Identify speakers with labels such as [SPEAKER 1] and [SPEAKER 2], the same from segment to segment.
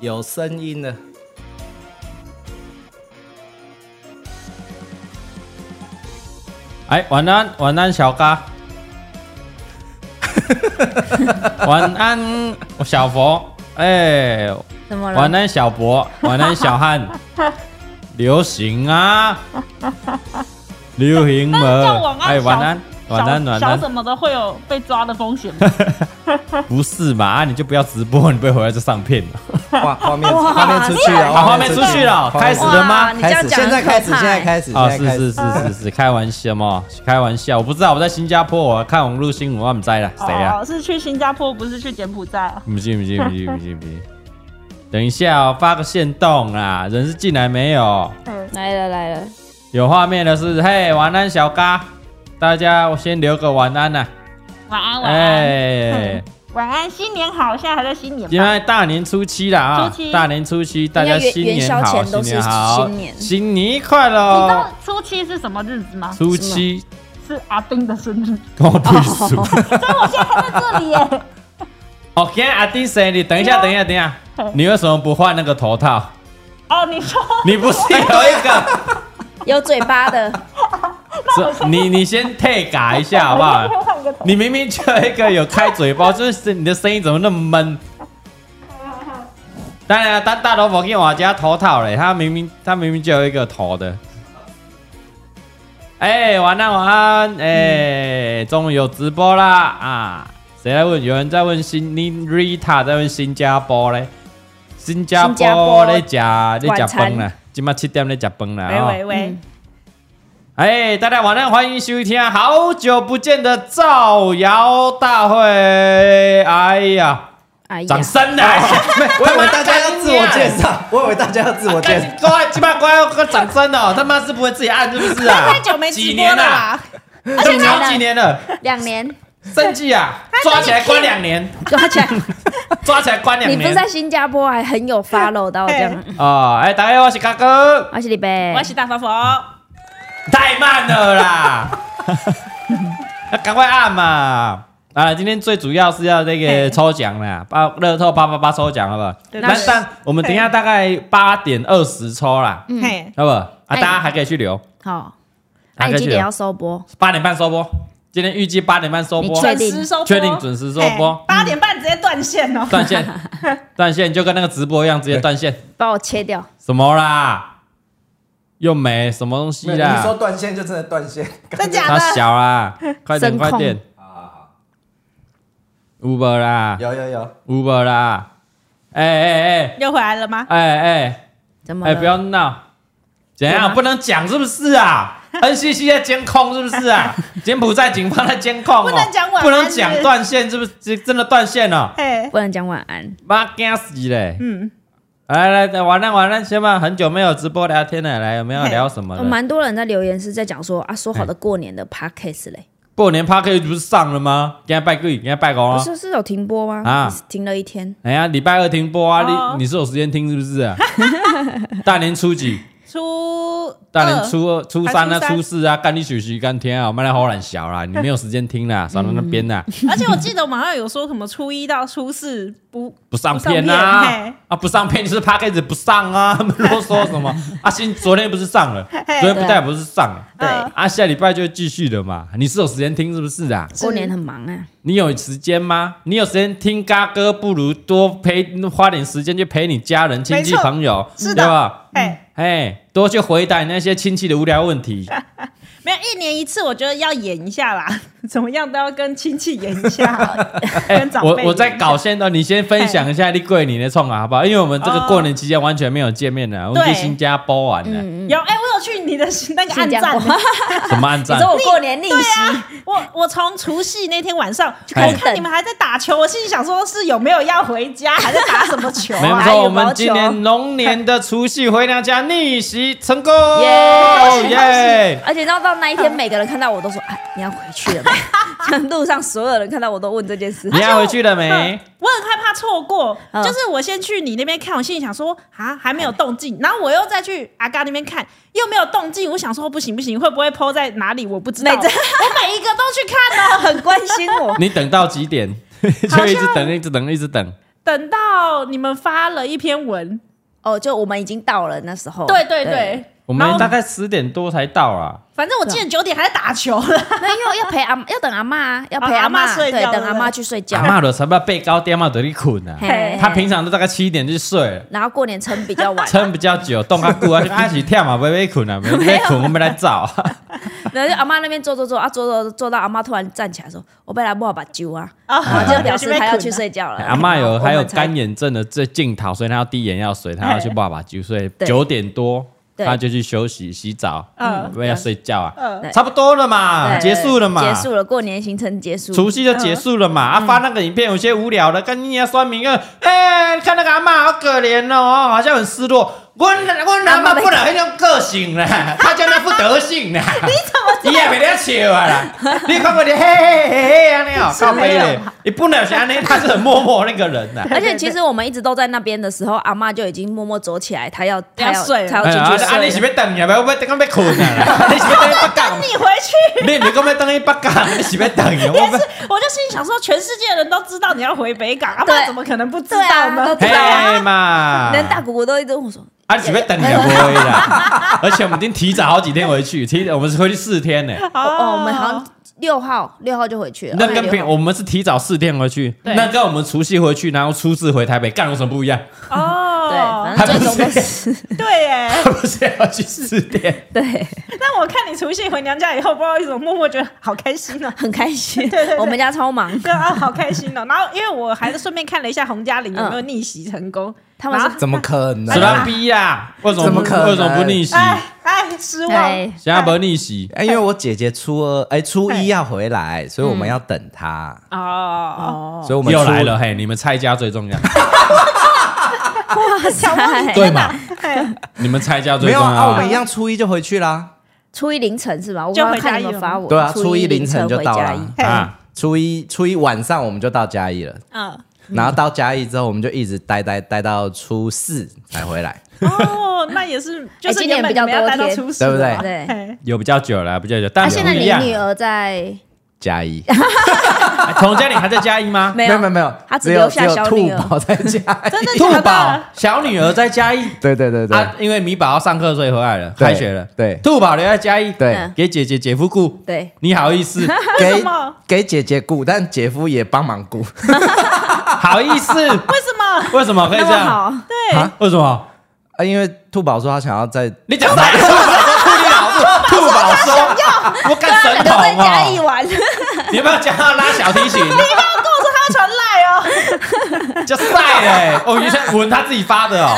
[SPEAKER 1] 有声音 了。
[SPEAKER 2] 哎，晚安，晚安，小 嘎。晚安，小佛。哎、
[SPEAKER 3] 怎么
[SPEAKER 2] 晚
[SPEAKER 3] 了？
[SPEAKER 2] 安，小博。晚安，小汉。流行啊，流行
[SPEAKER 4] 但是叫
[SPEAKER 2] 了
[SPEAKER 4] 晚。安
[SPEAKER 2] 哎，
[SPEAKER 4] 小
[SPEAKER 2] 晚安，晚安，
[SPEAKER 4] 小
[SPEAKER 2] 晚
[SPEAKER 4] 小
[SPEAKER 2] 安。
[SPEAKER 4] 什么的会有被抓的风险吗？
[SPEAKER 2] 不是嘛？啊，你就不要直播，你不会回来就上片了。
[SPEAKER 1] 画画面画面出去了，
[SPEAKER 2] 好，画面出去了，
[SPEAKER 1] 画
[SPEAKER 2] 开
[SPEAKER 1] 面
[SPEAKER 2] 始
[SPEAKER 1] 出去
[SPEAKER 2] 了
[SPEAKER 3] 哇
[SPEAKER 2] 吗？
[SPEAKER 3] 你这
[SPEAKER 1] 开
[SPEAKER 3] 样
[SPEAKER 1] 始，
[SPEAKER 3] 讲
[SPEAKER 1] 现
[SPEAKER 3] 很
[SPEAKER 1] 在开始，
[SPEAKER 3] 可怕欸
[SPEAKER 1] 现在开始，
[SPEAKER 2] 啊，
[SPEAKER 1] 现在开始
[SPEAKER 2] 是是 是
[SPEAKER 4] 嗯
[SPEAKER 2] 是是，开玩笑嘛，开玩笑，我不知道我在新加坡，我看网络新闻，我不知道啦， 谁啊呀、
[SPEAKER 4] 哦，是去新加坡，不是去柬埔寨啊？
[SPEAKER 2] 不信不信不信不信不信， 等一下、哦，发个限动啦，人是进来没有？
[SPEAKER 4] 嗯，
[SPEAKER 3] 来了来了，
[SPEAKER 2] 有画面的是，嘿，晚安小嘎，大家我先留个晚安呐、啊
[SPEAKER 4] 晚安，晚安，
[SPEAKER 2] 哎，
[SPEAKER 4] 晚安，新年好！现在还在新年
[SPEAKER 2] 因
[SPEAKER 4] 吧？
[SPEAKER 2] 为大年初七 啦啊
[SPEAKER 4] 初，七
[SPEAKER 2] 大年初七，大家
[SPEAKER 3] 元
[SPEAKER 2] 新年
[SPEAKER 3] 元宵
[SPEAKER 2] 好，
[SPEAKER 3] 前
[SPEAKER 2] 新
[SPEAKER 3] 都是
[SPEAKER 2] 年好，
[SPEAKER 3] 新年
[SPEAKER 2] 新年快
[SPEAKER 4] 你知道
[SPEAKER 2] 乐，
[SPEAKER 4] 初七是什么日子吗？
[SPEAKER 2] 初七
[SPEAKER 4] 是阿丁的生日，
[SPEAKER 2] 跟我对数。
[SPEAKER 3] 哦
[SPEAKER 4] 我现在还在这里耶。
[SPEAKER 2] 哦，今天阿弟生日，等一下，等一下，等一下，你为什么不换那个头套？
[SPEAKER 4] 哦，你说
[SPEAKER 2] 你不是有一个？
[SPEAKER 3] 有嘴巴 的，
[SPEAKER 2] 啊是你你先退改一下好不
[SPEAKER 4] 我先
[SPEAKER 2] 好？
[SPEAKER 4] 换个头，
[SPEAKER 2] 啊你明明就有一个有开嘴巴，就是你的声音怎么那么闷？当然了，当大头佛给我家头套嘞，他明明他明明就有一个头的。哎、晚安晚安，哎、终于有直播啦啊！谁在问？有人在问新，你 Rita 在问新加坡嘞？新加
[SPEAKER 3] 新加
[SPEAKER 2] 坡
[SPEAKER 3] 坡
[SPEAKER 2] 咧食咧食
[SPEAKER 3] 晚
[SPEAKER 2] 饭啦
[SPEAKER 3] 餐，
[SPEAKER 2] 今麦七点咧食饭啦。
[SPEAKER 4] 喂
[SPEAKER 2] 哦
[SPEAKER 4] 喂喂，
[SPEAKER 1] 嗯
[SPEAKER 2] 哎，大家晚上欢迎收听好久不见的造谣大会。哎呀，
[SPEAKER 3] 哎呀
[SPEAKER 2] 掌，声啊！
[SPEAKER 1] 我以为大家要自我介绍，我以为大家要自我介
[SPEAKER 2] 干
[SPEAKER 1] 绍。啊
[SPEAKER 2] 你乖，鸡巴乖，要掌声 哦！他妈是不会自己按是不是啊？
[SPEAKER 3] 太久没直
[SPEAKER 2] 几
[SPEAKER 3] 播
[SPEAKER 2] 年
[SPEAKER 3] 了
[SPEAKER 2] 啦，
[SPEAKER 3] 啦，
[SPEAKER 2] 动摇几年了，
[SPEAKER 3] 两 年，
[SPEAKER 2] 生气啊！抓起来关两年，
[SPEAKER 1] 啊
[SPEAKER 3] 抓起来，
[SPEAKER 2] 抓起来关两
[SPEAKER 3] 你不是
[SPEAKER 2] 年
[SPEAKER 3] 在。新加坡还很有 follow 到这样，
[SPEAKER 2] 哦，哎，大家好，我是嘎哥，
[SPEAKER 3] 我是李贝，
[SPEAKER 4] 我是大发哦佛，
[SPEAKER 2] 太慢了啦， 要赶快按嘛！啊，今天最主要是要那个抽奖啦，八乐透八八八抽奖，好不好？
[SPEAKER 4] 对
[SPEAKER 2] 那
[SPEAKER 4] 对
[SPEAKER 2] 但我们等一下大概八点二十抽啦，
[SPEAKER 4] 嘿，
[SPEAKER 2] 好不好？啊，大
[SPEAKER 3] 嗯哎
[SPEAKER 2] 家还可以去留，
[SPEAKER 3] 好，那
[SPEAKER 2] 还可
[SPEAKER 3] 你
[SPEAKER 2] 以去
[SPEAKER 3] 几点哦
[SPEAKER 2] 留
[SPEAKER 3] 要。收播？
[SPEAKER 2] 八点半收播，今天预计八点半收播
[SPEAKER 3] 你，确定
[SPEAKER 4] 准时收播，
[SPEAKER 2] 确哦嗯定准时收播，
[SPEAKER 4] 八点半直接断线哦。
[SPEAKER 2] 断线， 断线就跟那个直播一样，直接断线。
[SPEAKER 3] 把我切掉，
[SPEAKER 2] 什么啦？又没什么东西
[SPEAKER 1] 没有你说
[SPEAKER 2] 啦，
[SPEAKER 1] 断线就真的断线，
[SPEAKER 4] 真假
[SPEAKER 2] 他
[SPEAKER 4] 的？
[SPEAKER 2] 小 啦，快点
[SPEAKER 3] 声
[SPEAKER 2] 快
[SPEAKER 3] 控
[SPEAKER 2] 点，Uber 啦
[SPEAKER 1] 有有有，
[SPEAKER 2] ，Uber 啦，哎哎哎
[SPEAKER 4] 又回来了吗？
[SPEAKER 2] 哎哎。
[SPEAKER 3] 怎么
[SPEAKER 2] 哎、
[SPEAKER 3] 了？
[SPEAKER 2] 不要闹！怎
[SPEAKER 3] 有
[SPEAKER 2] 样
[SPEAKER 3] 吗
[SPEAKER 2] 不能讲是不是 啊？NCC 在监控是不是啊？柬埔寨警方在监控、哦，
[SPEAKER 4] 不能讲晚安
[SPEAKER 2] 不能讲断线是不是？这真的断线了、
[SPEAKER 4] 嘿，
[SPEAKER 3] 不能讲晚安，
[SPEAKER 2] 妈惊死嘞！
[SPEAKER 4] 嗯，
[SPEAKER 2] 来来来，晚安晚安，先吧，很久没有直播聊天了，来有没有
[SPEAKER 4] 嘿
[SPEAKER 2] 聊什么
[SPEAKER 3] 哦
[SPEAKER 2] 的？哎
[SPEAKER 3] 蛮多人在留言是在讲说啊，说好的过年的 podcast 嘞，
[SPEAKER 2] 过年 p a r k 不是上了吗？今天拜个，今天拜个
[SPEAKER 3] 不
[SPEAKER 2] 啊！
[SPEAKER 3] 是是有停播吗？
[SPEAKER 2] 啊
[SPEAKER 3] 停了一天，
[SPEAKER 2] 哎呀，礼拜二停播啊！
[SPEAKER 4] 哦
[SPEAKER 2] 你你是有时间听是不是啊？ 大年初几？
[SPEAKER 4] 初
[SPEAKER 2] 大年
[SPEAKER 4] 二
[SPEAKER 2] 初二、初
[SPEAKER 4] 呃还
[SPEAKER 2] 三啊、
[SPEAKER 4] 初三
[SPEAKER 2] 初四啊，干你学习干天啊，我们来好懒小 啦，你没有时间听啦，少到那边啦，
[SPEAKER 4] 而且我记得我们好像有说什么初一到初四不
[SPEAKER 2] 不上
[SPEAKER 4] 不上片
[SPEAKER 2] 片啊
[SPEAKER 4] 嘿，
[SPEAKER 2] 啊不上片就是 p a c k a g e 不上啊， 他们啰嗦什么啊？新昨天不是上了，昨天不
[SPEAKER 3] 对
[SPEAKER 2] 但不是上了，
[SPEAKER 3] 对
[SPEAKER 4] 嗯
[SPEAKER 2] 啊下礼拜就继续的嘛，你是有时间听是不是啊？
[SPEAKER 3] 过年很忙啊，
[SPEAKER 2] 你有时间吗？你有时间听嘎哥，不如多陪花点时间去陪你家人、亲戚、
[SPEAKER 4] 没错
[SPEAKER 2] 朋友，
[SPEAKER 4] 是
[SPEAKER 2] 对
[SPEAKER 4] 的
[SPEAKER 2] 吧？
[SPEAKER 4] 哎，
[SPEAKER 2] 哎，多去回答你那些亲戚的无聊问题。
[SPEAKER 4] 没有一年一次，我觉得要演一下啦， 怎么样都要跟亲戚演一下，
[SPEAKER 2] 哎
[SPEAKER 4] 跟，长辈
[SPEAKER 2] 我
[SPEAKER 4] 演一下
[SPEAKER 2] 我在搞线动，你先分享一下你过年的冲啊，好不好？因为我们这个过年期间完全没有见面的，我们去
[SPEAKER 4] 哎对
[SPEAKER 2] 新加坡玩的，
[SPEAKER 4] 有哎、我有去你的 那个暗
[SPEAKER 3] 新加
[SPEAKER 4] 赞啊
[SPEAKER 3] 坡，
[SPEAKER 2] 什么啊暗
[SPEAKER 3] 你
[SPEAKER 2] 战
[SPEAKER 3] 说？我过年逆袭，
[SPEAKER 4] 我我从除夕那天晚上就
[SPEAKER 2] 哎
[SPEAKER 4] 开始看你们还在打球，我心里想说是有没有要回家，还在打什么球
[SPEAKER 2] 没有
[SPEAKER 4] 啊？
[SPEAKER 3] 打
[SPEAKER 2] 错，
[SPEAKER 3] 羽
[SPEAKER 2] 我们
[SPEAKER 3] 毛
[SPEAKER 2] 今
[SPEAKER 3] 球
[SPEAKER 2] 年龙年的除夕回娘家逆袭成功，
[SPEAKER 3] 耶
[SPEAKER 2] 哦耶！
[SPEAKER 3] 而且你知道到那一天，每个人看到我都说：“哎，你要回去了吗？”像路上所有人看到我都问这件事
[SPEAKER 2] 你。要回去了没？
[SPEAKER 4] 呃我很害怕错过，
[SPEAKER 3] 嗯
[SPEAKER 4] 就是我先去你那边看，我心里想说啊还没有动静，然后我又再去阿嘎那边看，又没有动静，我想说不行不行，会不会 PO 在哪里？我不知道，我
[SPEAKER 3] 每次
[SPEAKER 4] 每一个都去看了。
[SPEAKER 3] 哦很关心我，
[SPEAKER 2] 你等到几点？就一直等，一直等，一直等。
[SPEAKER 4] 等到你们发了一篇文，
[SPEAKER 3] 哦，就我们已经到了那时候。
[SPEAKER 4] 对对
[SPEAKER 3] 对
[SPEAKER 4] 对，
[SPEAKER 2] 我们大概十点多才到啊。
[SPEAKER 4] 反正我记得九点还在打球了，
[SPEAKER 3] 那因为要陪阿要等阿妈，要陪
[SPEAKER 4] 啊阿
[SPEAKER 3] 嬷
[SPEAKER 4] 嬷睡
[SPEAKER 3] 对，
[SPEAKER 4] 觉
[SPEAKER 3] 等
[SPEAKER 4] 对
[SPEAKER 3] 阿
[SPEAKER 4] 不
[SPEAKER 3] 妈
[SPEAKER 4] 对
[SPEAKER 3] 去睡觉
[SPEAKER 2] 阿。妈的什么被高爹嘛在里困啊，
[SPEAKER 3] 嘿
[SPEAKER 2] 他平，常都大概七点就睡了。，
[SPEAKER 3] 然后过年撑比较晚
[SPEAKER 2] 撑比较久，动较久啊，就开始跳嘛，不会困 啊，不会困，我们来找。
[SPEAKER 3] 然后就阿妈那边坐坐坐啊，坐坐坐到阿妈突然站起来说：“我被来不好把酒啊。”
[SPEAKER 4] 啊
[SPEAKER 3] 就表示她要去。睡觉了。
[SPEAKER 2] 阿妈有还有干
[SPEAKER 3] 眼，
[SPEAKER 2] 眼症的这镜头，所以她要滴眼药水，她要去爸爸酒，所以
[SPEAKER 3] 对
[SPEAKER 2] 九点多
[SPEAKER 3] 对
[SPEAKER 2] 她就去休息、洗澡，
[SPEAKER 4] 嗯
[SPEAKER 2] 因为要睡觉啊，
[SPEAKER 4] 嗯
[SPEAKER 3] 对
[SPEAKER 2] 差不多了嘛，
[SPEAKER 3] 对
[SPEAKER 2] 啊结束了嘛，
[SPEAKER 3] 结束了，过年行程结束。
[SPEAKER 2] 除夕就结束了嘛。啊，发那个影片有些无聊的，跟你要酸民个，哎，看那个阿妈好可怜哦，好像很失落。我我阿妈不然那种个性啦，她叫那副德性啦。你怎么？你也没得笑啊啦！你看过你嘿嘿嘿嘿安尼哦，靠背嘞，你不能想安尼，她是很默默那个人呐。
[SPEAKER 3] 而且其实我们一直都在那边的时候，阿妈就已经默默走起来，她要她
[SPEAKER 4] 要睡了
[SPEAKER 3] 她要
[SPEAKER 2] 哎呀，
[SPEAKER 3] 进
[SPEAKER 2] 啊
[SPEAKER 3] 去
[SPEAKER 2] 啊！你是
[SPEAKER 3] 睡了。
[SPEAKER 2] 要等呀？不要等，要困啊！你是要等去北港？
[SPEAKER 4] 你回去，
[SPEAKER 2] 你你讲要等去北港？你是要等呀？我
[SPEAKER 4] 也
[SPEAKER 2] 不
[SPEAKER 4] 是，我就心里想说，全世界人都知道你要回北港，阿爸
[SPEAKER 3] 对
[SPEAKER 4] 怎么可能不知
[SPEAKER 3] 对啊
[SPEAKER 4] 道呢
[SPEAKER 3] 都？
[SPEAKER 2] 哎
[SPEAKER 3] 知道啊
[SPEAKER 2] 嘿嘛，
[SPEAKER 3] 连大姑姑都一直问我说
[SPEAKER 2] 啊，你准备等也不会啦。 而且我们已经提早好几天回去，提我们是回去四天 呢、：“
[SPEAKER 4] 哦
[SPEAKER 3] 哦，我们好像六号六号就回去了。”
[SPEAKER 2] 那跟
[SPEAKER 3] 6
[SPEAKER 2] 平
[SPEAKER 3] 号
[SPEAKER 2] 我们是提早四天回去，
[SPEAKER 4] 对
[SPEAKER 2] 那跟我们除夕回去，然后初四回台北，干有什么不一样？
[SPEAKER 3] 对，
[SPEAKER 4] 哦
[SPEAKER 3] 反，正最终都是
[SPEAKER 4] 对耶。
[SPEAKER 2] 不是要去四天？
[SPEAKER 3] 对，
[SPEAKER 4] 但我看你除夕回娘家以后，不知道为什么默默觉得好开心哦。
[SPEAKER 3] 很开心。
[SPEAKER 4] 对对
[SPEAKER 3] 我们家超忙，
[SPEAKER 4] 对啊，好开心哦！然后因为我还是顺便看了一下洪嘉玲有没有逆袭成功，
[SPEAKER 3] 嗯他们是
[SPEAKER 4] 然后
[SPEAKER 1] 怎么可能？
[SPEAKER 2] 什么逼呀？啊为什么
[SPEAKER 1] 怎么
[SPEAKER 2] 不
[SPEAKER 1] 可能
[SPEAKER 2] 为什么不逆袭？
[SPEAKER 4] 哎哎失望，
[SPEAKER 3] 哎
[SPEAKER 2] 现在不逆袭，
[SPEAKER 1] 哎，因为我姐姐初二，哎，初一要回来，所以我们要等她，
[SPEAKER 4] 哦哦，
[SPEAKER 1] 哎所以我们
[SPEAKER 2] 又
[SPEAKER 1] 初
[SPEAKER 2] 来了嘿！你们拆家最重要，
[SPEAKER 3] 哇 塞，
[SPEAKER 1] 对嘛？
[SPEAKER 2] 你们拆家
[SPEAKER 1] 哎
[SPEAKER 2] 最
[SPEAKER 1] 没有
[SPEAKER 2] 重要
[SPEAKER 1] 啊，我
[SPEAKER 2] 啊
[SPEAKER 1] 们。一样初一就回去啦。
[SPEAKER 3] 初一凌晨是吧？我
[SPEAKER 4] 就
[SPEAKER 3] 刚
[SPEAKER 4] 回
[SPEAKER 3] 刚看
[SPEAKER 4] 家
[SPEAKER 3] 你
[SPEAKER 4] 一了
[SPEAKER 3] 们发我，
[SPEAKER 1] 对啊，
[SPEAKER 3] 初
[SPEAKER 1] 初一凌晨就
[SPEAKER 3] 回
[SPEAKER 1] 到
[SPEAKER 3] 家
[SPEAKER 1] 了
[SPEAKER 3] 一。
[SPEAKER 1] 啊。
[SPEAKER 4] 嘿
[SPEAKER 2] 啊，
[SPEAKER 1] 初一初一晚上我们就到嘉义了，
[SPEAKER 4] 嗯
[SPEAKER 1] 然后到嘉义之后，我们就一直待待待到初四才回来，
[SPEAKER 4] 哦，那也是，就是
[SPEAKER 3] 哎今年
[SPEAKER 4] 原本
[SPEAKER 3] 比较
[SPEAKER 4] 你们要
[SPEAKER 3] 多
[SPEAKER 4] 待到
[SPEAKER 3] 天
[SPEAKER 4] 初四
[SPEAKER 1] 对不对
[SPEAKER 4] 嘛
[SPEAKER 3] 对
[SPEAKER 4] 嘿
[SPEAKER 2] 有比较久了，比较久，
[SPEAKER 3] 啊，
[SPEAKER 2] 但
[SPEAKER 3] 现在
[SPEAKER 2] 不一
[SPEAKER 3] 你
[SPEAKER 2] 样。
[SPEAKER 3] 女儿在
[SPEAKER 1] 嘉义。
[SPEAKER 2] 哎童嘉玲还在嘉义吗？
[SPEAKER 3] 没
[SPEAKER 1] 有
[SPEAKER 3] 有
[SPEAKER 1] 没有没有，
[SPEAKER 3] 她
[SPEAKER 1] 只
[SPEAKER 3] 只
[SPEAKER 1] 有
[SPEAKER 3] 留
[SPEAKER 1] 只
[SPEAKER 3] 下
[SPEAKER 1] 有
[SPEAKER 3] 小
[SPEAKER 1] 兔
[SPEAKER 3] 女儿。
[SPEAKER 1] 宝在家。
[SPEAKER 4] 真的
[SPEAKER 2] 兔
[SPEAKER 4] 假
[SPEAKER 2] 宝
[SPEAKER 4] 的？
[SPEAKER 2] 小女儿在嘉义，
[SPEAKER 1] 对对对对，
[SPEAKER 2] 啊，因为米宝要上课，所以回来了，
[SPEAKER 1] 对
[SPEAKER 2] 开学了。
[SPEAKER 1] 对
[SPEAKER 2] 兔宝留在嘉义，
[SPEAKER 1] 对
[SPEAKER 3] 嗯
[SPEAKER 2] 给姐姐姐夫顾。
[SPEAKER 3] 对，
[SPEAKER 2] 你好意思，
[SPEAKER 4] 为
[SPEAKER 1] 给
[SPEAKER 4] 什么
[SPEAKER 1] 给姐姐雇，但姐夫也帮忙雇
[SPEAKER 2] 好意思，
[SPEAKER 4] 为什么？
[SPEAKER 2] 为什么可以
[SPEAKER 3] 那
[SPEAKER 2] 这
[SPEAKER 3] 么
[SPEAKER 2] 样？
[SPEAKER 3] 好，
[SPEAKER 4] 对
[SPEAKER 1] 啊，
[SPEAKER 2] 为什么？
[SPEAKER 1] 啊，因为兔宝说他想要在
[SPEAKER 2] 你讲啥？兔宝说兔你老父，兔宝说，我干
[SPEAKER 3] 他
[SPEAKER 2] 神
[SPEAKER 3] 们都
[SPEAKER 2] 童
[SPEAKER 3] 啊在家一
[SPEAKER 2] 哦！
[SPEAKER 3] 玩，
[SPEAKER 2] 你要不要讲他拉小提琴？
[SPEAKER 4] 他跟我说他要传赖哦，
[SPEAKER 2] 就晒嘞，哦，原来文他自己发的哦，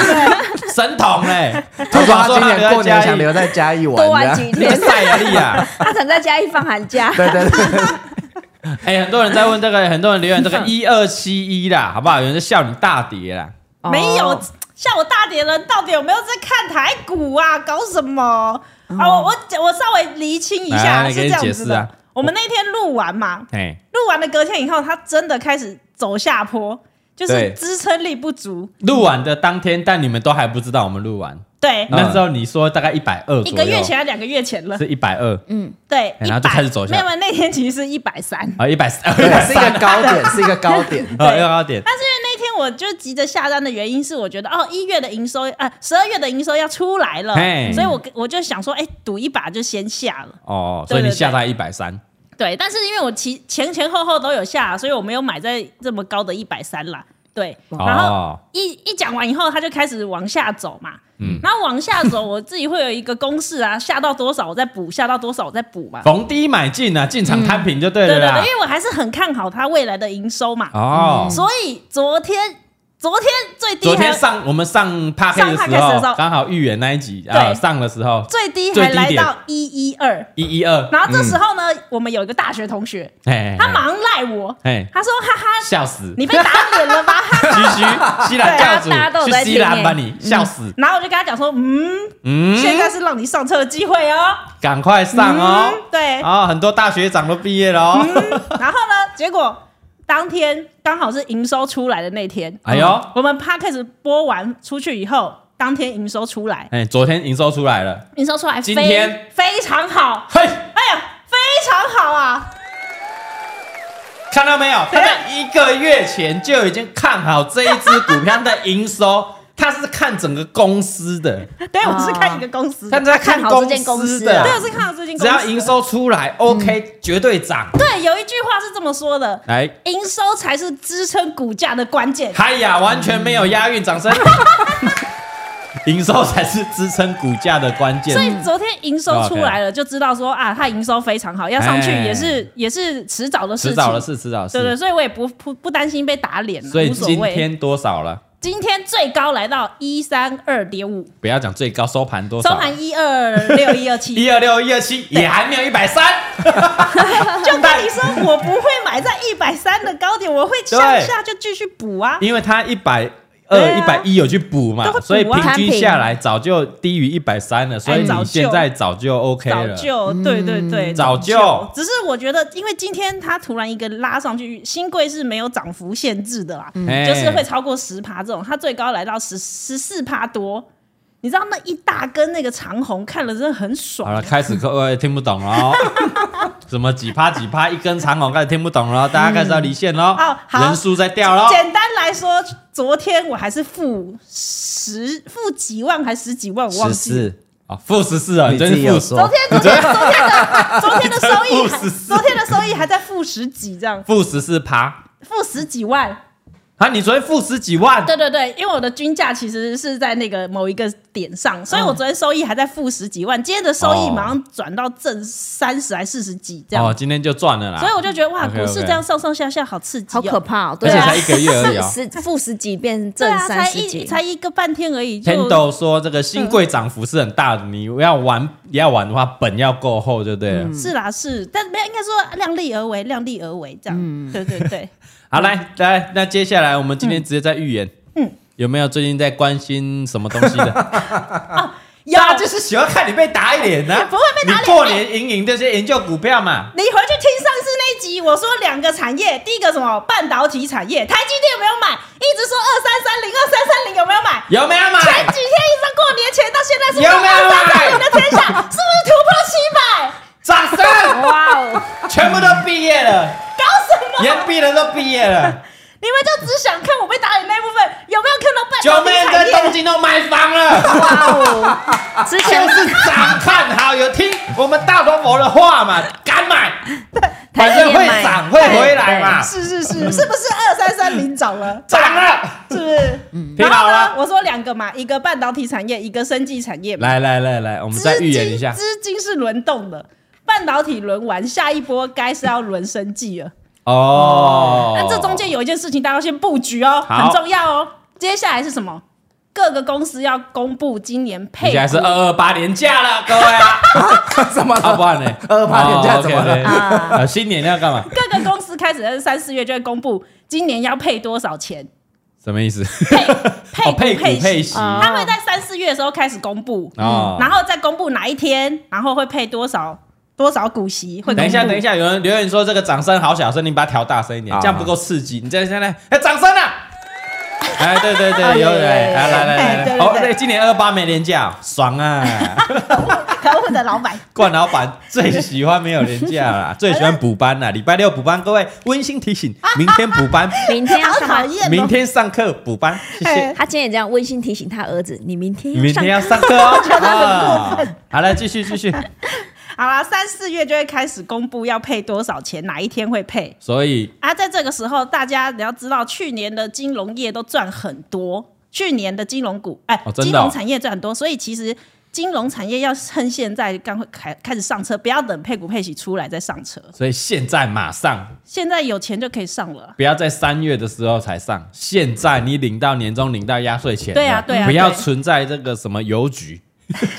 [SPEAKER 2] 神童嘞，
[SPEAKER 1] 他
[SPEAKER 2] 兔
[SPEAKER 1] 说
[SPEAKER 2] 宝
[SPEAKER 1] 他
[SPEAKER 2] 说
[SPEAKER 1] 今年
[SPEAKER 2] 留
[SPEAKER 1] 过
[SPEAKER 2] 在
[SPEAKER 1] 年
[SPEAKER 2] 嘉
[SPEAKER 1] 想
[SPEAKER 2] 义，
[SPEAKER 1] 留在嘉义玩，
[SPEAKER 3] 多
[SPEAKER 1] 这
[SPEAKER 3] 玩
[SPEAKER 1] 样
[SPEAKER 3] 几
[SPEAKER 2] 你
[SPEAKER 3] 天
[SPEAKER 2] 个。晒而已啊！
[SPEAKER 3] 他想在家一放寒 假，
[SPEAKER 1] 对对对，
[SPEAKER 2] 哎，很多人在问这个，很多人留言这个一二七一啦，好不好？有人在笑你大碟啦。
[SPEAKER 3] 哦
[SPEAKER 4] 没有。像我大连人到底有没有在看台股啊？搞什
[SPEAKER 3] 哦
[SPEAKER 4] 么？啊，我我我稍微厘清一
[SPEAKER 2] 来来
[SPEAKER 4] 下，
[SPEAKER 2] 你给
[SPEAKER 4] 是这
[SPEAKER 2] 你
[SPEAKER 4] 样
[SPEAKER 2] 解
[SPEAKER 4] 子
[SPEAKER 2] 释啊
[SPEAKER 4] 的。我们那天录完嘛，
[SPEAKER 2] 哎，
[SPEAKER 4] 录完了隔天以后，它真的开始走下坡，就是
[SPEAKER 1] 对
[SPEAKER 4] 支撑力不足。
[SPEAKER 2] 录完的当天，但你们都还不知道我们录完。
[SPEAKER 4] 对，
[SPEAKER 1] 嗯
[SPEAKER 2] 那时候你说大概一百二，
[SPEAKER 4] 一个月前还嗯两个月前了，
[SPEAKER 2] 是一百二
[SPEAKER 4] 对，
[SPEAKER 2] 然后就
[SPEAKER 4] 100
[SPEAKER 2] 开始走下
[SPEAKER 4] 没有，没有那天其实是一百三，
[SPEAKER 2] 啊，一百三，一
[SPEAKER 1] 对
[SPEAKER 2] 百
[SPEAKER 1] 是一个
[SPEAKER 2] 三，
[SPEAKER 1] 高点， 是一个高点。
[SPEAKER 2] 呃，又高点。
[SPEAKER 4] 但是因为那天我就急着下单的原因是，我觉得哦，一月的营收啊，十、2二月的营收要出来了
[SPEAKER 2] 嘿，
[SPEAKER 4] 所以我我就想说，哎、赌一把就先下了。
[SPEAKER 2] 哦，所以你下他一百三，
[SPEAKER 4] 对，但是因为我其前前后后都有下，所以我没有买在这么高的一百三啦。对，然后
[SPEAKER 2] 哦，
[SPEAKER 4] 一一讲完以后，它就开始往下走嘛。嗯，然后往下走，我自己会有一个公式啊，下到多少我再补，下到多少我再补嘛。
[SPEAKER 2] 逢低买进啊，进场摊平就哦对
[SPEAKER 4] 对
[SPEAKER 2] 了
[SPEAKER 4] 嗯对对，
[SPEAKER 2] 啦
[SPEAKER 4] 因。为我还是很看好它未来的营收嘛。
[SPEAKER 2] 哦，
[SPEAKER 4] 所以昨天昨天最低
[SPEAKER 2] 昨
[SPEAKER 4] 还
[SPEAKER 2] 天上我们上 p a r k 的时
[SPEAKER 4] 上 podcast 的时
[SPEAKER 2] 候，
[SPEAKER 4] 候
[SPEAKER 2] 刚好预言那一集
[SPEAKER 4] 对
[SPEAKER 2] 啊，上的时候
[SPEAKER 4] 最低
[SPEAKER 2] 最
[SPEAKER 4] 还
[SPEAKER 2] 低
[SPEAKER 4] 来
[SPEAKER 2] 点
[SPEAKER 4] 到一一二，
[SPEAKER 2] 一一二，
[SPEAKER 4] 然后这时候呢，我们有一个大学同学，嗯
[SPEAKER 2] 哎，
[SPEAKER 4] 他马上赖我，
[SPEAKER 2] 哎，
[SPEAKER 4] 他说哈哈，
[SPEAKER 2] 笑死，
[SPEAKER 4] 你被打脸了吧？哈哈
[SPEAKER 2] 嘘嘘，西兰教
[SPEAKER 3] 大家都
[SPEAKER 2] 主去
[SPEAKER 3] 有在
[SPEAKER 2] 西
[SPEAKER 3] 听
[SPEAKER 2] 兰
[SPEAKER 3] 欸
[SPEAKER 2] 吧
[SPEAKER 4] 嗯
[SPEAKER 2] 你，笑死，
[SPEAKER 4] 然后我就跟他讲说，嗯，
[SPEAKER 2] 嗯，
[SPEAKER 4] 现在是让你上车的机会哦。
[SPEAKER 2] 赶快上哦。
[SPEAKER 4] 嗯对，嗯
[SPEAKER 2] 啊，很多大学长都毕业了哦。
[SPEAKER 4] 然后呢，结果当天刚好是营收出来的那天，
[SPEAKER 2] 哎呦，
[SPEAKER 4] 我们 p a 始播完出去以后，当天营收出来，
[SPEAKER 2] 哎，昨天营收出来了，
[SPEAKER 4] 营收出来非
[SPEAKER 2] 今天
[SPEAKER 4] 非常好，
[SPEAKER 2] 嘿，
[SPEAKER 4] 哎呀，非常好啊！
[SPEAKER 2] 看到没有？他在一个月前就已经看好这一只股票的营收， 他是看整个公司的，
[SPEAKER 4] 对，我是看一个公司的，
[SPEAKER 2] 他在看
[SPEAKER 3] 看好这间公
[SPEAKER 2] 司
[SPEAKER 3] 司
[SPEAKER 2] 的
[SPEAKER 3] 啊
[SPEAKER 4] 对，我，是看到最近
[SPEAKER 2] 只
[SPEAKER 4] 公司
[SPEAKER 2] 要
[SPEAKER 4] 的嗯
[SPEAKER 2] 营，收出来，OK，绝对涨。
[SPEAKER 4] 对，有一句话是这么说的，
[SPEAKER 2] 来，
[SPEAKER 4] 营收才是支撑股价的关键。
[SPEAKER 2] 嗨呀，完全没有押韵，掌 声。营收才是支撑股价的关键，
[SPEAKER 4] 所以昨天营收出来了，就知道说啊，它营收非常好，要上去
[SPEAKER 2] 哎
[SPEAKER 4] 也是也是迟早的事
[SPEAKER 2] 迟
[SPEAKER 4] 情。
[SPEAKER 2] 早的事，迟早的
[SPEAKER 4] 对对，
[SPEAKER 2] 事。
[SPEAKER 4] 所以我也不不不担心被打脸，啊
[SPEAKER 2] 所以
[SPEAKER 4] 无所
[SPEAKER 2] 今
[SPEAKER 4] 谓。
[SPEAKER 2] 天多少了？
[SPEAKER 4] 今天最高来到一三二点五，
[SPEAKER 2] 不要讲最高收盘多
[SPEAKER 4] 收
[SPEAKER 2] 少，
[SPEAKER 4] 盘一二六一二 七，
[SPEAKER 2] 一二六一二七，也还没有一百三。
[SPEAKER 4] 就跟你说，我不会买在一百三的高点，我会向下就继续补啊。
[SPEAKER 2] 因为它一百二、
[SPEAKER 4] 对
[SPEAKER 2] 一
[SPEAKER 4] 啊
[SPEAKER 2] 百一有去补嘛，
[SPEAKER 4] 都会补啊哎
[SPEAKER 2] 所以平均下来早就低于一百三了，所以你
[SPEAKER 4] 早就
[SPEAKER 2] 现在早就 OK
[SPEAKER 4] 早
[SPEAKER 2] 了。
[SPEAKER 4] 就，对对对，
[SPEAKER 2] 早就
[SPEAKER 4] 只是我觉得，因为今天它突然一个拉上去，新贵是没有涨幅限制的啦，
[SPEAKER 2] 哎
[SPEAKER 4] 就是会超过十趴这种，它最高来到十十四趴多。你知道那一大根那个长红，看了真的很
[SPEAKER 2] 好
[SPEAKER 4] 爽。
[SPEAKER 2] 了，开始各位听不懂喽， 什么几趴几趴一根长红开始听不懂了，大家开始要离线喽
[SPEAKER 4] 哦，好
[SPEAKER 2] 人数在掉喽。
[SPEAKER 4] 简单来说，昨天我还是负十负几万还是十几万，我忘
[SPEAKER 1] 十
[SPEAKER 4] 记了。
[SPEAKER 1] 四，
[SPEAKER 2] 啊，负十四啊，
[SPEAKER 1] 你
[SPEAKER 2] 真
[SPEAKER 1] 自己
[SPEAKER 2] 是
[SPEAKER 1] 有
[SPEAKER 2] 负
[SPEAKER 1] 说，
[SPEAKER 4] 昨天
[SPEAKER 3] 哦
[SPEAKER 4] 昨天的昨天的收益还
[SPEAKER 2] 负14
[SPEAKER 4] 昨天的收益还在负十几这样，
[SPEAKER 2] 负十四趴
[SPEAKER 4] 负十几万。
[SPEAKER 2] 啊！你昨天负十几万，
[SPEAKER 4] 对对对，因为我的均价其实是在那个某一个点上，所以我昨天收益还在负十几万，今天的收益马上转到正三十还四十几这样。
[SPEAKER 2] 哦，今天就赚了
[SPEAKER 4] 所以
[SPEAKER 2] 啦。
[SPEAKER 4] 我就觉得哇，
[SPEAKER 2] OK，OK
[SPEAKER 4] 股市这样上上下下好刺激、哦，
[SPEAKER 3] 好可怕哦！
[SPEAKER 2] 而
[SPEAKER 3] 对
[SPEAKER 2] 且
[SPEAKER 3] 啊
[SPEAKER 2] 才，一个月而已哦。
[SPEAKER 3] 十负十几变
[SPEAKER 4] 对
[SPEAKER 3] 正
[SPEAKER 4] 啊，
[SPEAKER 3] 三
[SPEAKER 4] 才
[SPEAKER 3] 十
[SPEAKER 4] 一
[SPEAKER 3] 几，
[SPEAKER 4] 才一个半天而已就
[SPEAKER 2] Tendo 说这个新贵涨幅是很大的，你要玩要玩的话，本要够厚就对了。
[SPEAKER 4] 是啦是，但没有应该说量力而为，量力而为这样。
[SPEAKER 3] 嗯
[SPEAKER 4] 对对对，
[SPEAKER 2] 好，来来，那接下来我们今天直接在预言，嗯，有没有最近在关心什么东西的？
[SPEAKER 4] 有
[SPEAKER 2] 大家就是喜欢看你被打脸呢、啊，
[SPEAKER 4] 不会被打脸
[SPEAKER 2] 你过年赢赢这些研究股票嘛，
[SPEAKER 4] 你回去听上次那一集，我说两个产业，第一个什么半导体产业，台积电有没有买？一直说二三三零，二三三零有没有买？
[SPEAKER 2] 有没有
[SPEAKER 4] 前
[SPEAKER 2] 买？
[SPEAKER 4] 几天一直到过年前到现在，是不
[SPEAKER 2] 有
[SPEAKER 4] 是
[SPEAKER 2] 没有
[SPEAKER 4] 二
[SPEAKER 2] 买
[SPEAKER 4] 三三零的天下？是不是突破七百？
[SPEAKER 2] 掌声！
[SPEAKER 3] 哇哦！
[SPEAKER 2] 全部都毕业 了，
[SPEAKER 4] 搞什么？
[SPEAKER 2] 研毕的都毕业了，
[SPEAKER 4] 你们就只想看我被打脸那部分，有没有看到半
[SPEAKER 2] 九
[SPEAKER 4] 导
[SPEAKER 2] 妹
[SPEAKER 4] 体产
[SPEAKER 2] 在东
[SPEAKER 4] 业？
[SPEAKER 2] 京都买房了，
[SPEAKER 3] 之前
[SPEAKER 2] 就是涨看好，有听我们大头佛的话嘛，敢买，反
[SPEAKER 3] 台积
[SPEAKER 2] 正
[SPEAKER 3] 电
[SPEAKER 2] 会
[SPEAKER 3] 买
[SPEAKER 2] 涨，会回来嘛，
[SPEAKER 4] 是是是， 是不是二三三零涨了？
[SPEAKER 2] 涨了，
[SPEAKER 4] 是不是？
[SPEAKER 2] 听
[SPEAKER 4] 然
[SPEAKER 2] 嗯好
[SPEAKER 4] 后呢
[SPEAKER 2] 了，，
[SPEAKER 4] 我说两个嘛，一个半导体产业，一个生技产业 嘛。
[SPEAKER 2] 来来来来，我们再预言一下
[SPEAKER 4] 资。金资金是轮动的，半导体轮完，下一波该是要轮生技了。
[SPEAKER 2] 哦，
[SPEAKER 4] 那这中间有一件事情，大家要先布局哦，
[SPEAKER 2] 好
[SPEAKER 4] 很重要哦。接下来是什么？各个公司要公布今年配
[SPEAKER 2] 现在
[SPEAKER 4] 股
[SPEAKER 2] 是二二八年假了，各位 啊，
[SPEAKER 1] 怎么
[SPEAKER 2] 啊不
[SPEAKER 1] 了？
[SPEAKER 2] 然呢？
[SPEAKER 1] 228年假怎么了
[SPEAKER 2] 哦？OK，OK
[SPEAKER 4] 啊
[SPEAKER 2] 呃，新年要干嘛？
[SPEAKER 4] 各个公司开始在三四月就会公布今年要配多少钱，
[SPEAKER 2] 什么意思？
[SPEAKER 4] 配配
[SPEAKER 2] 哦，
[SPEAKER 4] 股
[SPEAKER 2] 配股配
[SPEAKER 4] 息。
[SPEAKER 2] 息
[SPEAKER 3] 啊
[SPEAKER 4] 他会在三四月的时候开始公布，
[SPEAKER 2] 哦
[SPEAKER 4] 然后再公布哪一天，然后会配多少多少股息。会公布
[SPEAKER 2] 等一下，等一下，有人留言说这个掌声好小声，你把它调大声一点，
[SPEAKER 1] 好
[SPEAKER 2] 这样不够刺激。你再现在，哎，掌声啊！哎，对对
[SPEAKER 3] 哎
[SPEAKER 2] 对，有哎，
[SPEAKER 3] 对
[SPEAKER 2] 来来来
[SPEAKER 4] 哎哦对
[SPEAKER 2] 来，
[SPEAKER 4] 对
[SPEAKER 2] 哦，
[SPEAKER 4] 对
[SPEAKER 2] 对，今年二八没年假哦，爽啊！
[SPEAKER 4] 可恶的老 板，
[SPEAKER 2] 冠老板最喜欢没有年假 啦，最喜欢补班啦，礼拜六补班，各位温馨提醒，明天补 班，
[SPEAKER 3] 明天要
[SPEAKER 4] 好
[SPEAKER 3] 上
[SPEAKER 4] 讨
[SPEAKER 3] 班。
[SPEAKER 4] 厌哦。
[SPEAKER 2] 明天上课补班，谢谢。
[SPEAKER 4] 哎
[SPEAKER 3] 他今天也这样温馨提醒他儿子：“你明天
[SPEAKER 2] 你明
[SPEAKER 3] 要上
[SPEAKER 2] 天要上课 哦。啊好了，继续继续。
[SPEAKER 4] 好啦，三四月就会开始公布要配多少钱，哪一天会配
[SPEAKER 2] 所以
[SPEAKER 4] 啊？在这个时候，大家你要知道，去年的金融业都赚很多，去年的金融股，哎、
[SPEAKER 2] 哦真
[SPEAKER 4] 金
[SPEAKER 2] 的哦
[SPEAKER 4] 融产业赚很多，所以其实金融产业要趁现在刚会开开始上车，不要等配股配息出来再上车，
[SPEAKER 2] 所以现在马上，
[SPEAKER 4] 现在有钱就可以上了啊。
[SPEAKER 2] 不要在三月的时候才上，现在你领到年终领到压岁钱了，
[SPEAKER 4] 对啊对啊
[SPEAKER 2] 不要
[SPEAKER 4] 对
[SPEAKER 2] 存在这个什么邮局，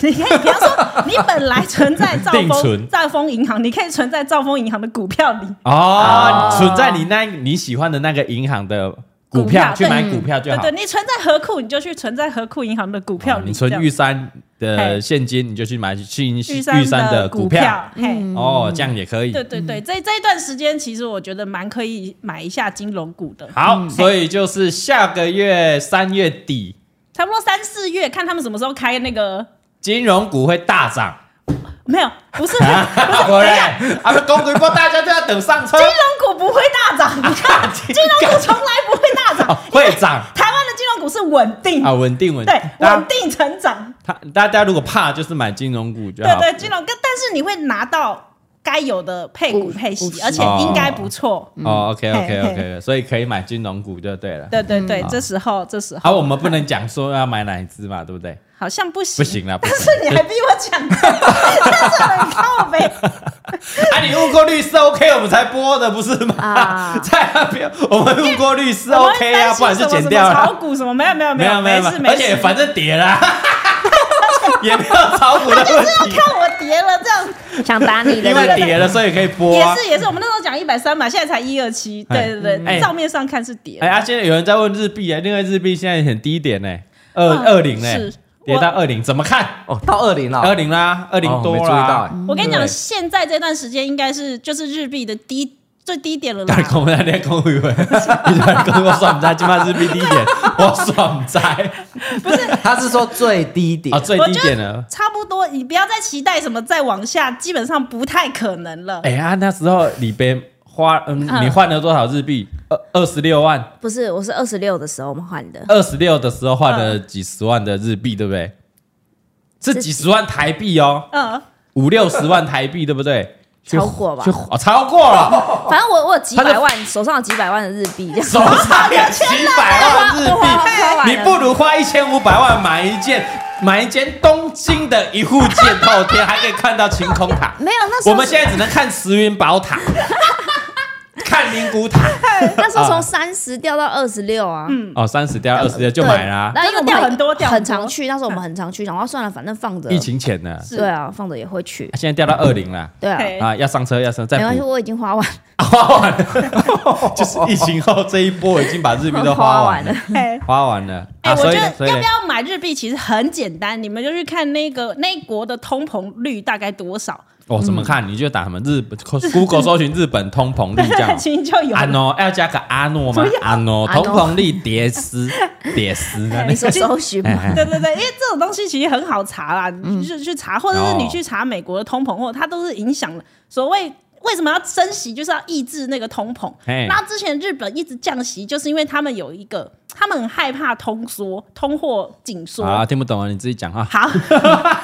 [SPEAKER 4] 你可以不要说啊你本来存在 兆
[SPEAKER 2] 定存
[SPEAKER 4] 丰兆丰银行，你可以存在兆丰银行的股票里。
[SPEAKER 2] 哦，存在你那你喜欢的那个银行的股
[SPEAKER 4] 股
[SPEAKER 2] 票
[SPEAKER 4] 票
[SPEAKER 2] 去买
[SPEAKER 4] 对
[SPEAKER 2] 股票就
[SPEAKER 4] 对
[SPEAKER 2] 好。
[SPEAKER 4] 对，你存在何库，你就去存在何库银行的股票
[SPEAKER 2] 哦
[SPEAKER 4] 里。
[SPEAKER 2] 你存
[SPEAKER 4] 这样
[SPEAKER 2] 玉山的
[SPEAKER 4] 嘿
[SPEAKER 2] 现金，你就去买去玉
[SPEAKER 4] 玉山
[SPEAKER 2] 山的股票。，嗯
[SPEAKER 4] 嘿，
[SPEAKER 2] 哦，这样也可以。
[SPEAKER 4] 嗯对对对，这这一段时间其实我觉得蛮可以买一下金融股的，
[SPEAKER 2] 好，所以就是下个月三月底，
[SPEAKER 4] 差不多三四月看他们什么时候开那个，
[SPEAKER 2] 金融股会大涨。
[SPEAKER 4] 没有，不是不是，等一下，金
[SPEAKER 2] 啊，公股波大家都要等上车。
[SPEAKER 4] 融股股不会大涨，你看 金融股从来不会大涨，
[SPEAKER 2] 哦会涨
[SPEAKER 4] 台湾的金融股是稳定，
[SPEAKER 2] 啊，稳定稳
[SPEAKER 4] 对，
[SPEAKER 2] 大家
[SPEAKER 4] 稳定成长，
[SPEAKER 2] 他大家如果怕，就是买金融股就
[SPEAKER 4] 对
[SPEAKER 2] 好。
[SPEAKER 4] 对，金融跟但是你会拿到该有的配股配
[SPEAKER 3] 股
[SPEAKER 4] 息，
[SPEAKER 3] 息
[SPEAKER 4] 而且应该不错，
[SPEAKER 2] 哦，OK
[SPEAKER 4] 嘿
[SPEAKER 2] OK
[SPEAKER 4] 嗯嘿
[SPEAKER 2] OK，所以可以买金融股就对了。
[SPEAKER 4] 对对对，
[SPEAKER 2] 嗯
[SPEAKER 4] 这时候这时
[SPEAKER 2] 啊，
[SPEAKER 4] 候
[SPEAKER 2] 我们不能讲说要买哪一只嘛，对不对？
[SPEAKER 4] 好像不行，
[SPEAKER 2] 不行啊啦，不
[SPEAKER 4] 但
[SPEAKER 2] 行。
[SPEAKER 4] 是 你还逼我讲，但是很靠背，
[SPEAKER 2] 啊，你问过律师 OK，我们才播的不是吗？
[SPEAKER 3] 啊
[SPEAKER 2] 在那边我们问过律师
[SPEAKER 4] 我会
[SPEAKER 2] OK 啊，不
[SPEAKER 4] 担心
[SPEAKER 2] 然
[SPEAKER 4] 什
[SPEAKER 2] 就
[SPEAKER 4] 么
[SPEAKER 2] 剪
[SPEAKER 4] 什
[SPEAKER 2] 掉
[SPEAKER 4] 么炒
[SPEAKER 2] 了。
[SPEAKER 4] 股什么没有没有
[SPEAKER 2] 没
[SPEAKER 4] 有
[SPEAKER 2] 没
[SPEAKER 4] 没
[SPEAKER 2] 有，
[SPEAKER 4] 事
[SPEAKER 2] 而
[SPEAKER 4] 没
[SPEAKER 2] 且
[SPEAKER 4] 事，
[SPEAKER 2] 反正跌了， 也没有炒股的问题，
[SPEAKER 4] 看 我跌了这 样。
[SPEAKER 3] 想打你的
[SPEAKER 2] 因
[SPEAKER 3] 那
[SPEAKER 2] 为
[SPEAKER 3] 个
[SPEAKER 2] 跌了所以可以播啊
[SPEAKER 4] 也。是也是，我们那时候讲一百三嘛，现在才一二七，
[SPEAKER 2] 哎
[SPEAKER 4] 对对
[SPEAKER 2] 哎
[SPEAKER 4] 对，账面上看是跌
[SPEAKER 2] 哎，，啊，现在有人在问日币啊，另外日币现在很低点呢，二
[SPEAKER 4] 嗯
[SPEAKER 2] 二零呢
[SPEAKER 4] 是，
[SPEAKER 2] 跌到
[SPEAKER 4] 我
[SPEAKER 2] 二零，怎么看？
[SPEAKER 1] 哦，到二零了，
[SPEAKER 2] 二零啦，二零
[SPEAKER 1] 哦
[SPEAKER 2] 多啊
[SPEAKER 1] 没注意到
[SPEAKER 2] 啦
[SPEAKER 1] 哎。
[SPEAKER 4] 我跟你
[SPEAKER 2] 对
[SPEAKER 4] 讲，现在这段时间应该是就是日币的低最低点了啦
[SPEAKER 2] 大。家讲，大家讲，以为 你在讲我算不知，今麦日币低点，我算不知
[SPEAKER 1] 他是说最低点
[SPEAKER 2] 啊，，最低点了。
[SPEAKER 4] 差不多，你不要再期待什么再往下，基本上不太可能了。
[SPEAKER 2] 哎呀，那时候李边花， 嗯，
[SPEAKER 4] 嗯
[SPEAKER 2] 你换了多少日币？二二十六万，
[SPEAKER 3] 不是，我是二十六的时候我们换的，
[SPEAKER 2] 二十六的时候换了几十万的日币，对不对？是几十万台币哦，
[SPEAKER 4] 嗯，
[SPEAKER 2] 五六十万台币，对不对？
[SPEAKER 3] 超过吧
[SPEAKER 2] 去哦，超过了，
[SPEAKER 3] 反正我我有几
[SPEAKER 2] 他就
[SPEAKER 3] 百万，手上有几百万的日币，这 样
[SPEAKER 2] 手上有几百万日
[SPEAKER 3] 我花
[SPEAKER 2] 币，
[SPEAKER 3] 我花完
[SPEAKER 2] 你
[SPEAKER 3] 了
[SPEAKER 2] 不如花一千五百万买一件买一间东京的一户建透天，还可以看到晴空 塔。
[SPEAKER 3] 没有那时候
[SPEAKER 2] 我们现在只能看慈云宝塔， 看灵谷塔。
[SPEAKER 3] 那时候
[SPEAKER 2] 啊
[SPEAKER 3] 从三十掉到二十六啊，嗯，
[SPEAKER 2] 哦，三十掉二十就买啦、
[SPEAKER 3] 那因为我们
[SPEAKER 4] 掉很多掉很
[SPEAKER 3] 很
[SPEAKER 4] 多
[SPEAKER 3] 常去，那时候我们很常去，然后算了，反正放着，
[SPEAKER 2] 疫情前呢，
[SPEAKER 3] 对啊，放着也会去，
[SPEAKER 2] 现在掉到二零了。
[SPEAKER 3] 对啊，
[SPEAKER 4] 嘿
[SPEAKER 2] 啊，要上车，要上车
[SPEAKER 3] 没
[SPEAKER 2] 再
[SPEAKER 3] 关系，
[SPEAKER 2] 补，
[SPEAKER 3] 我已经花完，
[SPEAKER 2] 花完了，就是疫情后这一波已经把日币都花完了，
[SPEAKER 4] 哎。
[SPEAKER 2] 花完了。
[SPEAKER 4] 哎、
[SPEAKER 2] 啊，
[SPEAKER 4] 我
[SPEAKER 2] 所以
[SPEAKER 4] 觉
[SPEAKER 2] 呢所
[SPEAKER 4] 得
[SPEAKER 2] 以
[SPEAKER 4] 要
[SPEAKER 2] 呢
[SPEAKER 4] 不要买日币其实很简单，你们就去看那个那一国的通膨率大概多少，。
[SPEAKER 2] 我哦怎么看？你就打什么日本 Google 搜寻日本通膨嗯率这样
[SPEAKER 4] 其实就有
[SPEAKER 2] 阿
[SPEAKER 4] 了。
[SPEAKER 2] 诺要加个阿诺吗？阿诺
[SPEAKER 3] 阿
[SPEAKER 2] 通
[SPEAKER 3] 诺哎
[SPEAKER 2] 膨率叠丝，叠丝啊！
[SPEAKER 3] 你说搜寻嘛，
[SPEAKER 4] 对对对，因为这种东西其实很好查啦，你就去查，或者是
[SPEAKER 2] 哦
[SPEAKER 4] 你去查美国的通膨，或者它都是影响了所谓。为什么要升息？就是要抑制那个通膨
[SPEAKER 2] 嘿。
[SPEAKER 4] 那之前日本一直降息，就是因为他们有一个，他们很害怕通缩、通货紧缩。
[SPEAKER 2] 啊，听不懂啊，你自己讲啊。
[SPEAKER 4] 好，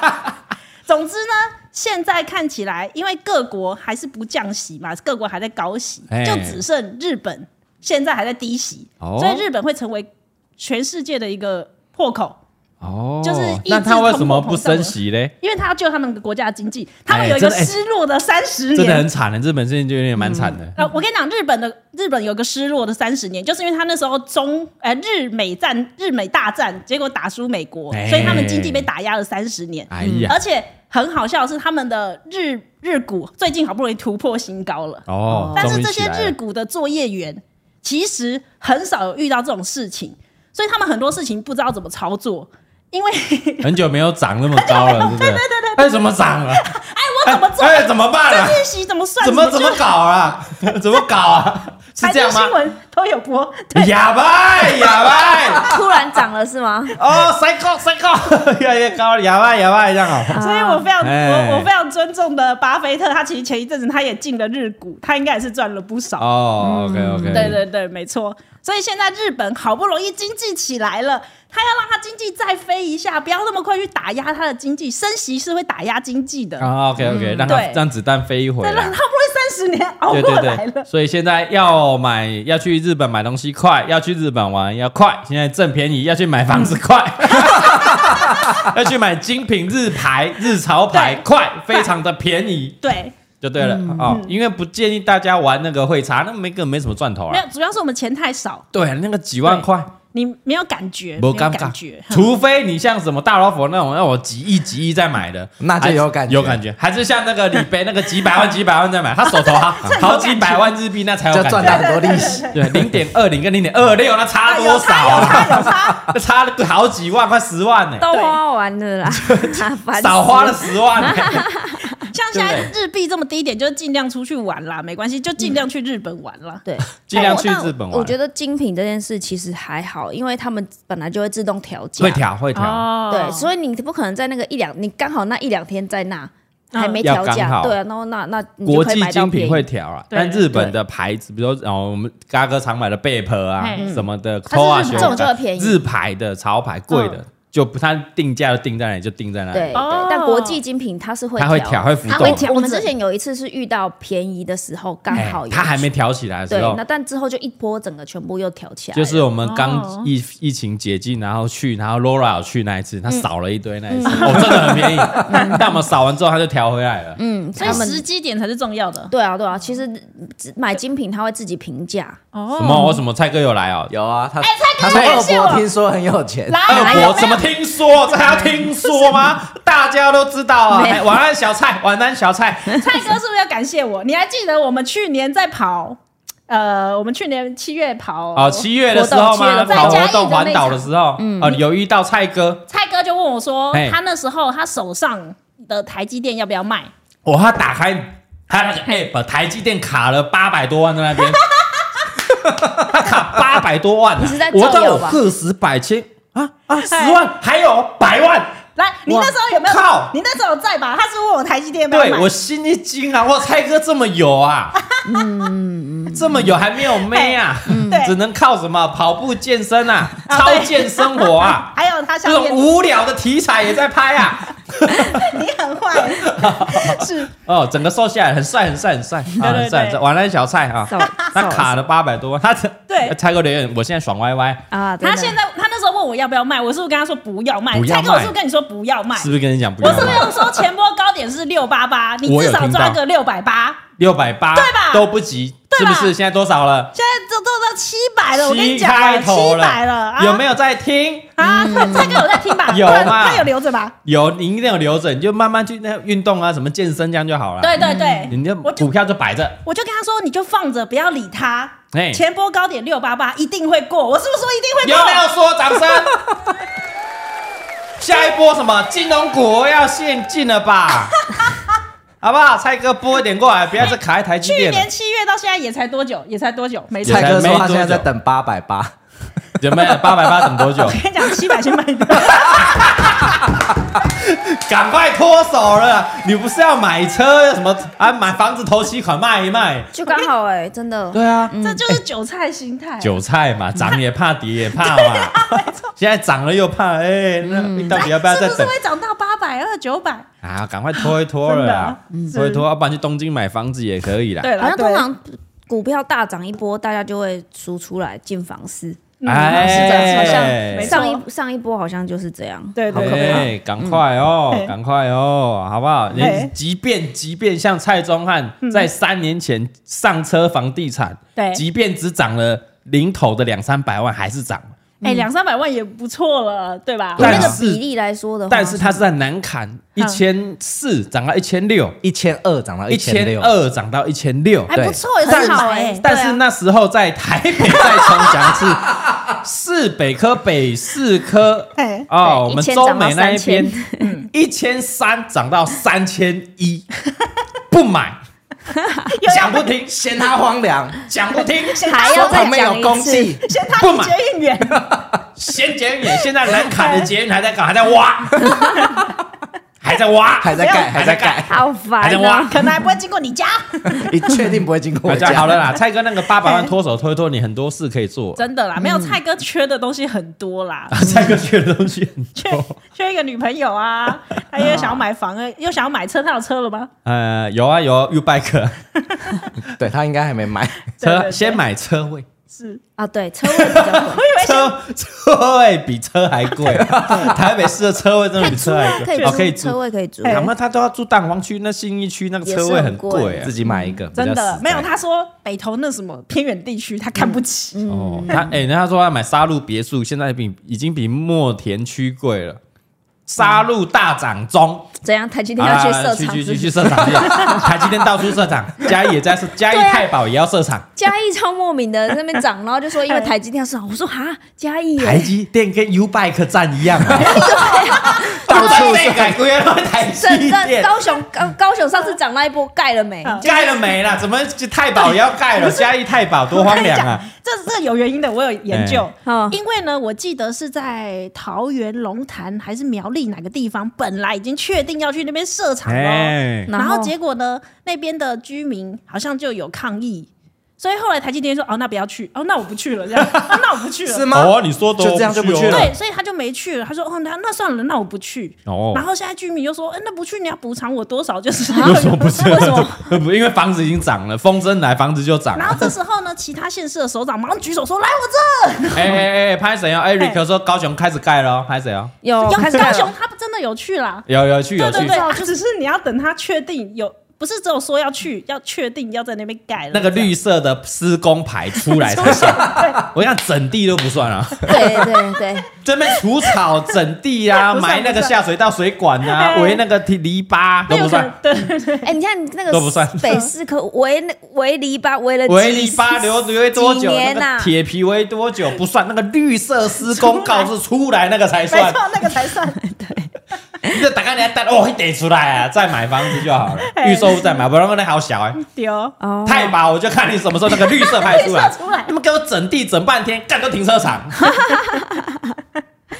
[SPEAKER 4] 总之呢，现在看起来，因为各国还是不降息嘛，各国还在高息
[SPEAKER 2] 哎，
[SPEAKER 4] 就只剩日本现在还在低息，
[SPEAKER 2] 哦
[SPEAKER 4] 所以日本会成为全世界的一个破口。
[SPEAKER 2] 哦，
[SPEAKER 4] 就是抑
[SPEAKER 2] 那
[SPEAKER 4] 制
[SPEAKER 2] 他为
[SPEAKER 4] 通
[SPEAKER 2] 什么
[SPEAKER 4] 货膨
[SPEAKER 2] 不
[SPEAKER 4] 胀
[SPEAKER 2] 升
[SPEAKER 4] 了
[SPEAKER 2] 息嘞？
[SPEAKER 4] 因为他要救他们的国家的经济，他们
[SPEAKER 2] 哎
[SPEAKER 4] 有一个
[SPEAKER 2] 真的哎
[SPEAKER 4] 失落的三十
[SPEAKER 2] 真的
[SPEAKER 4] 年
[SPEAKER 2] 很。惨的，日本现在就有点蛮惨的。
[SPEAKER 4] 呃，我跟你讲，日本的日本有个失落的三十年，就是因为他那时候中呃日美战日美大战，结果打输美国，
[SPEAKER 2] 哎
[SPEAKER 4] 所以他们经济被打压了三十年。
[SPEAKER 2] 哎呀
[SPEAKER 4] 而，且很好笑的是，他们的日日股最近好不容易突破新高了，
[SPEAKER 2] 哦，
[SPEAKER 4] 但
[SPEAKER 2] 终
[SPEAKER 4] 是
[SPEAKER 2] 于
[SPEAKER 4] 这
[SPEAKER 2] 起
[SPEAKER 4] 些
[SPEAKER 2] 来
[SPEAKER 4] 日
[SPEAKER 2] 了
[SPEAKER 4] 股的作业员其实很少有遇到这种事情，所以他们很多事情不知道怎么操作，因为
[SPEAKER 2] 很久没有涨那么高了， 是不是？对对对对，哎，怎么涨了？
[SPEAKER 4] 我怎么做？
[SPEAKER 2] 哎，怎么办啊？
[SPEAKER 4] 利息怎么 算？
[SPEAKER 2] 怎么怎么搞啊？ 怎么搞 啊？是
[SPEAKER 4] 财
[SPEAKER 2] 这
[SPEAKER 4] 经
[SPEAKER 2] 样
[SPEAKER 4] 新
[SPEAKER 2] 吗？
[SPEAKER 4] 闻都有播，
[SPEAKER 2] 哑巴，哑巴，
[SPEAKER 3] 突然涨了是吗？
[SPEAKER 2] 哦，谁高谁高， 越来越高，哑巴哑巴这样哦。
[SPEAKER 4] 所以我非常、
[SPEAKER 2] 哎
[SPEAKER 4] 我我非常尊重的巴菲特，他其实前一阵子他也进了日股，他应该也是赚了不少。
[SPEAKER 2] 哦，OK OK，
[SPEAKER 4] 嗯对对对，没错。所以现在日本好不容易经济起来了，他要让他经济再飞一下，不要那么快去打压他的经济，升息是会打压经济的。
[SPEAKER 2] 啊，OK OK，让它
[SPEAKER 4] 嗯对
[SPEAKER 2] 让子弹飞一啊回
[SPEAKER 4] 对，让
[SPEAKER 2] 啦
[SPEAKER 4] 他。不会三十年 熬
[SPEAKER 2] 对
[SPEAKER 4] 过
[SPEAKER 2] 对
[SPEAKER 4] 来
[SPEAKER 2] 对，
[SPEAKER 4] 了。
[SPEAKER 2] 所以现在要买要去日本买东西快，要去日本玩要快，现在正便宜要去买房子 快，要去买精品日牌、日潮牌
[SPEAKER 4] 对
[SPEAKER 2] 快，非常的便宜
[SPEAKER 4] 对，
[SPEAKER 2] 就对了
[SPEAKER 4] 嗯
[SPEAKER 2] 哦，因为不建议大家玩那个会查，那没个没什么赚头
[SPEAKER 4] 没
[SPEAKER 2] 了。
[SPEAKER 4] 有，主要是我们钱太少，
[SPEAKER 2] 对，那个几万块，
[SPEAKER 4] 你没有感觉，没
[SPEAKER 2] 没
[SPEAKER 4] 有
[SPEAKER 2] 感
[SPEAKER 4] 感觉。
[SPEAKER 2] 除非你像什么大老虎那种，让我几亿几亿再买的，
[SPEAKER 1] 那就有感觉
[SPEAKER 2] 有感觉。还是像那个李贝那个几百万几百万再买，他手头 好好几百万日币，那才有
[SPEAKER 1] 就
[SPEAKER 2] 感
[SPEAKER 1] 赚到
[SPEAKER 2] 觉。
[SPEAKER 1] 很多利 息。
[SPEAKER 2] 对，零点二零跟零点二六，那差
[SPEAKER 3] 哎
[SPEAKER 2] 多少啊？ 那差了好几万，快十万呢、
[SPEAKER 3] 都花完 了啦， 烦死
[SPEAKER 2] 少花了。十万、 欸。
[SPEAKER 4] 像现在日币这么低点，就尽量出去玩啦，没关系，就尽量去日本玩啦。
[SPEAKER 3] 对，哎
[SPEAKER 2] 尽量去
[SPEAKER 3] 但我
[SPEAKER 2] 日本玩
[SPEAKER 3] 但我觉得精品这件事其实还好，因为他们本来就会自动调价
[SPEAKER 2] 会。调会调，
[SPEAKER 4] 哦
[SPEAKER 3] 对，所以你不可能在那个一两，你刚好那一两天在那，还没
[SPEAKER 2] 哦要
[SPEAKER 3] 调
[SPEAKER 2] 刚
[SPEAKER 3] 价，
[SPEAKER 2] 好
[SPEAKER 3] 对啊，那那那你就
[SPEAKER 2] 国
[SPEAKER 3] 可以
[SPEAKER 2] 际
[SPEAKER 3] 买到
[SPEAKER 2] 精
[SPEAKER 3] 便
[SPEAKER 2] 品
[SPEAKER 3] 宜
[SPEAKER 2] 会调啊，
[SPEAKER 4] 对
[SPEAKER 2] 但日本的牌子，比如说哦，我们嘎哥常买的贝壳啊
[SPEAKER 4] 嘿
[SPEAKER 2] 什么的，
[SPEAKER 3] 它是日
[SPEAKER 2] Coa
[SPEAKER 3] 本
[SPEAKER 2] 熊
[SPEAKER 3] 这种就
[SPEAKER 2] 的
[SPEAKER 3] 会便宜
[SPEAKER 2] 日牌的潮牌贵的
[SPEAKER 4] 嗯，
[SPEAKER 2] 就不它定价就定在那里，就定在那
[SPEAKER 3] 对
[SPEAKER 2] 里。
[SPEAKER 4] 哦
[SPEAKER 3] 对，但国际精品它是会
[SPEAKER 2] 它会调会浮
[SPEAKER 3] 它
[SPEAKER 2] 动
[SPEAKER 3] 会
[SPEAKER 2] 的
[SPEAKER 3] 调。我们
[SPEAKER 4] 我们
[SPEAKER 3] 之前有一次是遇到便宜的时候，刚
[SPEAKER 2] 哎
[SPEAKER 3] 好有
[SPEAKER 2] 它还没调起来的
[SPEAKER 3] 对
[SPEAKER 2] 时，候
[SPEAKER 3] 那，但之后就一波整个全部又调起来了，
[SPEAKER 2] 就是我们
[SPEAKER 4] 哦
[SPEAKER 2] 刚疫疫情解禁，然后去，然后 Laura 有去那一次，他少了一堆那一次，哦，真的很便宜。但我们扫完之后，他就调回来了。
[SPEAKER 3] 嗯，
[SPEAKER 4] 所
[SPEAKER 3] 他
[SPEAKER 4] 以
[SPEAKER 3] 们
[SPEAKER 4] 时机点才是重要的。
[SPEAKER 3] 对啊对啊，其实嗯只买精品他会自己评价，
[SPEAKER 4] 哦
[SPEAKER 2] 什么？我什么蔡哥有来哦？哎
[SPEAKER 1] 有啊，
[SPEAKER 3] 哎
[SPEAKER 1] 他他
[SPEAKER 4] 蔡哥
[SPEAKER 1] 说
[SPEAKER 4] 来感谢
[SPEAKER 1] 二
[SPEAKER 4] 我
[SPEAKER 1] 伯听说很有钱，
[SPEAKER 4] 来，
[SPEAKER 2] 二伯怎么听说？这还要听说吗？大家都知道啊！
[SPEAKER 3] 没有
[SPEAKER 2] 哎晚安，小蔡，晚安，小蔡。
[SPEAKER 4] 蔡哥是不是要感谢我？你还记得我们去年在跑，呃，我们去年七月跑，
[SPEAKER 2] 哦，七月的时候
[SPEAKER 3] 活
[SPEAKER 2] 吗？
[SPEAKER 3] 动七月的
[SPEAKER 2] 跑活
[SPEAKER 4] 在嘉义
[SPEAKER 2] 动
[SPEAKER 4] 的
[SPEAKER 2] 环岛
[SPEAKER 4] 那
[SPEAKER 2] 的
[SPEAKER 4] 场
[SPEAKER 2] 时候，哦，有遇到蔡哥，
[SPEAKER 4] 蔡哥就问我说
[SPEAKER 2] 嘿，
[SPEAKER 4] 他那时候他手上的台积电要不要卖？
[SPEAKER 2] 哇，他打开他那个 app，台积电卡了八百多万在那 边，他卡八百多万啊，
[SPEAKER 3] 你是在造
[SPEAKER 2] 我
[SPEAKER 3] 谣吧哎
[SPEAKER 2] 到我个十百千啊啊，十万还有百万，
[SPEAKER 4] 来，你那时候有没
[SPEAKER 2] 靠
[SPEAKER 4] 有？你那时候有在吧？他是问我台积电要不要
[SPEAKER 2] 对
[SPEAKER 4] 买
[SPEAKER 2] 我。心一惊啊！哇，蔡哥这么有啊，
[SPEAKER 3] 嗯
[SPEAKER 2] 这么有还没有妹啊，
[SPEAKER 4] 对
[SPEAKER 2] 只能靠什么跑步健身啊，
[SPEAKER 4] 啊
[SPEAKER 2] 超
[SPEAKER 4] 对。
[SPEAKER 2] 健生活啊
[SPEAKER 4] 还有他下
[SPEAKER 2] 这种
[SPEAKER 4] 面，
[SPEAKER 2] 无聊的题材也在拍啊！
[SPEAKER 4] 你很 坏，是
[SPEAKER 2] 哦，整个瘦下来很帅，很帅，很帅，啊，
[SPEAKER 4] 对
[SPEAKER 2] 很帅，很
[SPEAKER 4] 对
[SPEAKER 2] 帅。晚安，小蔡啊，
[SPEAKER 3] 少
[SPEAKER 2] 那卡了八百多万，他
[SPEAKER 4] 对
[SPEAKER 2] 蔡哥留言，我现在爽歪歪，
[SPEAKER 3] 啊，
[SPEAKER 4] 他现
[SPEAKER 3] 在
[SPEAKER 4] 在他那时候问我要不要卖，我是不是跟他说不要卖？
[SPEAKER 2] 不要
[SPEAKER 4] 蔡
[SPEAKER 2] 卖
[SPEAKER 4] 哥，我是不是跟你说不要卖？
[SPEAKER 2] 是不是跟你讲不
[SPEAKER 4] 哎我
[SPEAKER 2] 要
[SPEAKER 4] 是不是
[SPEAKER 2] 买？
[SPEAKER 4] 有说前波高点是六八八，你
[SPEAKER 2] 我有
[SPEAKER 4] 至少
[SPEAKER 2] 听
[SPEAKER 4] 抓
[SPEAKER 2] 到
[SPEAKER 4] 个六百八，
[SPEAKER 2] 六百八，
[SPEAKER 4] 对吧
[SPEAKER 2] 都不及，
[SPEAKER 4] 对
[SPEAKER 2] 是
[SPEAKER 4] 吧
[SPEAKER 2] 不是？现在多少了？
[SPEAKER 4] 现在都都到七百了，我跟你
[SPEAKER 2] 七
[SPEAKER 4] 讲
[SPEAKER 2] 开
[SPEAKER 4] 啊，
[SPEAKER 2] 头
[SPEAKER 4] 七百了，啊
[SPEAKER 2] 有没有在听？
[SPEAKER 4] 啊？蔡哥有在听吧？
[SPEAKER 2] 有啊
[SPEAKER 4] 不然
[SPEAKER 2] 嘛
[SPEAKER 4] 他有留着吧？
[SPEAKER 2] 有，你一定有留着，你就慢慢去那运动啊，什么健身这样就好了。
[SPEAKER 4] 对，对对，
[SPEAKER 2] 你就
[SPEAKER 4] 我就
[SPEAKER 2] 股票就摆着，
[SPEAKER 4] 我就跟他说，你就放着，不要理他。
[SPEAKER 2] 哎，
[SPEAKER 4] 前波高点六八八一定会过，我是不是说一定 会
[SPEAKER 2] 有
[SPEAKER 4] 过？
[SPEAKER 2] 没有说掌 声？下一波什么金融股要限进了吧？ 好不好？蔡哥拨一点过来，不要再卡在台积
[SPEAKER 4] 去
[SPEAKER 2] 电了
[SPEAKER 4] 年。七月到现在也才多久？也才多久？没错。
[SPEAKER 1] 蔡哥
[SPEAKER 2] 也才
[SPEAKER 1] 说
[SPEAKER 2] 没
[SPEAKER 1] 他
[SPEAKER 2] 多
[SPEAKER 1] 现在在
[SPEAKER 2] 久
[SPEAKER 1] 等八百八，
[SPEAKER 2] 有没有八百八等多久
[SPEAKER 4] 我？跟你讲，七百先 卖掉。
[SPEAKER 2] 赶快脱手了！你不是要买车什么啊？买房子头期款卖一卖？
[SPEAKER 3] 就刚好哎，真的，
[SPEAKER 2] 对啊，
[SPEAKER 4] 这就是韭菜心态。
[SPEAKER 2] 韭菜嘛，涨也怕，跌也怕 嘛。现在涨了又怕，哎，那你到底要不要再
[SPEAKER 4] 嗯哎是不是
[SPEAKER 2] 等
[SPEAKER 4] 会涨到八百二九百？
[SPEAKER 2] 啊？赶快拖一拖了啦，拖一拖，啊要不然去东京买房子也可以啦。
[SPEAKER 4] 啊嗯对
[SPEAKER 3] 好
[SPEAKER 4] 了，
[SPEAKER 3] 像通
[SPEAKER 4] 对
[SPEAKER 3] 常股票大涨一波，大家就会赎出来进房市，
[SPEAKER 4] 嗯
[SPEAKER 2] 哎，
[SPEAKER 3] 是这
[SPEAKER 4] 没错
[SPEAKER 3] 上一上一波好像就是这样，
[SPEAKER 4] 对
[SPEAKER 3] 好
[SPEAKER 4] 对
[SPEAKER 3] 可
[SPEAKER 4] 对
[SPEAKER 3] 怕。
[SPEAKER 2] 哎，赶快哦
[SPEAKER 4] 嗯嘿，
[SPEAKER 2] 赶快哦，好不好？你
[SPEAKER 4] 嘿嗯
[SPEAKER 2] 即便即便像蔡宗翰在三年前上车房地产，
[SPEAKER 4] 对
[SPEAKER 2] 即便只涨了零头的两三百万，还是涨了。
[SPEAKER 4] 哎，两三百万也不错了，对吧？
[SPEAKER 3] 以
[SPEAKER 2] 但
[SPEAKER 3] 那个
[SPEAKER 2] 是
[SPEAKER 3] 比例来说的话，
[SPEAKER 2] 但是它是在南
[SPEAKER 4] 嗯
[SPEAKER 2] 坎，一千四涨到一千六，
[SPEAKER 1] 一千二涨到
[SPEAKER 2] 一
[SPEAKER 1] 一千
[SPEAKER 2] 千
[SPEAKER 1] 六，
[SPEAKER 2] 二涨到一千六。
[SPEAKER 4] 还不错，
[SPEAKER 3] 对
[SPEAKER 4] 很好哎。
[SPEAKER 3] 对啊
[SPEAKER 2] 但是那时候在台北，再重讲一次，市北科、北四科
[SPEAKER 4] 哎
[SPEAKER 2] 哦，我
[SPEAKER 3] 对
[SPEAKER 2] 们
[SPEAKER 3] 1000
[SPEAKER 2] 中美那一边嗯
[SPEAKER 3] 涨到，
[SPEAKER 2] 一千三涨到三千一，不买，讲不听，
[SPEAKER 1] 嫌他荒凉，
[SPEAKER 2] 讲不听，
[SPEAKER 3] 还哎要
[SPEAKER 1] 说
[SPEAKER 3] 再
[SPEAKER 1] 旁边
[SPEAKER 3] 讲
[SPEAKER 1] 有
[SPEAKER 3] 一
[SPEAKER 1] 公
[SPEAKER 3] 次
[SPEAKER 1] 气，
[SPEAKER 4] 嫌他
[SPEAKER 2] 不
[SPEAKER 4] 离
[SPEAKER 2] 买
[SPEAKER 4] 捷运远，
[SPEAKER 2] 先捷运，现在南坎的捷运还在搞，还在挖，还在挖，
[SPEAKER 1] 还在盖，
[SPEAKER 2] 还
[SPEAKER 1] 还在
[SPEAKER 2] 在盖
[SPEAKER 1] 盖。
[SPEAKER 3] 好
[SPEAKER 2] 还
[SPEAKER 3] 烦
[SPEAKER 2] 在
[SPEAKER 3] 哦
[SPEAKER 2] 挖。
[SPEAKER 4] 可能还不会经过你家。
[SPEAKER 1] 你确定不会经过
[SPEAKER 2] 大
[SPEAKER 1] 我
[SPEAKER 2] 家
[SPEAKER 1] 家？
[SPEAKER 2] 好了啦，蔡哥那个八百万脱手推脱，你很多事可以做。
[SPEAKER 4] 真的啦，没有蔡哥缺的东西很多 啦，
[SPEAKER 2] 蔡哥缺的东西很
[SPEAKER 4] 缺
[SPEAKER 2] 多，
[SPEAKER 4] 缺一个女朋友 啊，他又想要买房啊，又想要买车，他有车了吗？
[SPEAKER 2] 呃，有啊有啊，U Bike
[SPEAKER 1] 对他应该还没买，
[SPEAKER 4] 对对
[SPEAKER 2] 车
[SPEAKER 4] 对
[SPEAKER 2] 先买车位，
[SPEAKER 4] 是，
[SPEAKER 3] 啊，对，车位比较
[SPEAKER 4] 我
[SPEAKER 3] 贵，
[SPEAKER 4] 以为是
[SPEAKER 2] 车车位比车还贵，啊 台北市的车位真的比车还
[SPEAKER 3] 可以
[SPEAKER 2] 贵，哦
[SPEAKER 3] 租，
[SPEAKER 2] 可以租。
[SPEAKER 3] 车
[SPEAKER 2] 哎
[SPEAKER 3] 位可以租。
[SPEAKER 2] 他们他都要住蛋黄区，那信义区那个车位很贵啊
[SPEAKER 1] 自。己买一个，
[SPEAKER 4] 真
[SPEAKER 1] 比较实
[SPEAKER 4] 的
[SPEAKER 1] 在
[SPEAKER 4] 没有。他说北投那什么偏远地区，他看不起。
[SPEAKER 3] 嗯
[SPEAKER 2] 哦，他哎，人家说要买沙鹿别墅，现在比已经比墨田区贵了。沙鹿大涨中，
[SPEAKER 3] 怎样？台积电
[SPEAKER 2] 好
[SPEAKER 3] 要
[SPEAKER 2] 啦
[SPEAKER 3] 去
[SPEAKER 2] 好啦
[SPEAKER 3] 设
[SPEAKER 2] 去
[SPEAKER 3] 厂
[SPEAKER 2] 去去
[SPEAKER 3] 是不
[SPEAKER 2] 去
[SPEAKER 3] 是？
[SPEAKER 2] 设厂去， 台积电到处设厂，嘉义也在设，嘉义
[SPEAKER 3] 对啊
[SPEAKER 2] 太保也要设厂。
[SPEAKER 3] 嘉义超莫名的在那边涨，然后就说因为台积电要上，我说哈，嘉义
[SPEAKER 2] 台
[SPEAKER 3] 耶，
[SPEAKER 2] 积电跟 U Bike 站一样啊，
[SPEAKER 1] 到处
[SPEAKER 2] 在改规
[SPEAKER 3] 啊
[SPEAKER 2] 了台积
[SPEAKER 3] 深圳、
[SPEAKER 2] 电。
[SPEAKER 3] 高雄、高高雄上次涨那一波盖了没？
[SPEAKER 2] 盖了没啦？怎么太保也要盖了？嘉义太保多荒凉啊！
[SPEAKER 4] 这这有原因的，我有研究。
[SPEAKER 3] 嗯
[SPEAKER 4] 因为呢，我记得是在桃园龙潭还是苗栗哪个地方，本来已经确定要去那边设厂了哦，
[SPEAKER 2] 哎
[SPEAKER 4] 然
[SPEAKER 3] 然
[SPEAKER 4] 后
[SPEAKER 3] 后
[SPEAKER 4] 结果呢，那边的居民好像就有抗议，所以后来台积电说：“哦，那不要去，哦，那我不去了，这样，啊、那我不去了。”
[SPEAKER 1] 是吗？
[SPEAKER 2] 哦，你说的哦
[SPEAKER 1] 就这样就不去了
[SPEAKER 4] 对，所以他就没去了。他说：“哦，那那算了，那我不去。
[SPEAKER 2] 哦
[SPEAKER 4] 然后现在居民又说：“哎，那不去你要补偿我多少？” 就是
[SPEAKER 2] 为什么不是？
[SPEAKER 4] 为什么？
[SPEAKER 2] 不，因为房子已经涨了，风筝来房子就 涨哎
[SPEAKER 4] 然后
[SPEAKER 2] 了。
[SPEAKER 4] 这时候呢，其他县市的首长马上举手说：“来我
[SPEAKER 2] 哎哎哎，拍谁哦？Eric 说高雄开始盖了哦，拍谁哦？
[SPEAKER 3] 有
[SPEAKER 4] 这！”
[SPEAKER 3] 开始
[SPEAKER 4] 高
[SPEAKER 3] 盖
[SPEAKER 4] 雄
[SPEAKER 3] 了，
[SPEAKER 4] 他真的有去啦，
[SPEAKER 2] 有有去有
[SPEAKER 4] 对对
[SPEAKER 2] 去，
[SPEAKER 4] 对，啊只是你要等他确定有，不是只有说要去，要确定要在那边盖了
[SPEAKER 2] 那个
[SPEAKER 4] 这样
[SPEAKER 2] 绿色的施工牌出来才 算。我想整地都不算啊，
[SPEAKER 3] 对对对，
[SPEAKER 2] 这边除草、整地啊，
[SPEAKER 4] 不算
[SPEAKER 2] 埋那个
[SPEAKER 4] 不算
[SPEAKER 2] 下水道水管啊，
[SPEAKER 4] 哎
[SPEAKER 2] 围那个篱笆都
[SPEAKER 4] 那有
[SPEAKER 2] 不
[SPEAKER 4] 可
[SPEAKER 2] 算
[SPEAKER 4] 能。对 对对，
[SPEAKER 3] 哎，你看那个
[SPEAKER 2] 都不算
[SPEAKER 3] 北四科围那围篱笆围 了几
[SPEAKER 2] 围篱笆留围多
[SPEAKER 3] 几
[SPEAKER 2] 久？
[SPEAKER 3] 年啊
[SPEAKER 2] 那
[SPEAKER 4] 啊
[SPEAKER 3] 呐
[SPEAKER 2] 个？铁皮围多久不算，那个绿色施工告示出来那个才
[SPEAKER 4] 没
[SPEAKER 2] 算。
[SPEAKER 4] 错，那个才算。
[SPEAKER 2] 你就打开你的单，哦，一点出来啊，再买房子就 好了，
[SPEAKER 4] 哎
[SPEAKER 2] 预售再买，不然那好小哎、
[SPEAKER 4] 丢，
[SPEAKER 3] 哦
[SPEAKER 2] 太保，我就看你什么时候那个绿色 派出来
[SPEAKER 4] 绿色出来，
[SPEAKER 2] 你们给我整地整半天，干到停车 场。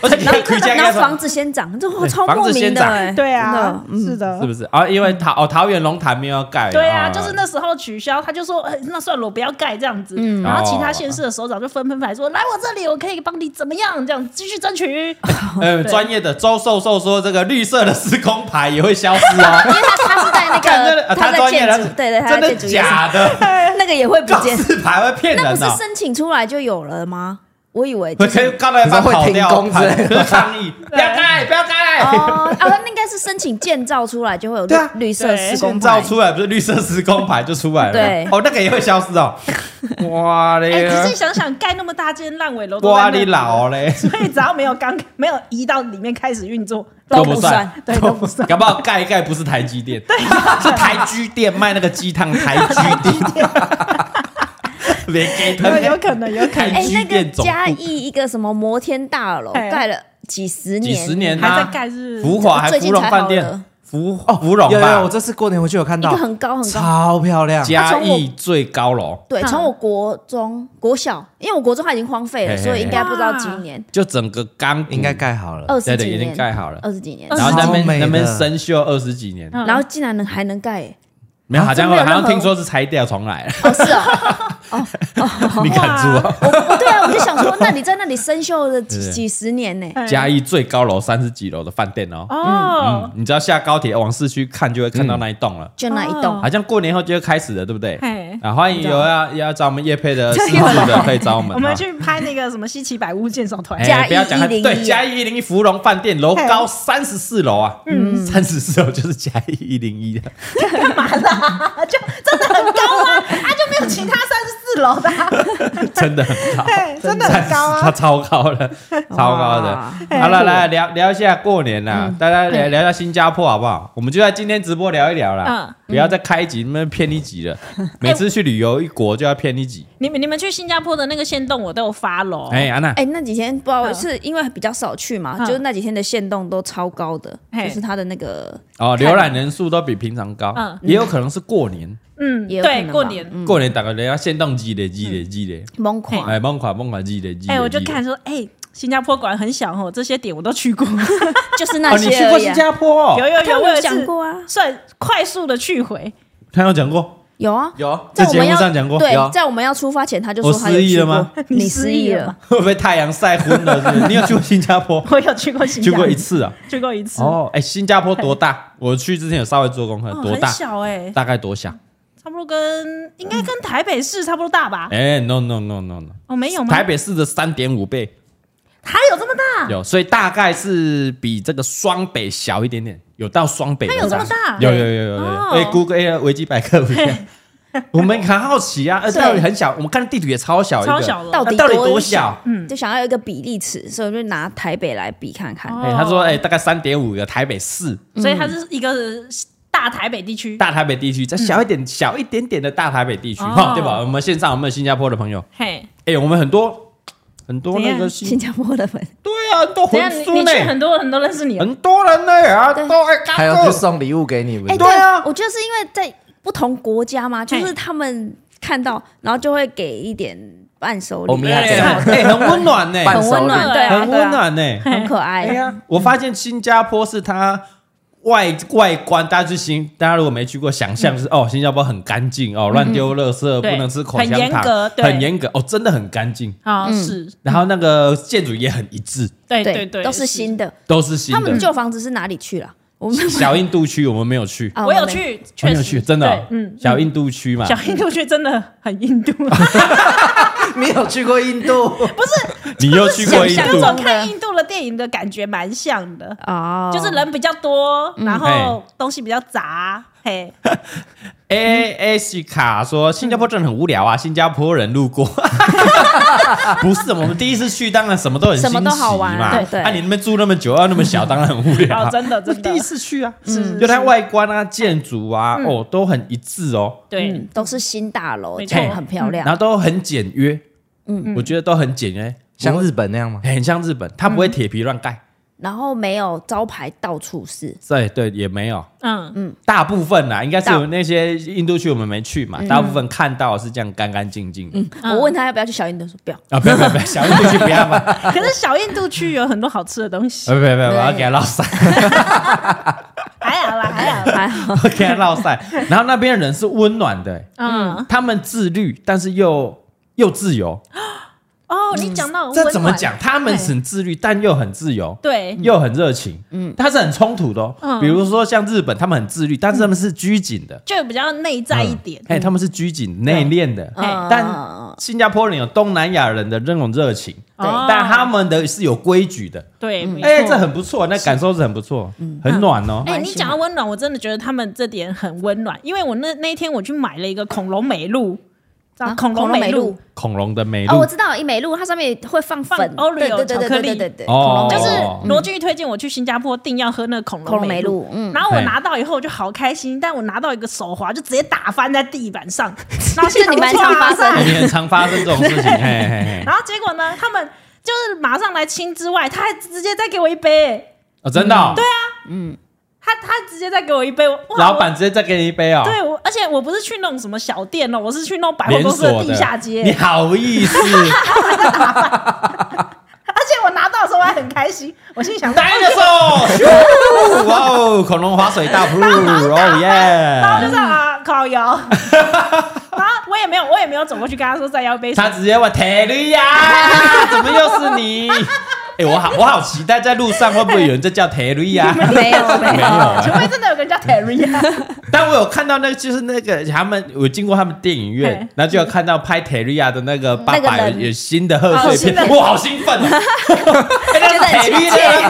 [SPEAKER 2] 而且你
[SPEAKER 3] 然后
[SPEAKER 2] 看 回家
[SPEAKER 3] 然
[SPEAKER 2] 干
[SPEAKER 3] 后
[SPEAKER 2] 什么
[SPEAKER 3] 房？子先涨，这我
[SPEAKER 2] 对
[SPEAKER 3] 超
[SPEAKER 2] 房
[SPEAKER 3] 莫
[SPEAKER 2] 子先
[SPEAKER 3] 名的
[SPEAKER 2] 涨
[SPEAKER 3] 哎，
[SPEAKER 4] 对啊
[SPEAKER 3] 真，的
[SPEAKER 4] 是的
[SPEAKER 2] 是，不是啊？因为桃哦桃园龙潭没有要盖，
[SPEAKER 4] 对啊，
[SPEAKER 2] 哦
[SPEAKER 4] 就是那时候取消，他就说，呃那算了，我不要盖这样子。然
[SPEAKER 2] 哦
[SPEAKER 4] 后其他县市的首长就纷纷来说，来我这里，我可以帮你怎么样，这样继续争取。
[SPEAKER 2] 呃
[SPEAKER 4] 对
[SPEAKER 2] 专业的周寿寿说，这个绿色的施工牌也会消失 哦。
[SPEAKER 3] 因为他他是在那
[SPEAKER 2] 看真的
[SPEAKER 3] 个
[SPEAKER 2] 啊他
[SPEAKER 3] 呃在
[SPEAKER 2] 专业
[SPEAKER 3] 建
[SPEAKER 2] 了
[SPEAKER 3] 筑，对对，他
[SPEAKER 2] 真
[SPEAKER 3] 在
[SPEAKER 2] 的
[SPEAKER 3] 建筑业上，
[SPEAKER 2] 假的？
[SPEAKER 3] 那个也会不
[SPEAKER 2] 告
[SPEAKER 3] 见，
[SPEAKER 2] 示牌会骗
[SPEAKER 3] 那不
[SPEAKER 2] 人啊
[SPEAKER 3] 是
[SPEAKER 2] 的。
[SPEAKER 3] 申请出来就有了吗？我以为就
[SPEAKER 2] 我
[SPEAKER 3] 是
[SPEAKER 2] 可以刚才把
[SPEAKER 1] 会
[SPEAKER 2] 跑
[SPEAKER 1] 停
[SPEAKER 2] 掉，
[SPEAKER 1] 工之类的
[SPEAKER 2] 就是抗 议，不要盖，不要盖。
[SPEAKER 3] 哦，啊，那应该是申请建造出来就会有绿
[SPEAKER 2] 对啊
[SPEAKER 3] 绿色施 工
[SPEAKER 2] 建造
[SPEAKER 3] 牌。
[SPEAKER 2] 出来不是绿色施工牌就出来了，
[SPEAKER 3] 对
[SPEAKER 2] 哦，那个也会消失 哦。哇
[SPEAKER 4] 哎，
[SPEAKER 2] 嘞，
[SPEAKER 4] 可是想想盖那么大间烂尾楼，
[SPEAKER 2] 哇你，老嘞，
[SPEAKER 4] 所以只要没有刚没有移到里面开始运作，
[SPEAKER 3] 都
[SPEAKER 2] 不
[SPEAKER 3] 不算，
[SPEAKER 4] 对都不算。
[SPEAKER 2] 搞不好盖一盖不是台积电，是台居店卖那个鸡汤，台居店， 别给他
[SPEAKER 4] 有可能，有可能
[SPEAKER 2] 台
[SPEAKER 3] 哎，那
[SPEAKER 2] 居
[SPEAKER 3] 个
[SPEAKER 2] 店总
[SPEAKER 3] 嘉
[SPEAKER 2] 部
[SPEAKER 3] 义一个什么摩天大楼
[SPEAKER 4] 哎
[SPEAKER 3] 盖了几十
[SPEAKER 2] 几
[SPEAKER 3] 年，
[SPEAKER 2] 十年
[SPEAKER 4] 还
[SPEAKER 2] 啊
[SPEAKER 4] 在盖是
[SPEAKER 2] 福华还
[SPEAKER 3] 最
[SPEAKER 2] 芙
[SPEAKER 3] 近
[SPEAKER 2] 蓉
[SPEAKER 3] 才
[SPEAKER 2] 饭
[SPEAKER 3] 好的
[SPEAKER 2] 店，芙哦芙蓉
[SPEAKER 1] 哦有有，我
[SPEAKER 2] 吧，
[SPEAKER 1] 这次过年回去有看
[SPEAKER 3] 一个
[SPEAKER 1] 到，
[SPEAKER 3] 很高很高。
[SPEAKER 1] 超漂亮。
[SPEAKER 3] 它
[SPEAKER 2] 嘉
[SPEAKER 3] 从我
[SPEAKER 2] 义最高楼，
[SPEAKER 3] 对，
[SPEAKER 4] 嗯
[SPEAKER 3] 从我国中、国小，因为我国中它已经荒废了，
[SPEAKER 2] 嘿嘿嘿
[SPEAKER 3] 所以应该不知道几年，
[SPEAKER 2] 就整个钢骨
[SPEAKER 1] 应该盖好了，
[SPEAKER 3] 二十
[SPEAKER 2] 对
[SPEAKER 3] 几
[SPEAKER 2] 对已
[SPEAKER 3] 年
[SPEAKER 2] 经盖好了
[SPEAKER 3] 二十几年
[SPEAKER 4] 二，
[SPEAKER 2] 然后
[SPEAKER 4] 十
[SPEAKER 2] 那
[SPEAKER 1] 几
[SPEAKER 2] 边
[SPEAKER 1] 年
[SPEAKER 2] 那边
[SPEAKER 1] 超美的
[SPEAKER 2] 生锈二十几年，
[SPEAKER 4] 嗯
[SPEAKER 3] 然后竟然能还能盖，哎
[SPEAKER 2] 没
[SPEAKER 1] 哦
[SPEAKER 2] 有，好像
[SPEAKER 4] 真的有
[SPEAKER 2] 好像
[SPEAKER 4] 任何
[SPEAKER 2] 听说是拆掉重来了，
[SPEAKER 3] 哦是啊，
[SPEAKER 2] 你敢住啊？
[SPEAKER 3] 哦对啊，我就想说，那你在那里生锈了几
[SPEAKER 2] 是
[SPEAKER 3] 几十年呢？
[SPEAKER 4] 哎
[SPEAKER 2] 嘉义最高楼三十几楼的饭店哦，
[SPEAKER 4] 哦，
[SPEAKER 2] 你只要下高铁往市区看，就会看到那一栋了。
[SPEAKER 3] 就那一栋
[SPEAKER 4] 嗯，
[SPEAKER 2] 好像过年后就会开始了，对不对
[SPEAKER 4] 嘿？
[SPEAKER 2] 啊，欢迎有要要找我们叶配的师傅的，可以找我们。
[SPEAKER 4] 我们
[SPEAKER 2] 啊
[SPEAKER 4] 去拍那个什么稀奇百物鉴赏团
[SPEAKER 2] 哎，
[SPEAKER 3] 嘉义
[SPEAKER 2] 不要讲太
[SPEAKER 3] 101
[SPEAKER 4] 啊
[SPEAKER 2] 对，嘉义一零一芙蓉饭店楼高三十四楼啊，嗯，三十四楼就是嘉义一零一啊的，
[SPEAKER 4] 干嘛啦？啊就 真的很高啊，啊就没有其他三十四楼的啊，
[SPEAKER 2] 真的很高，
[SPEAKER 4] 对，真的很高
[SPEAKER 2] 它
[SPEAKER 4] 啊。
[SPEAKER 2] 超高 了，超高的。
[SPEAKER 3] 哇
[SPEAKER 2] 好了，来聊聊一下过年
[SPEAKER 4] 嗯
[SPEAKER 2] 啦，大家聊聊一下新加坡好不好？我们就在今天直播聊一聊啦
[SPEAKER 4] 嗯，哎
[SPEAKER 2] 不要再开一集那么骗一集了。 每次去旅游一国就要骗一集。
[SPEAKER 4] 你们你们去新加坡的那个线洞，我都有发喽。
[SPEAKER 2] 哎，安娜，
[SPEAKER 3] 哎、那几天不知道
[SPEAKER 4] 嗯
[SPEAKER 3] 是因为比较少去嘛，
[SPEAKER 4] 嗯
[SPEAKER 3] 就是那几天的限动都超高的，
[SPEAKER 4] 嘿
[SPEAKER 3] 就是它的那个
[SPEAKER 2] 哦，浏览人数都比平常高
[SPEAKER 4] 嗯，
[SPEAKER 2] 也有可能是过年，
[SPEAKER 4] 嗯，
[SPEAKER 3] 也有可能
[SPEAKER 4] 对，
[SPEAKER 3] 吧
[SPEAKER 4] 过年。
[SPEAKER 2] 过年打个人家限动积累积累积累，
[SPEAKER 3] 崩垮，
[SPEAKER 2] 哎，崩垮崩垮积累积累。
[SPEAKER 4] 哎，我就
[SPEAKER 2] 积累
[SPEAKER 4] 看说，哎，新加坡果然很小哦，这些点我都去过。
[SPEAKER 3] 就是
[SPEAKER 2] 哦，
[SPEAKER 3] 那
[SPEAKER 2] 你
[SPEAKER 3] 些
[SPEAKER 2] 去
[SPEAKER 3] 而
[SPEAKER 2] 过
[SPEAKER 3] 已、
[SPEAKER 2] 新
[SPEAKER 3] 啊。
[SPEAKER 2] 加坡哦？
[SPEAKER 4] 有有
[SPEAKER 3] 他
[SPEAKER 4] 有，
[SPEAKER 3] 们
[SPEAKER 4] 我
[SPEAKER 3] 有
[SPEAKER 4] 有一次
[SPEAKER 3] 讲过啊
[SPEAKER 4] 算快速的去回。
[SPEAKER 2] 他有讲过，
[SPEAKER 3] 有啊，
[SPEAKER 1] 有啊
[SPEAKER 3] 在
[SPEAKER 2] 在
[SPEAKER 3] 我
[SPEAKER 2] 节
[SPEAKER 3] 们
[SPEAKER 2] 目
[SPEAKER 3] 要
[SPEAKER 2] 上讲过
[SPEAKER 3] 对
[SPEAKER 1] 有啊，
[SPEAKER 3] 在我们要出发前他就
[SPEAKER 2] 我
[SPEAKER 3] 说他有
[SPEAKER 2] 失忆
[SPEAKER 3] 去
[SPEAKER 2] 了
[SPEAKER 3] 过
[SPEAKER 2] 吗？
[SPEAKER 4] 你
[SPEAKER 3] 你失
[SPEAKER 4] 失忆
[SPEAKER 3] 忆
[SPEAKER 4] 了
[SPEAKER 3] 了，
[SPEAKER 2] 会不会太阳晒昏了？是不是你有去过新加坡？
[SPEAKER 4] 我有去过新
[SPEAKER 2] 去
[SPEAKER 4] 加
[SPEAKER 2] 过
[SPEAKER 4] 坡，
[SPEAKER 2] 一次啊。
[SPEAKER 4] 去过一次，哦，
[SPEAKER 2] 哦，哎，新加坡多大？我去之前有稍微做功课，多
[SPEAKER 4] 很
[SPEAKER 2] 大？
[SPEAKER 4] 小哎，
[SPEAKER 2] 大概多小？
[SPEAKER 4] 差不多跟应该跟台北市差不多大吧？
[SPEAKER 2] 哎，no no no no no，
[SPEAKER 4] 哦，没有吗？
[SPEAKER 2] 台北市的三点五倍
[SPEAKER 4] 它有这么大？
[SPEAKER 2] 有，所以大概是比这个双北小一点点，有到双北的
[SPEAKER 4] 它有这么
[SPEAKER 2] 大
[SPEAKER 4] 大
[SPEAKER 2] 有有有有有。
[SPEAKER 4] 哦
[SPEAKER 2] 哎，Google 哎维基百科不一样，我们很好奇啊，呃，
[SPEAKER 3] 对
[SPEAKER 2] 到底很小，我们看地图也超小一个，
[SPEAKER 4] 超小的
[SPEAKER 3] 哦到
[SPEAKER 2] 那
[SPEAKER 3] 底
[SPEAKER 2] 到底
[SPEAKER 3] 多
[SPEAKER 2] 多小？
[SPEAKER 3] 嗯，就想要有一个比例尺，所以我就拿台北来比看看。
[SPEAKER 4] 哦
[SPEAKER 2] 哎，他说哎，大概三点五个台北市，
[SPEAKER 3] 嗯
[SPEAKER 4] 所以它是一个大台北地区。
[SPEAKER 2] 大台北地区，再小一点、小一点点的大台北地区，
[SPEAKER 4] 哦
[SPEAKER 2] 哈，对吧？我们线上有没有新加坡的朋友？
[SPEAKER 4] 嘿，
[SPEAKER 2] 哎，我们很多很多那个
[SPEAKER 3] 新
[SPEAKER 2] 新，
[SPEAKER 3] 加坡的粉，
[SPEAKER 2] 对啊，都
[SPEAKER 4] 怎
[SPEAKER 2] 混
[SPEAKER 4] 样？你
[SPEAKER 2] 书
[SPEAKER 4] 你去
[SPEAKER 2] 呢，
[SPEAKER 4] 很多很多认识你哦，
[SPEAKER 2] 很多人呢啊，
[SPEAKER 3] 对
[SPEAKER 2] 都爱干
[SPEAKER 1] 还要去
[SPEAKER 2] 个。
[SPEAKER 1] 送礼物给你们。
[SPEAKER 2] 对啊
[SPEAKER 3] 哎我觉得是因为在不同国家嘛，就是
[SPEAKER 4] 哎
[SPEAKER 3] 他们看到，然后就会给一点伴手
[SPEAKER 1] 欧米
[SPEAKER 3] 礼，
[SPEAKER 2] 对
[SPEAKER 1] 亚 给
[SPEAKER 2] 啊，哎，很温暖呢，
[SPEAKER 1] 伴
[SPEAKER 3] 很温暖，
[SPEAKER 1] 手礼
[SPEAKER 3] 对啊，
[SPEAKER 2] 很
[SPEAKER 3] 对
[SPEAKER 2] 温
[SPEAKER 3] 啊，
[SPEAKER 2] 暖呢。
[SPEAKER 3] 很可
[SPEAKER 2] 哎
[SPEAKER 3] 爱。啊
[SPEAKER 2] 呀，我发现新加坡是它外外观，大家去新，大家如果没去过，想象是哦，新加坡很干净哦，乱丢垃圾，
[SPEAKER 4] 嗯对
[SPEAKER 2] 不能吃口香
[SPEAKER 4] 很严
[SPEAKER 2] 糖
[SPEAKER 4] 格，对
[SPEAKER 2] 很严格哦，真的很干净。
[SPEAKER 4] 啊，是，
[SPEAKER 2] 然后那个建筑也很一致，
[SPEAKER 3] 嗯
[SPEAKER 4] 对
[SPEAKER 3] 哎对
[SPEAKER 4] 对对，
[SPEAKER 3] 都是新的。
[SPEAKER 2] 都是新
[SPEAKER 3] 他们
[SPEAKER 2] 的。
[SPEAKER 3] 旧房子是哪里去了？我们
[SPEAKER 2] 小印度区我们没有去，
[SPEAKER 3] 啊
[SPEAKER 4] 我有
[SPEAKER 3] 们
[SPEAKER 4] 去，
[SPEAKER 2] 没
[SPEAKER 4] 确
[SPEAKER 2] 哦有
[SPEAKER 4] 实
[SPEAKER 2] 去，真的哦
[SPEAKER 4] 对，嗯，
[SPEAKER 2] 小印度区嘛，
[SPEAKER 4] 小印度去真的很 印度，
[SPEAKER 1] 你有去过印度？
[SPEAKER 2] 你又去过印
[SPEAKER 3] 想象
[SPEAKER 2] 度
[SPEAKER 4] 跟
[SPEAKER 3] 中
[SPEAKER 4] 我看印度的电影的感觉蛮像的，
[SPEAKER 3] 哦，
[SPEAKER 4] 就是人比较多，然后
[SPEAKER 2] 嘿
[SPEAKER 4] 东西比较杂，嘿，
[SPEAKER 2] ？A A 西卡说新加坡真的很无聊啊，
[SPEAKER 4] 嗯
[SPEAKER 2] 新加坡人路 过，不是我们第一次去，当然什么都很新
[SPEAKER 3] 什
[SPEAKER 2] 奇
[SPEAKER 3] 么都好玩
[SPEAKER 2] 嘛。
[SPEAKER 3] 对对
[SPEAKER 2] 啊，你那边住那么久，啊，那么小，当然很无聊
[SPEAKER 4] 哦，
[SPEAKER 2] 啊。
[SPEAKER 4] 真的真的嗯
[SPEAKER 2] 第一，次去啊，
[SPEAKER 4] 是
[SPEAKER 2] 就它外观啊、建筑啊，哦，都很一致哦，
[SPEAKER 4] 对
[SPEAKER 3] 嗯，都是新大楼，
[SPEAKER 4] 没
[SPEAKER 3] 就
[SPEAKER 2] 错
[SPEAKER 3] 很漂亮
[SPEAKER 4] 嗯
[SPEAKER 2] 然。后都很简约，嗯，我觉得都很简约，
[SPEAKER 1] 像日本那样吗？
[SPEAKER 2] 很像日本，它不会铁皮乱盖，
[SPEAKER 3] 然后没有招牌，到处是。
[SPEAKER 2] 对对，也没有。
[SPEAKER 4] 嗯嗯，
[SPEAKER 2] 大部分嗯啦，应该是有那些印度区我们没去嘛，大部分看到是这样干干净净
[SPEAKER 4] 嗯
[SPEAKER 2] 的
[SPEAKER 3] 我问他要不要去小印度，说不要。
[SPEAKER 2] 啊，不要不要不要，小印度区不要 嘛，啊
[SPEAKER 4] 可是小印度区有很多好吃的东西
[SPEAKER 2] 不，要不要不要，我要给他绕晒，
[SPEAKER 4] 还好啦，还好啦，
[SPEAKER 3] 还好，
[SPEAKER 2] 我给他绕晒。然后那边的人是温暖的，
[SPEAKER 4] 嗯，
[SPEAKER 2] 他们自律，但是又又自由，
[SPEAKER 4] 哦，你讲到
[SPEAKER 2] 这
[SPEAKER 4] 温
[SPEAKER 2] 怎么
[SPEAKER 4] 暖
[SPEAKER 2] 讲？他们很自律，但又很自由。
[SPEAKER 4] 对，
[SPEAKER 2] 又很热情，嗯，它是很冲突的哦。
[SPEAKER 4] 嗯
[SPEAKER 2] 比如说像日本，他们很自律，但是他们是拘谨的，
[SPEAKER 4] 就比较内在一点，
[SPEAKER 2] 哎，他们是拘谨内敛的，
[SPEAKER 4] 嘿
[SPEAKER 3] 嗯
[SPEAKER 2] 但
[SPEAKER 3] 嗯
[SPEAKER 2] 新加坡人有东南亚人的那种热情，
[SPEAKER 4] 对
[SPEAKER 2] 但他们的是有规矩的。
[SPEAKER 4] 对，哦没
[SPEAKER 2] 哎、
[SPEAKER 4] 错
[SPEAKER 2] 这很不错，那感受是很不错，很暖哦。
[SPEAKER 4] 哎、
[SPEAKER 3] 蛮
[SPEAKER 4] 你
[SPEAKER 3] 喜
[SPEAKER 4] 讲到温暖，我真的觉得他们这点很温暖，因为我那那一天我去买了一个恐龙美露，知道
[SPEAKER 3] 啊
[SPEAKER 4] 恐龙
[SPEAKER 3] 恐龙
[SPEAKER 4] 美
[SPEAKER 3] 美
[SPEAKER 4] 露
[SPEAKER 3] 露
[SPEAKER 2] 恐龙的美
[SPEAKER 3] 哦，
[SPEAKER 2] 露，
[SPEAKER 3] 我知道一美露，它上面会放
[SPEAKER 4] 放
[SPEAKER 3] 粉，
[SPEAKER 4] Oreo
[SPEAKER 3] 对对对
[SPEAKER 4] 巧
[SPEAKER 3] 对
[SPEAKER 4] 克
[SPEAKER 3] 对
[SPEAKER 4] 力
[SPEAKER 3] 对对对，
[SPEAKER 2] 哦
[SPEAKER 3] 恐龙
[SPEAKER 4] 就
[SPEAKER 3] 美
[SPEAKER 4] 是
[SPEAKER 3] 露
[SPEAKER 2] 哦
[SPEAKER 4] 罗俊推荐我去新加坡，定要喝那个恐
[SPEAKER 3] 恐
[SPEAKER 4] 龙
[SPEAKER 3] 龙
[SPEAKER 4] 美
[SPEAKER 3] 美
[SPEAKER 4] 露
[SPEAKER 3] 露。，嗯，
[SPEAKER 4] 然后我
[SPEAKER 2] 嘿
[SPEAKER 4] 拿到以后，我就好开心，但我拿到一个手滑，就直接打翻在地板 上，然后
[SPEAKER 3] 这你蛮常发生的
[SPEAKER 2] 我哎们很常发生这种 事情。嘿嘿嘿，
[SPEAKER 4] 然后结果呢，他们就是马上来清之外，他还直接再给我一杯、哎
[SPEAKER 2] 哦，真的、哦对啊，
[SPEAKER 4] 他他直接再给我一杯，我哇
[SPEAKER 2] 老
[SPEAKER 4] 我
[SPEAKER 2] 板直接再给你一杯哦。
[SPEAKER 4] 对我，而且我不是去那种什么小店哦，我是去那种百货
[SPEAKER 2] 连
[SPEAKER 4] 公司的
[SPEAKER 2] 锁
[SPEAKER 4] 地下街，
[SPEAKER 2] 你好意 思？
[SPEAKER 4] 而且我拿到的时候我还很开心，我心想 说
[SPEAKER 2] 呆的时候，哇哦，恐龙滑水道，哦
[SPEAKER 4] 然后就
[SPEAKER 2] 耶！
[SPEAKER 4] 是啊，烤油， 然后我也没有，我也没有走过去跟他说再要一杯水
[SPEAKER 2] 他，直接问铁驴 呀，怎么又是你？哎、我好，我好期待在路上会不会有人在叫铁驴呀？
[SPEAKER 3] 没有没
[SPEAKER 2] 没有
[SPEAKER 3] 有，
[SPEAKER 2] 啊
[SPEAKER 4] 除非真的有个人叫 Terry 啊，
[SPEAKER 2] 但我有看到那个，就是那个他们，我经过他们电影院
[SPEAKER 4] 嘿，
[SPEAKER 2] 然后就有看到拍 Terry 啊的那个爸
[SPEAKER 3] 那
[SPEAKER 2] 爸
[SPEAKER 3] 个
[SPEAKER 2] 有
[SPEAKER 3] 人
[SPEAKER 2] 有新的贺岁
[SPEAKER 4] 哦 新
[SPEAKER 2] 片，哇，好兴奋啊！哎那
[SPEAKER 3] 觉得
[SPEAKER 2] 是
[SPEAKER 3] 很
[SPEAKER 2] Terry
[SPEAKER 3] 亲
[SPEAKER 2] 的爸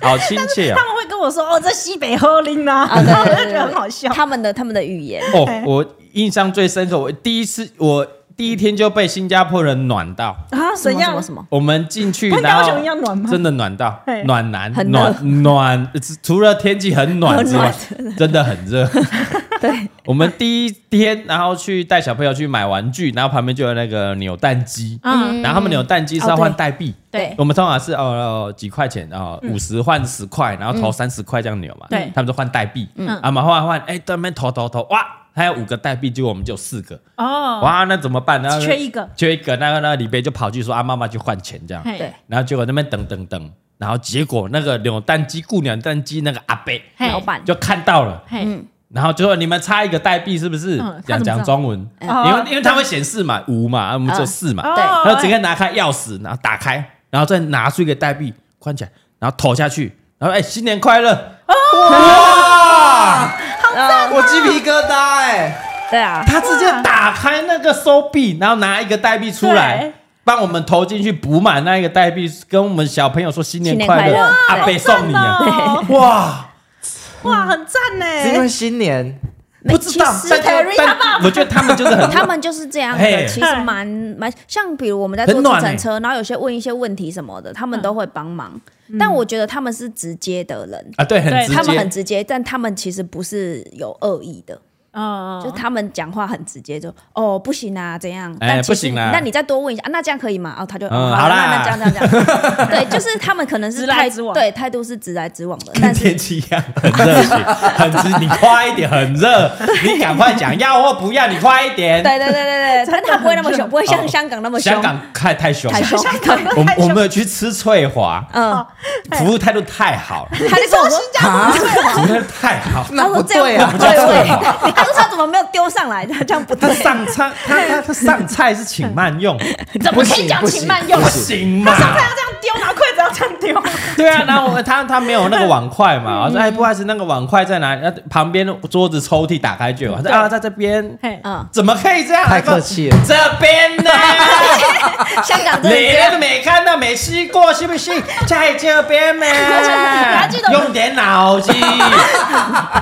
[SPEAKER 2] 爸，好亲切啊
[SPEAKER 4] 他！们会跟我说哦，这西北喝林啊，
[SPEAKER 3] 对对对
[SPEAKER 4] 然后我就
[SPEAKER 3] 对
[SPEAKER 4] 觉
[SPEAKER 3] 对
[SPEAKER 4] 得很好笑。
[SPEAKER 3] 他们的他们的语言，
[SPEAKER 2] 哦，我印象最深刻，我第一次，我第一天就被新加坡人暖到，
[SPEAKER 4] 啊，
[SPEAKER 3] 什
[SPEAKER 4] 怎
[SPEAKER 3] 么什
[SPEAKER 4] 样
[SPEAKER 3] 么？什么，
[SPEAKER 2] 我们进去，
[SPEAKER 4] 不是
[SPEAKER 2] 然
[SPEAKER 4] 高雄一样
[SPEAKER 2] 后
[SPEAKER 4] 暖吗
[SPEAKER 2] 真的暖到
[SPEAKER 4] 嘿
[SPEAKER 2] 暖男，
[SPEAKER 3] 很热
[SPEAKER 2] 暖暖， 除了天气很暖之外，真的很热。
[SPEAKER 3] 对，
[SPEAKER 2] 我们第一天，然后去带小朋友去买玩具，然后旁边就有那个扭蛋机，
[SPEAKER 4] 嗯，
[SPEAKER 2] 然后他们扭蛋机是要换代币。
[SPEAKER 4] 对嗯
[SPEAKER 2] 我们通常是哦哦几块钱哦，五十换十块，然后投三十块这样扭嘛。
[SPEAKER 4] 对
[SPEAKER 2] 他们就换代币，
[SPEAKER 4] 嗯
[SPEAKER 2] 啊嘛换换，哎，对面投投投，哇，还有五个代币，结果我们就有四个，
[SPEAKER 4] 哦，
[SPEAKER 2] 哇，那怎么办？然后
[SPEAKER 4] 缺一个，
[SPEAKER 2] 缺一个，那个那个李贝就跑去说啊，妈妈去换钱这样。
[SPEAKER 4] 嘿
[SPEAKER 3] 对，
[SPEAKER 2] 然后结果那边等等等，然后结果那个扭蛋机雇扭蛋机那个阿伯
[SPEAKER 4] 嘿
[SPEAKER 3] 老板
[SPEAKER 2] 就看到了，
[SPEAKER 4] 嘿，
[SPEAKER 2] 然后就说你们差一个代币是不是
[SPEAKER 4] 嗯？他
[SPEAKER 2] 讲
[SPEAKER 4] 怎么知道
[SPEAKER 2] 讲中文，
[SPEAKER 4] 嗯
[SPEAKER 2] 因为因为它会显示嘛，五嘛，啊我们做四
[SPEAKER 4] 哦
[SPEAKER 2] 嘛，
[SPEAKER 3] 对
[SPEAKER 2] 然后直接拿开钥匙，然后打开，然后再拿出一个代币关起来，然后投下去，然后哎新年快乐！哇，
[SPEAKER 3] 嗯，
[SPEAKER 1] 我鸡皮疙瘩哎！
[SPEAKER 3] 对啊，
[SPEAKER 2] 他直接打开那个收币，然后拿一个代币出
[SPEAKER 4] 对
[SPEAKER 2] 来。帮我们投进去补满那一个代币，跟我们小朋友说新年快乐
[SPEAKER 3] 新年，快乐
[SPEAKER 2] 阿北送你啊！哇，
[SPEAKER 4] 哇，很赞呢。
[SPEAKER 1] 是因为新年
[SPEAKER 2] 不知道，
[SPEAKER 3] 其实
[SPEAKER 2] 但但
[SPEAKER 3] Terry
[SPEAKER 2] 但
[SPEAKER 3] 他爸
[SPEAKER 2] 我觉得他们就是 很
[SPEAKER 3] 他们就是这样
[SPEAKER 2] 嘿
[SPEAKER 3] 的，其实蛮蛮像，比如我们在坐
[SPEAKER 2] 很
[SPEAKER 3] 计
[SPEAKER 2] 暖欸
[SPEAKER 3] 程车，然后有些问一些问题什么的，
[SPEAKER 4] 嗯
[SPEAKER 3] 他们都会帮忙。但我觉得他们是直接的人，
[SPEAKER 2] 啊，对，很
[SPEAKER 4] 对
[SPEAKER 2] 直
[SPEAKER 3] 他们
[SPEAKER 2] 接
[SPEAKER 3] 很，直接，但他们其实不是有恶意的，
[SPEAKER 4] 嗯，
[SPEAKER 3] 就他们讲话很直接，就哦不行啊，怎样？
[SPEAKER 2] 哎
[SPEAKER 3] 但其实
[SPEAKER 2] 不行啦
[SPEAKER 3] 那你再多问一下，啊、那这样可以吗？哦，他就、哦
[SPEAKER 2] 嗯
[SPEAKER 3] 好
[SPEAKER 2] 好啦
[SPEAKER 3] 那那这样这样这样。对，就是他们可能
[SPEAKER 4] 直
[SPEAKER 3] 是
[SPEAKER 4] 来
[SPEAKER 3] 态
[SPEAKER 4] 直往
[SPEAKER 3] 对态度是直来直往的，
[SPEAKER 2] 跟
[SPEAKER 3] 但是
[SPEAKER 2] 天气一样，很热情，很直。你快一点，很热，你赶快讲要或不要，你快一点。
[SPEAKER 3] 对对对对对，但他不会那么凶，不会像
[SPEAKER 2] 哦
[SPEAKER 3] 香港那么凶，
[SPEAKER 2] 香港太太凶了
[SPEAKER 3] 太，凶。对，
[SPEAKER 2] 我们我们有去吃翠华，
[SPEAKER 4] 哦
[SPEAKER 3] 嗯，
[SPEAKER 2] 服务态度太好了，
[SPEAKER 3] 他就跟我说，
[SPEAKER 1] 啊，
[SPEAKER 2] 服务态度太好。
[SPEAKER 3] 他说
[SPEAKER 1] 不
[SPEAKER 3] 这
[SPEAKER 1] 对
[SPEAKER 3] 样
[SPEAKER 1] 啊
[SPEAKER 3] 不
[SPEAKER 2] 那不叫
[SPEAKER 3] 对
[SPEAKER 2] 做好，
[SPEAKER 3] 他说他怎么没有丢上来的， 这样不
[SPEAKER 2] 他
[SPEAKER 3] 对。
[SPEAKER 2] 上菜，他他他上菜是请慢 用，
[SPEAKER 4] 怎么可以讲
[SPEAKER 1] 不行
[SPEAKER 4] 请慢用
[SPEAKER 2] 不？行嘛
[SPEAKER 4] 他？上菜要这样丢，然后筷子要这样丢，
[SPEAKER 2] 对啊，然后我他他没有那个碗筷嘛，我说
[SPEAKER 3] 嗯
[SPEAKER 2] 哎，不好意思，那个碗筷在哪里？啊旁边桌子抽屉打开就有。他说啊，在这边。
[SPEAKER 4] 嘿，
[SPEAKER 3] 嗯，
[SPEAKER 2] 怎么可以这样？
[SPEAKER 1] 太客气了。
[SPEAKER 2] 这边呢？
[SPEAKER 3] 香港真的
[SPEAKER 2] 你
[SPEAKER 3] 这
[SPEAKER 2] 那
[SPEAKER 3] 样
[SPEAKER 2] 个没看到、没吃过，是 不是？在这边嘛
[SPEAKER 4] 还记得，我们
[SPEAKER 2] 用点脑筋，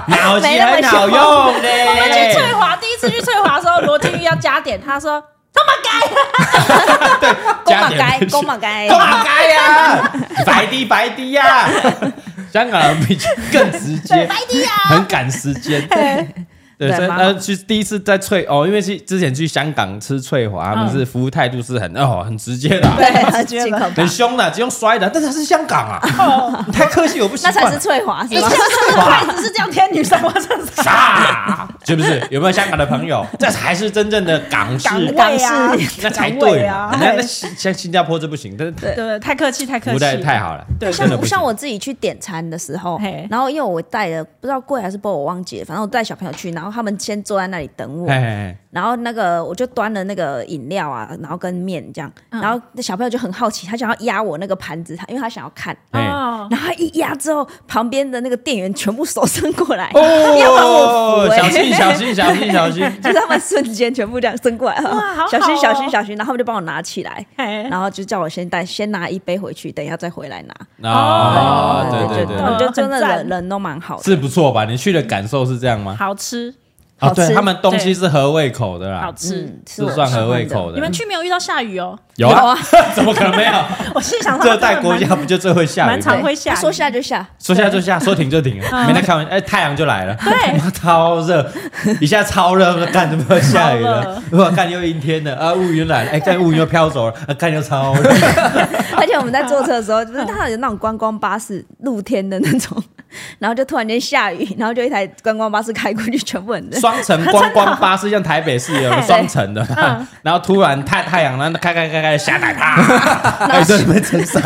[SPEAKER 2] 脑筋
[SPEAKER 3] 没那么
[SPEAKER 2] 很好
[SPEAKER 3] 凶
[SPEAKER 2] 用的。
[SPEAKER 4] 我们去翠华，第一次去翠华的时候，罗金玉要加点，他说他妈该，
[SPEAKER 3] 公
[SPEAKER 2] 加
[SPEAKER 3] 马
[SPEAKER 2] 点
[SPEAKER 3] 街，
[SPEAKER 2] 东西
[SPEAKER 3] 公马街
[SPEAKER 2] 干，嘛该呀？白的白的呀！啊香港人比较更直接，
[SPEAKER 4] 白的呀，
[SPEAKER 2] 很赶时间。对，
[SPEAKER 3] 对
[SPEAKER 2] 所以
[SPEAKER 3] 蛮好
[SPEAKER 2] 呃，去第一次在翠哦，因为去之前去香港吃翠华，他们是服务态度是很哦很直接的啊，
[SPEAKER 3] 对，
[SPEAKER 4] 我
[SPEAKER 3] 很
[SPEAKER 4] 觉得
[SPEAKER 3] 进口吧
[SPEAKER 2] 很凶的，只用摔的，但是他是香港啊，你太客气我不习
[SPEAKER 3] 那
[SPEAKER 2] 惯。
[SPEAKER 3] 才是翠华，是
[SPEAKER 4] 一
[SPEAKER 3] 吗？
[SPEAKER 4] 下就是 筷子是这样贴女生往身上，
[SPEAKER 2] 啥？ 是不是？有没有香港的朋 友？这才是真正的港式，
[SPEAKER 3] 港
[SPEAKER 4] 味啊
[SPEAKER 3] 港，
[SPEAKER 2] 那才
[SPEAKER 4] 港味
[SPEAKER 2] 对嘛
[SPEAKER 4] 啊，
[SPEAKER 2] 那那新像新加坡这不行，但是
[SPEAKER 3] 对
[SPEAKER 4] 对，太客气，太客
[SPEAKER 2] 服务态
[SPEAKER 4] 气，
[SPEAKER 2] 度太好了，
[SPEAKER 4] 对
[SPEAKER 2] 真的不
[SPEAKER 3] 像
[SPEAKER 2] 行
[SPEAKER 3] 像。我自己去点餐的时候
[SPEAKER 4] 嘿，
[SPEAKER 3] 然后因为我带了不知道贵还是不，我忘记了，反正我带小朋友去，然后他们先坐在那里等我
[SPEAKER 2] 嘿，嘿
[SPEAKER 3] 然后那个我就端了那个饮料啊，然后跟面这样，
[SPEAKER 4] 嗯
[SPEAKER 3] 然后那小朋友就很好奇，他想要压我那个盘子，他因为他想要看。
[SPEAKER 2] 嘿嘿
[SPEAKER 4] 哦，
[SPEAKER 3] 然后他一压之后，旁边的那个店员全部手伸过来，要把我
[SPEAKER 2] 哦，
[SPEAKER 3] 扶、欸，
[SPEAKER 2] 小心小心小心小心！
[SPEAKER 3] 就是他们瞬间全部这样伸过来，
[SPEAKER 4] 哇好
[SPEAKER 3] 小
[SPEAKER 4] 好
[SPEAKER 3] 心
[SPEAKER 4] 哦嗯
[SPEAKER 3] 小心小心，然后他们就帮我拿起来，
[SPEAKER 4] 嘿
[SPEAKER 3] 然后就叫我先带先拿一杯回去，等一下再回来拿。
[SPEAKER 2] 啊，
[SPEAKER 4] 哦
[SPEAKER 2] 哦对对
[SPEAKER 3] 就他们
[SPEAKER 2] 对，
[SPEAKER 3] 就真的
[SPEAKER 4] 很赞
[SPEAKER 3] 人人都蛮好的，
[SPEAKER 2] 是不错吧？你去的感受是这样吗？
[SPEAKER 4] 好吃，
[SPEAKER 2] 啊，
[SPEAKER 3] 好吃
[SPEAKER 2] 对他们东西是合胃口的
[SPEAKER 4] 好
[SPEAKER 2] 啦，
[SPEAKER 4] 吃。
[SPEAKER 3] 嗯，
[SPEAKER 2] 是
[SPEAKER 3] 我
[SPEAKER 2] 算
[SPEAKER 3] 喜欢
[SPEAKER 2] 合胃
[SPEAKER 3] 的
[SPEAKER 2] 口的。
[SPEAKER 4] 你们去没有遇到下雨 哦？
[SPEAKER 2] 有
[SPEAKER 3] 有
[SPEAKER 2] 啊
[SPEAKER 3] 啊？
[SPEAKER 2] 怎么可 能没有？
[SPEAKER 4] 我心想他
[SPEAKER 2] 热
[SPEAKER 4] 们
[SPEAKER 2] 带国家不就最会下雨
[SPEAKER 4] 蛮
[SPEAKER 2] 吗？
[SPEAKER 4] 常会下雨
[SPEAKER 3] 他说下就下，
[SPEAKER 2] 说下就下，说停就停了，没在开玩笑。哎，太阳就来了，
[SPEAKER 4] 对
[SPEAKER 2] 哇， 超热，一下超热，我说干怎么又下雨
[SPEAKER 4] 超热
[SPEAKER 2] 了？哇，干又阴天了啊，乌云来了，哎，干乌云又飘走了，啊，干又超热，
[SPEAKER 3] 而且我们在坐车的时 候，就是它有那种观光巴士，露天的那种，然后就突然间下雨，然后就一台观光巴士开过去，全部人在
[SPEAKER 2] 双层观光巴士，像台北市有双层的，啊然后突然太太阳，然后开开开开下大啪，哎，在里面撑伞，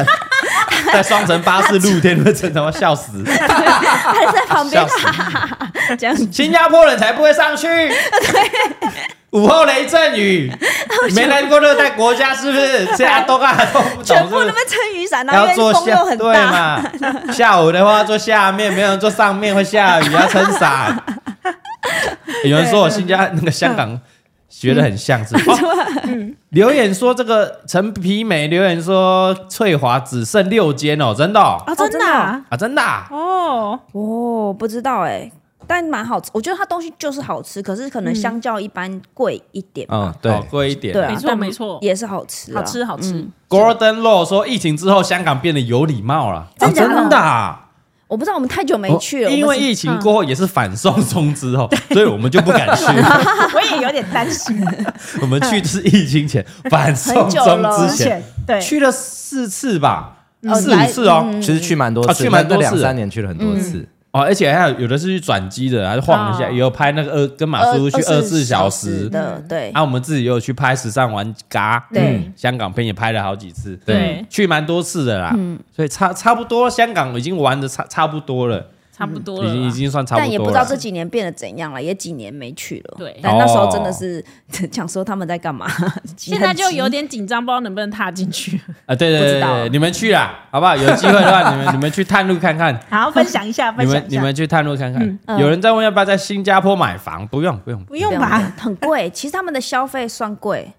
[SPEAKER 2] 在双层巴士露天里面撑伞，我笑死，
[SPEAKER 3] 还在旁边
[SPEAKER 2] 笑死，
[SPEAKER 3] 这样子，
[SPEAKER 2] 新加坡人才不会上去。 午后雷阵雨，没来过热带国家是不是？这阿东啊都不懂是
[SPEAKER 3] 全
[SPEAKER 2] 不
[SPEAKER 3] 部
[SPEAKER 2] 是
[SPEAKER 3] 那边撑雨伞，然后
[SPEAKER 2] 要
[SPEAKER 3] 因
[SPEAKER 2] 坐
[SPEAKER 3] 为风
[SPEAKER 2] 下
[SPEAKER 3] 又很
[SPEAKER 2] 对
[SPEAKER 3] 大，
[SPEAKER 2] 嘛？下午的话坐下面，没有人坐上面会下 雨，要撑伞。有人说我新加那个香港学的很像是，哦留言说这个陈皮梅留言说翠华只剩六间哦，真的哦
[SPEAKER 4] 啊，真的啊
[SPEAKER 2] 啊，真的啊
[SPEAKER 4] 哦，
[SPEAKER 3] 哦，不知道哎、但蛮好吃，我觉得它东西就是好吃，可是可能相较一般贵一点吧。
[SPEAKER 1] 嗯，对
[SPEAKER 2] 好，贵一哦点
[SPEAKER 3] 对。啊，
[SPEAKER 4] 嗯没错
[SPEAKER 3] 但
[SPEAKER 4] 没错
[SPEAKER 3] 也是好吃啊、
[SPEAKER 4] 好吃好吃
[SPEAKER 3] 嗯。
[SPEAKER 2] Gordon Law 说，疫情之后香港变得有礼貌了，
[SPEAKER 3] 真的
[SPEAKER 2] 啊真的啊。哦
[SPEAKER 3] 我不知道我们太久没去了，
[SPEAKER 2] 因
[SPEAKER 3] 我
[SPEAKER 2] 为
[SPEAKER 3] 们是
[SPEAKER 2] 疫
[SPEAKER 4] 嗯
[SPEAKER 2] 情过后也是反送中之后，所以我们就不敢去。
[SPEAKER 3] 嗯
[SPEAKER 4] 我也有点担心。
[SPEAKER 2] 我们去就是疫情前反送
[SPEAKER 3] 嗯
[SPEAKER 2] 中之前，
[SPEAKER 4] 对，
[SPEAKER 2] 去了四次吧，
[SPEAKER 3] 哦
[SPEAKER 2] 四五次哦。
[SPEAKER 1] 其实去蛮多
[SPEAKER 2] 啊
[SPEAKER 1] 次，
[SPEAKER 2] 去蛮多
[SPEAKER 1] 那那两
[SPEAKER 2] 次
[SPEAKER 1] 三年去了很多次。
[SPEAKER 2] 哦，而且还有有的是去转机的，还是晃一下，
[SPEAKER 4] 哦
[SPEAKER 2] 也有拍那个二跟马叔去二十四小时。
[SPEAKER 3] 的，对，
[SPEAKER 2] 啊，我们自己也有去拍时尚玩嘎，
[SPEAKER 3] 对
[SPEAKER 2] 嗯，香港片也拍了好几次，
[SPEAKER 4] 对
[SPEAKER 2] 去蛮多次的啦，
[SPEAKER 3] 嗯
[SPEAKER 2] 所以差差不多，香港已经玩的差差不多了，
[SPEAKER 4] 差不多
[SPEAKER 2] 已
[SPEAKER 4] 了
[SPEAKER 2] 经已
[SPEAKER 4] 啦。
[SPEAKER 2] 经算差不多了。
[SPEAKER 3] 但也不知道这几年变得怎样了，也几年没去了。
[SPEAKER 4] 对
[SPEAKER 3] 但那时候真
[SPEAKER 2] 哦
[SPEAKER 3] 的是 想说他们在干嘛，
[SPEAKER 4] 现在就有
[SPEAKER 3] 点
[SPEAKER 4] 点紧张，不知道能不能踏进去。
[SPEAKER 2] 啊，对对
[SPEAKER 3] 不
[SPEAKER 2] 对
[SPEAKER 3] 知道
[SPEAKER 2] 对，你们去啦，好不好？有机会的话，你们你们去探路看看，
[SPEAKER 4] 好，分享一下，
[SPEAKER 2] 你
[SPEAKER 4] 分
[SPEAKER 2] 们
[SPEAKER 4] 享一
[SPEAKER 2] 你
[SPEAKER 4] 下。
[SPEAKER 2] 们去探路看看。有人在问要不要在新加坡买房，不用不用，
[SPEAKER 4] 不用吧？
[SPEAKER 3] 很贵。其实他们的消费算贵，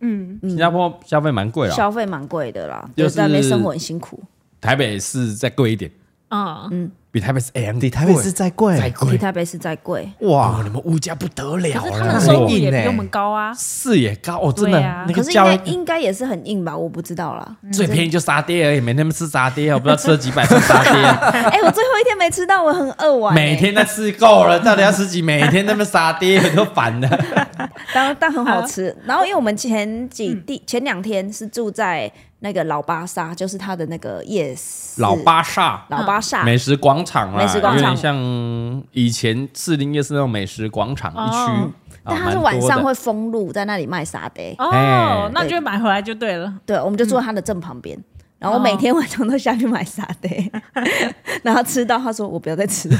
[SPEAKER 4] 嗯，
[SPEAKER 2] 新加坡消费蛮贵了，
[SPEAKER 3] 消费蛮贵的啦，
[SPEAKER 2] 就
[SPEAKER 3] 对
[SPEAKER 2] 啊是
[SPEAKER 3] 在那边生活很辛苦。
[SPEAKER 2] 台北市再贵一点，
[SPEAKER 4] 嗯，
[SPEAKER 2] 比台北市 AMD
[SPEAKER 1] 台北市再贵，
[SPEAKER 2] 再
[SPEAKER 3] 比
[SPEAKER 2] 贵
[SPEAKER 3] 台北市再贵。
[SPEAKER 2] 哇
[SPEAKER 1] 哇，！你们物价不得了
[SPEAKER 4] 可是他们的
[SPEAKER 1] 了，
[SPEAKER 4] 收入
[SPEAKER 1] 很
[SPEAKER 4] 也
[SPEAKER 1] 硬
[SPEAKER 4] 比
[SPEAKER 1] 欸
[SPEAKER 4] 我们高啊。
[SPEAKER 2] 视野高哦，真
[SPEAKER 4] 对
[SPEAKER 2] 的
[SPEAKER 4] 啊
[SPEAKER 2] 那
[SPEAKER 3] 可
[SPEAKER 2] 个
[SPEAKER 3] 是嗯应
[SPEAKER 2] 价
[SPEAKER 3] 该
[SPEAKER 2] 位
[SPEAKER 3] 应该也是很硬吧？我不知道啦。
[SPEAKER 2] 最便宜就沙爹而已，每天吃沙爹，我不知道吃了几百份沙爹，
[SPEAKER 3] 哎、我最后一天没吃到，我很饿完、
[SPEAKER 2] 每天都吃够了，到底要吃几？每天那么沙爹都烦了。
[SPEAKER 3] 但但很好吃。欸
[SPEAKER 4] 啊
[SPEAKER 3] 然后因为我们前几第、
[SPEAKER 4] 嗯
[SPEAKER 3] 前两天是住在那个老巴沙，就是它的那个夜市
[SPEAKER 2] 老巴萨
[SPEAKER 3] 老巴萨
[SPEAKER 2] 美食广场啦，啊
[SPEAKER 3] 美食广场
[SPEAKER 2] 有点像以前士林夜市那种美食广场一
[SPEAKER 4] 哦
[SPEAKER 2] 区，
[SPEAKER 3] 但它
[SPEAKER 2] 啊
[SPEAKER 3] 是晚
[SPEAKER 2] 蛮
[SPEAKER 3] 上。
[SPEAKER 2] 多的
[SPEAKER 3] 会封路，在那里卖沙爹。
[SPEAKER 4] 哦嗯
[SPEAKER 2] 哎，
[SPEAKER 4] 那你就买回来就对了。
[SPEAKER 3] 对，我们就坐在它的正旁边。然后
[SPEAKER 4] 哦
[SPEAKER 3] 我每天晚上都下去买沙 爹，然后吃到他说我不要再吃了，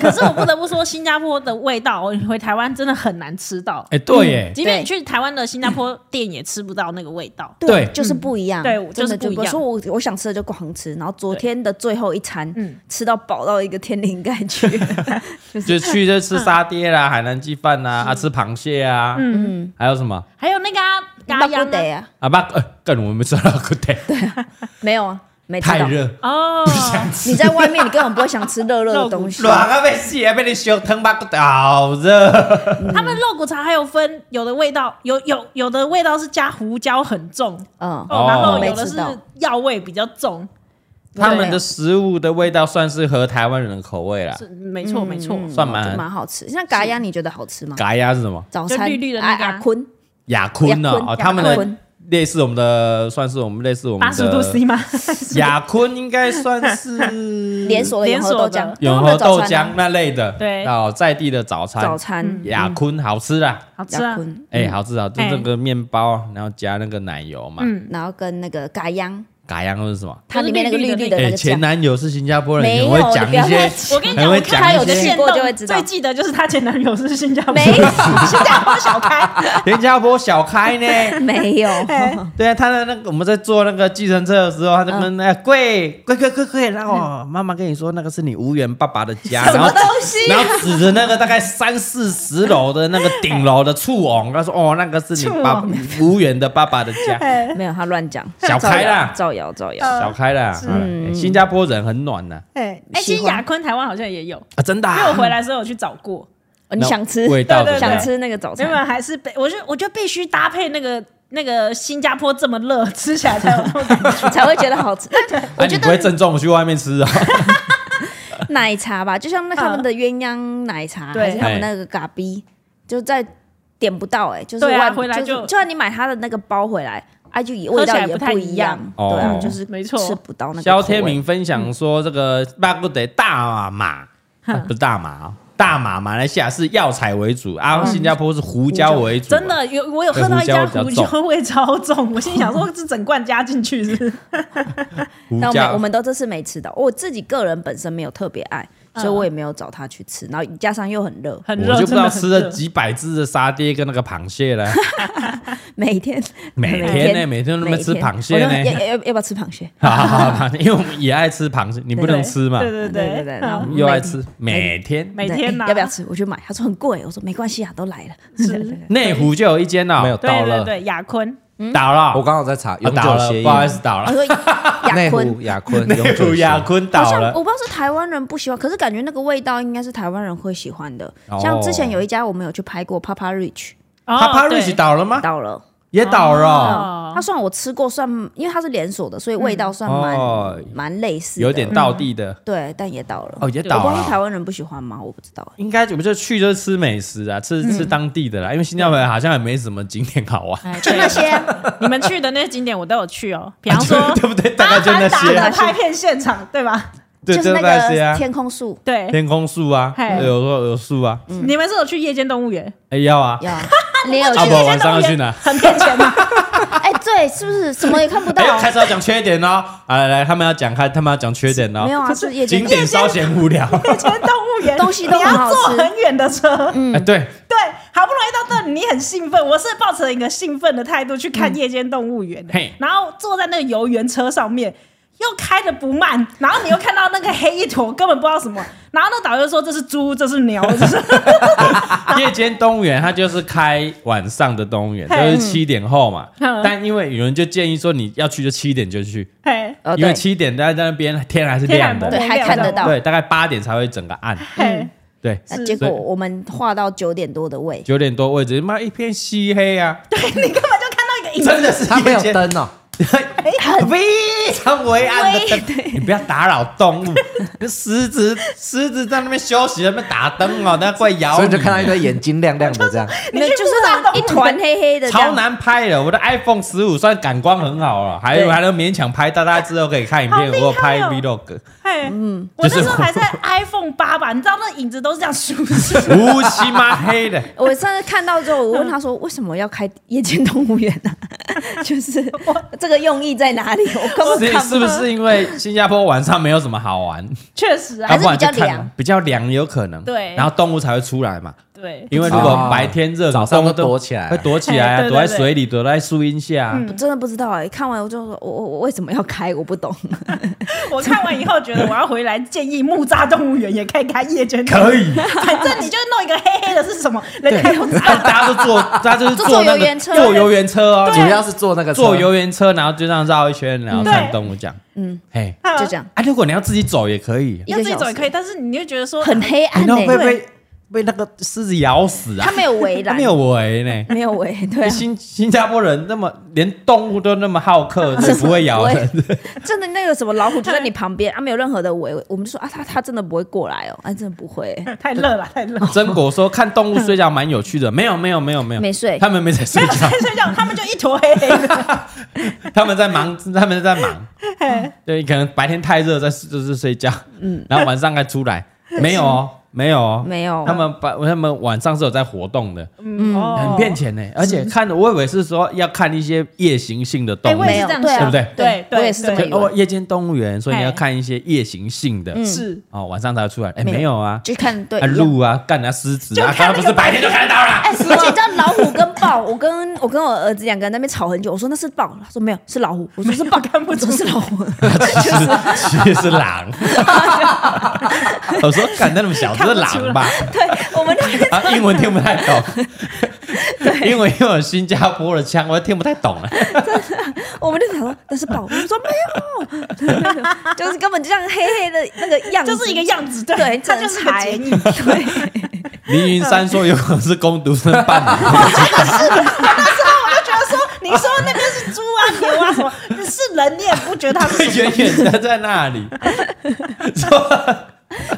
[SPEAKER 4] 可是我不得不说，新加坡的味道，你回台湾真的很难吃到。
[SPEAKER 2] 哎，对耶，
[SPEAKER 3] 嗯
[SPEAKER 4] 即便你去台湾的新加坡店，也吃不到那个味道。
[SPEAKER 2] 对
[SPEAKER 3] 就是不一样，
[SPEAKER 4] 对我
[SPEAKER 3] 真的
[SPEAKER 4] 就是不一样
[SPEAKER 3] 说我我想吃的就狂吃，然后昨天的最后一餐，
[SPEAKER 4] 嗯
[SPEAKER 3] 吃到饱到一个天灵盖 去，
[SPEAKER 2] 就去
[SPEAKER 3] 嗯
[SPEAKER 2] 这吃沙爹啦、海南鸡饭啦、啊吃螃蟹啊，嗯，还有什么
[SPEAKER 4] 还有那个啊 咖
[SPEAKER 3] 巴
[SPEAKER 4] 央
[SPEAKER 3] 不
[SPEAKER 4] 啊
[SPEAKER 3] 得啊，
[SPEAKER 2] 啊？不，呃干我们没吃到个对，
[SPEAKER 3] 没有啊，没吃
[SPEAKER 2] 太
[SPEAKER 3] 到。
[SPEAKER 2] 热，
[SPEAKER 4] 哦，
[SPEAKER 3] 你在外面，你根本不会想吃热热的 东西。
[SPEAKER 2] 暖啊被死啊，被你烧汤巴好
[SPEAKER 3] 啊
[SPEAKER 2] 热，
[SPEAKER 4] 他们肉骨茶还有分，有的味道有有有的味道是加胡椒很重，
[SPEAKER 3] 嗯，
[SPEAKER 4] 哦，然后
[SPEAKER 2] 哦
[SPEAKER 4] 有的
[SPEAKER 3] 没吃到
[SPEAKER 4] 是药味比较重，
[SPEAKER 2] 他们的食物的味道算是合台湾人的口味啦，
[SPEAKER 4] 是没错没错。
[SPEAKER 2] 嗯算
[SPEAKER 3] 就
[SPEAKER 2] 蛮。
[SPEAKER 3] 蛮好吃。像嘎呀，你觉得好吃吗？
[SPEAKER 2] 嘎呀是什么？
[SPEAKER 3] 早餐
[SPEAKER 4] 就绿绿的那个啊
[SPEAKER 3] 啊啊坤，
[SPEAKER 2] 雅坤呢
[SPEAKER 3] 雅？坤
[SPEAKER 2] 哦，他们
[SPEAKER 3] 雅
[SPEAKER 2] 的
[SPEAKER 3] 坤
[SPEAKER 2] 类似我们的，算是我们类似我
[SPEAKER 4] 八
[SPEAKER 2] 们
[SPEAKER 4] 十度 C
[SPEAKER 2] 的。
[SPEAKER 4] 吗？
[SPEAKER 2] 雅坤应该算 是
[SPEAKER 3] 连锁的永和豆浆，
[SPEAKER 2] 永
[SPEAKER 3] 他们
[SPEAKER 2] 和
[SPEAKER 3] 的早
[SPEAKER 2] 豆
[SPEAKER 3] 餐啊
[SPEAKER 2] 浆那类的，
[SPEAKER 4] 对
[SPEAKER 2] 哦，在地的早餐。
[SPEAKER 3] 早
[SPEAKER 4] 嗯
[SPEAKER 3] 餐嗯
[SPEAKER 2] 雅坤好吃啦，
[SPEAKER 4] 好吃
[SPEAKER 3] 雅
[SPEAKER 4] 啊！
[SPEAKER 3] 坤，
[SPEAKER 2] 哎，好吃好吃，就
[SPEAKER 4] 哎
[SPEAKER 2] 这个面包，然后加那个奶油嘛。
[SPEAKER 4] 嗯
[SPEAKER 3] 然后跟那个嘎呀，
[SPEAKER 2] 嘎呀是什么？
[SPEAKER 3] 它里面那个绿绿的那
[SPEAKER 2] 哎，
[SPEAKER 3] 个
[SPEAKER 2] 前
[SPEAKER 3] 酱，
[SPEAKER 2] 男友是新加坡人，
[SPEAKER 3] 没有
[SPEAKER 2] 很会讲
[SPEAKER 3] 你不要
[SPEAKER 2] 一些
[SPEAKER 3] 乱讲，
[SPEAKER 4] 我跟你讲，
[SPEAKER 2] 很
[SPEAKER 4] 我
[SPEAKER 2] 会
[SPEAKER 4] 看
[SPEAKER 2] 讲
[SPEAKER 4] 他
[SPEAKER 2] 一
[SPEAKER 4] 有的
[SPEAKER 2] 些
[SPEAKER 4] 线
[SPEAKER 3] 过
[SPEAKER 4] 动
[SPEAKER 3] 就会知道
[SPEAKER 4] 最记得就是她前男友是新加坡，
[SPEAKER 3] 没有
[SPEAKER 4] 新加坡小开，
[SPEAKER 2] 新加坡小开 呢。
[SPEAKER 3] 没有，
[SPEAKER 4] 哎
[SPEAKER 2] 对啊，他的那个我们在坐那个计程车的时候，他就跟那个哎贵贵贵贵贵，然后妈妈跟你说那个是你无缘爸爸的家，
[SPEAKER 3] 什
[SPEAKER 2] 然
[SPEAKER 3] 么
[SPEAKER 2] 后
[SPEAKER 3] 东西
[SPEAKER 2] 然
[SPEAKER 3] 啊？
[SPEAKER 2] 后指着那个大概三四十楼的那个顶楼的醋翁，他说哦那个是你爸
[SPEAKER 4] 醋
[SPEAKER 2] 无缘的爸爸的家，
[SPEAKER 3] 没有，他乱讲，
[SPEAKER 2] 小开啦
[SPEAKER 3] 造谣造
[SPEAKER 4] 呃
[SPEAKER 3] 谣。
[SPEAKER 2] 小开啦，嗯新加坡人很暖呐
[SPEAKER 4] 哎哎，
[SPEAKER 3] 喜欢
[SPEAKER 4] 其实雅坤台湾好像也有，
[SPEAKER 2] 啊，真的啊
[SPEAKER 4] 因为我回来的时候有去找过，
[SPEAKER 3] 哦你想吃
[SPEAKER 2] 那味道
[SPEAKER 4] 对对
[SPEAKER 2] 怎么
[SPEAKER 3] 想
[SPEAKER 2] 样？
[SPEAKER 3] 吃那个早
[SPEAKER 4] 没有
[SPEAKER 3] 餐，
[SPEAKER 4] 还是被我就我觉得必须搭配那个那个新加坡这么热，吃起来才有那种感 觉。
[SPEAKER 3] 才会觉得 好吃。但
[SPEAKER 2] 啊，
[SPEAKER 3] 我
[SPEAKER 2] 你
[SPEAKER 3] 觉
[SPEAKER 2] 不会
[SPEAKER 3] 得
[SPEAKER 2] 正中午去外面吃啊？
[SPEAKER 3] 奶茶吧，就像那他们的鸳鸯奶茶，
[SPEAKER 4] 对
[SPEAKER 3] 还是他们那个嘎逼，就在点不到哎、就是
[SPEAKER 4] 对啊
[SPEAKER 3] 外
[SPEAKER 4] 回来
[SPEAKER 3] 就
[SPEAKER 4] 就是
[SPEAKER 3] 就算你买他的那个包回来，哎、就也味道
[SPEAKER 4] 喝起来
[SPEAKER 3] 也
[SPEAKER 4] 不太
[SPEAKER 3] 一
[SPEAKER 4] 一样
[SPEAKER 3] 对啊
[SPEAKER 2] 哦，
[SPEAKER 3] 就是
[SPEAKER 4] 没错
[SPEAKER 3] 吃不到那 个
[SPEAKER 2] 肖
[SPEAKER 3] 口味
[SPEAKER 2] 天明分享说，这个巴布得大马、啊不是大马、啊，大马马来西亚是药材为主，啊，新加坡是胡椒为主、啊
[SPEAKER 4] 真，的有，我有喝到一家胡椒味超重，我心想说这整罐加进 去是不是
[SPEAKER 2] 胡
[SPEAKER 3] 但我们
[SPEAKER 2] 椒
[SPEAKER 3] 我们都这次没吃到，我自己个人本身没有特别爱，
[SPEAKER 4] 嗯
[SPEAKER 3] 所以我也没有找他去吃，然后加上又很热，
[SPEAKER 4] 很
[SPEAKER 2] 我
[SPEAKER 4] 热，
[SPEAKER 2] 就不知道
[SPEAKER 4] 真的很
[SPEAKER 2] 吃
[SPEAKER 4] 热
[SPEAKER 2] 了几百只的沙爹跟那个螃蟹了，
[SPEAKER 3] 每 天
[SPEAKER 2] 每天呢，每天都那么
[SPEAKER 3] 每
[SPEAKER 2] 吃
[SPEAKER 3] 天
[SPEAKER 2] 螃蟹
[SPEAKER 3] 我就要
[SPEAKER 2] 呢。
[SPEAKER 3] 要要要不要吃螃蟹？
[SPEAKER 2] 好好好好，因为我们也爱吃螃蟹，你不能吃嘛，
[SPEAKER 4] 对对
[SPEAKER 3] 对
[SPEAKER 4] 对
[SPEAKER 3] 对对，然后
[SPEAKER 4] 嗯
[SPEAKER 2] 又爱吃，每天。
[SPEAKER 4] 每天呐
[SPEAKER 3] 哎要不要吃？我去买。他说很贵，我说没关系啊，都来了。
[SPEAKER 2] 内湖就有一间哦，
[SPEAKER 1] 没有
[SPEAKER 4] 对
[SPEAKER 1] 倒
[SPEAKER 4] 对
[SPEAKER 1] 了，
[SPEAKER 4] 对，雅坤
[SPEAKER 2] 倒了，
[SPEAKER 1] 我刚好在查
[SPEAKER 2] 啊
[SPEAKER 1] 永
[SPEAKER 2] 倒
[SPEAKER 1] 久
[SPEAKER 2] 了，
[SPEAKER 1] 协议
[SPEAKER 2] 不，好意思倒
[SPEAKER 3] 我
[SPEAKER 2] 了，
[SPEAKER 3] 说雅
[SPEAKER 1] 内
[SPEAKER 3] 坤
[SPEAKER 1] 湖雅坤永
[SPEAKER 2] 内
[SPEAKER 1] 久
[SPEAKER 2] 湖
[SPEAKER 1] 协议
[SPEAKER 2] 雅坤
[SPEAKER 3] 好
[SPEAKER 2] 倒
[SPEAKER 3] 像
[SPEAKER 2] 了，
[SPEAKER 3] 我不知道是台湾人不喜欢，可是感觉那个味道应该是台湾人会喜欢的。
[SPEAKER 2] 哦
[SPEAKER 3] 像之前有一家我们有去拍过 Papa Rich，
[SPEAKER 2] 帕帕瑞奇
[SPEAKER 4] 哦对
[SPEAKER 2] 倒了吗？
[SPEAKER 3] 到了，
[SPEAKER 2] 也倒了哦。
[SPEAKER 4] 哦
[SPEAKER 3] 它算我吃过算，因为它是连锁的，所以味道算蛮、
[SPEAKER 2] 哦
[SPEAKER 3] 蛮类似的，
[SPEAKER 2] 有点道地的
[SPEAKER 3] 对，但也到了。
[SPEAKER 2] 哦，也
[SPEAKER 3] 我
[SPEAKER 2] 倒
[SPEAKER 3] 不知道是台
[SPEAKER 2] 了。
[SPEAKER 3] 湾人不喜欢吗？我不 知道、
[SPEAKER 2] 应该我们就去就是吃美食啊，吃吃当地的啦，因为新加坡好像也没什么景点好玩，
[SPEAKER 4] 哎，
[SPEAKER 3] 就
[SPEAKER 4] 对
[SPEAKER 3] 那些，
[SPEAKER 4] 你们去的那些景点我都有 去哦，比方说
[SPEAKER 2] 啊对不对？大概就那
[SPEAKER 4] 达
[SPEAKER 2] 些，
[SPEAKER 4] 的拍片现场，对吧？
[SPEAKER 2] 对，
[SPEAKER 3] 就是
[SPEAKER 2] 就
[SPEAKER 3] 那
[SPEAKER 2] 那些
[SPEAKER 3] 个
[SPEAKER 2] 啊，
[SPEAKER 3] 天空树，
[SPEAKER 4] 对，
[SPEAKER 2] 天空树啊，
[SPEAKER 4] 嘿嗯
[SPEAKER 2] 有有有树啊，
[SPEAKER 4] 你们是有去夜间动物园，
[SPEAKER 2] 哎要啊，
[SPEAKER 3] 要你也有去
[SPEAKER 2] 阿
[SPEAKER 4] 去
[SPEAKER 2] 伯
[SPEAKER 4] 夜
[SPEAKER 2] 晚
[SPEAKER 4] 间
[SPEAKER 2] 上
[SPEAKER 4] 动
[SPEAKER 2] 要
[SPEAKER 4] 物
[SPEAKER 2] 去
[SPEAKER 4] 园
[SPEAKER 2] 哪？
[SPEAKER 4] 很骗钱 吗？
[SPEAKER 3] 哎、对，是不是什么也看不到
[SPEAKER 2] 哎？呦，开始要讲缺点哦，啊来来，他们要讲开，他们要讲缺点哦
[SPEAKER 3] 没，有啊，是夜
[SPEAKER 2] 景
[SPEAKER 3] 间
[SPEAKER 2] 点稍显无聊，
[SPEAKER 4] 夜间动物园
[SPEAKER 3] 东西都
[SPEAKER 4] 你
[SPEAKER 3] 很好
[SPEAKER 4] 要
[SPEAKER 3] 吃嗯
[SPEAKER 4] 坐很远的车，
[SPEAKER 2] 哎对，
[SPEAKER 4] 对，好不容易到这里，你很兴奋，我是抱着一个兴奋的态度去看夜间动物园的，
[SPEAKER 2] 嘿
[SPEAKER 4] 然后坐在那个游园车上面。又开的不慢，然后你又看到那个黑一坨，根本不知道什么。然后那导游说这是猪，这是牛，这是
[SPEAKER 2] 夜间动物园它就是开晚上的动物园，就
[SPEAKER 4] 嘿
[SPEAKER 2] 是七点后嘛，
[SPEAKER 4] 嗯
[SPEAKER 2] 但因为有人就建议说你要去就七点就去，
[SPEAKER 4] 嘿
[SPEAKER 3] 哦，
[SPEAKER 2] 因为
[SPEAKER 3] 对
[SPEAKER 2] 七点大家在那边天还是亮的，
[SPEAKER 3] 对还看得到嗯
[SPEAKER 2] 对，大概八点才会整个暗。
[SPEAKER 4] 嘿，
[SPEAKER 2] 对，
[SPEAKER 3] 那
[SPEAKER 4] 是
[SPEAKER 3] 结果
[SPEAKER 2] 所以
[SPEAKER 3] 我们画到九点多的位，
[SPEAKER 2] 九点多位置，妈一片漆黑啊，
[SPEAKER 4] 你根本就看到一个影子，
[SPEAKER 2] 真的是
[SPEAKER 1] 它没有
[SPEAKER 2] 夜间
[SPEAKER 1] 灯哦，
[SPEAKER 2] 非常微暗的灯，你不要打扰动物。那狮子，狮子在那边休息，在那边打灯哦，那会咬
[SPEAKER 1] 所
[SPEAKER 2] 你
[SPEAKER 1] 以就看到一堆眼睛亮亮的这样。
[SPEAKER 3] 你们就是一团黑黑的这
[SPEAKER 2] 超
[SPEAKER 3] 样，
[SPEAKER 2] 难拍的。我的 iPhone 十五算感光很好了，还
[SPEAKER 3] 对
[SPEAKER 2] 还能勉强拍到。大家之后可以看影片，
[SPEAKER 4] 好厉害
[SPEAKER 2] 我有
[SPEAKER 4] 哦
[SPEAKER 2] 拍 Vlog，
[SPEAKER 4] 嘿，嗯，我那时候还在 iPhone 八吧，你知道那影子都是这样梳梳，
[SPEAKER 2] 乌漆嘛黑的。
[SPEAKER 3] 我上次看到之后，我问他
[SPEAKER 2] 嗯
[SPEAKER 3] 说：“为什么要开夜间动物园呢、啊？ 就是这个用意在哪里？我根本
[SPEAKER 2] 是
[SPEAKER 3] 看
[SPEAKER 2] 是
[SPEAKER 3] 到
[SPEAKER 2] 不是因为新加坡晚上没有什么好玩，
[SPEAKER 4] 确实啊
[SPEAKER 3] 还
[SPEAKER 2] 要
[SPEAKER 3] 是，
[SPEAKER 2] 不然就
[SPEAKER 3] 比较凉
[SPEAKER 2] 看比较凉有可能，
[SPEAKER 4] 对
[SPEAKER 2] 然后动物才会出来嘛。
[SPEAKER 4] 对，
[SPEAKER 2] 因为如果
[SPEAKER 1] 哦
[SPEAKER 2] 白天热，
[SPEAKER 1] 早上
[SPEAKER 2] 动物
[SPEAKER 1] 都躲起来
[SPEAKER 2] 会躲起来啊，
[SPEAKER 4] 嘿对对
[SPEAKER 2] 躲在
[SPEAKER 4] 对
[SPEAKER 2] 水里，躲在树荫下啊。
[SPEAKER 3] 真的不知道哎、看完我就说，我我我为什么要开？我不懂。
[SPEAKER 4] 我看完以后觉得我要回来，建议木栅动物园也可以开夜间，
[SPEAKER 2] 可，以，
[SPEAKER 4] 反正你就弄一个黑黑的是什么，人家也不知道。
[SPEAKER 2] 大家都坐，大家就是
[SPEAKER 3] 坐
[SPEAKER 2] 坐那
[SPEAKER 3] 游
[SPEAKER 2] 个
[SPEAKER 3] 园车
[SPEAKER 2] 坐游园车哦，
[SPEAKER 1] 主要是坐那个车
[SPEAKER 2] 坐游园车，然后就这样绕一圈，然后
[SPEAKER 4] 对
[SPEAKER 2] 看动物这样。嗯
[SPEAKER 3] 嗯，
[SPEAKER 2] 嘿，
[SPEAKER 3] 就这样，
[SPEAKER 2] 啊，如果你要自己走也可以，
[SPEAKER 3] 一
[SPEAKER 4] 要
[SPEAKER 3] 个
[SPEAKER 4] 自己
[SPEAKER 3] 小
[SPEAKER 4] 走也
[SPEAKER 3] 时
[SPEAKER 4] 可以，但是你就觉得说
[SPEAKER 3] 很黑
[SPEAKER 2] 你
[SPEAKER 3] 暗
[SPEAKER 2] 那
[SPEAKER 3] 哎、
[SPEAKER 2] 会
[SPEAKER 3] 欸，
[SPEAKER 2] 被被那个狮子咬死啊
[SPEAKER 3] 他！没有围
[SPEAKER 2] 它
[SPEAKER 3] 栏，
[SPEAKER 2] 没有围呢。
[SPEAKER 3] 没有围，对、啊，
[SPEAKER 2] 新新加坡人那么连动物都那么好 客，是不会咬人。
[SPEAKER 3] 真的那个什么老虎就在你旁边啊，没有任何的围，我们就说啊，他他真的不会过来哦，啊，真的不会、
[SPEAKER 4] 太热了，太热。
[SPEAKER 3] 哦
[SPEAKER 2] 真果说看动物睡觉蛮有趣的，没有没有没有没有，
[SPEAKER 3] 没睡
[SPEAKER 2] 他们没在睡
[SPEAKER 4] 没有
[SPEAKER 2] 觉
[SPEAKER 4] 在，睡觉，他们就一坨黑黑 的。
[SPEAKER 2] 他们在忙，他们在忙。嗯对，可能白天太热，在就是睡觉，嗯， 然后晚上还出来，没有哦，没有哦，
[SPEAKER 3] 没有
[SPEAKER 2] 他们白他们晚上是有在活动的，
[SPEAKER 4] 嗯，
[SPEAKER 2] 很骗。钱呢。而
[SPEAKER 3] 嗯
[SPEAKER 2] 且看，我以为是说要看一些夜行性的动
[SPEAKER 4] 哎
[SPEAKER 2] 物
[SPEAKER 4] 我，也
[SPEAKER 3] 没
[SPEAKER 4] 是
[SPEAKER 3] 有
[SPEAKER 4] 这样，
[SPEAKER 3] 啊
[SPEAKER 2] 想对不对
[SPEAKER 4] 对对
[SPEAKER 3] 我也是这么
[SPEAKER 4] 对
[SPEAKER 3] 以
[SPEAKER 2] 哦，
[SPEAKER 3] 为，嗯
[SPEAKER 2] 夜间动物园，所以你要
[SPEAKER 4] 哎
[SPEAKER 2] 看一些夜行性的，
[SPEAKER 4] 是
[SPEAKER 2] 哦，晚上才会出来。哎，
[SPEAKER 3] 没有
[SPEAKER 2] 没有啊，
[SPEAKER 3] 就看对
[SPEAKER 2] 啊，
[SPEAKER 3] 一样
[SPEAKER 2] 鹿啊，干啊，狮子啊，
[SPEAKER 4] 就看
[SPEAKER 2] 它
[SPEAKER 4] 那个
[SPEAKER 2] 不是白天就看得到啦。
[SPEAKER 3] 哎，而且 你知道老虎跟豹，我跟我跟我儿子两个人在那边吵很久，我说那是豹，他说没有是老虎，我说是豹，看不出是老虎，
[SPEAKER 2] 其实是 狼。 我说干那么小，这是狼吧？
[SPEAKER 3] 对我们那边
[SPEAKER 2] 啊，英文听不太 懂，因为又有新加坡的腔，我听不太懂了。
[SPEAKER 3] 我们就想说那是豹，我们说没 有，就是根本就像黑黑的那个样子，
[SPEAKER 4] 就是一个样子，对，
[SPEAKER 3] 对，
[SPEAKER 4] 它就是一个
[SPEAKER 3] 才
[SPEAKER 4] 剪影。
[SPEAKER 3] 对，
[SPEAKER 2] 林云山说有可能是攻读生办的，
[SPEAKER 4] 我就觉得说，你说那边是猪啊、牛啊什么， 是人你也不觉得它是什么
[SPEAKER 2] 远远的在那 里。说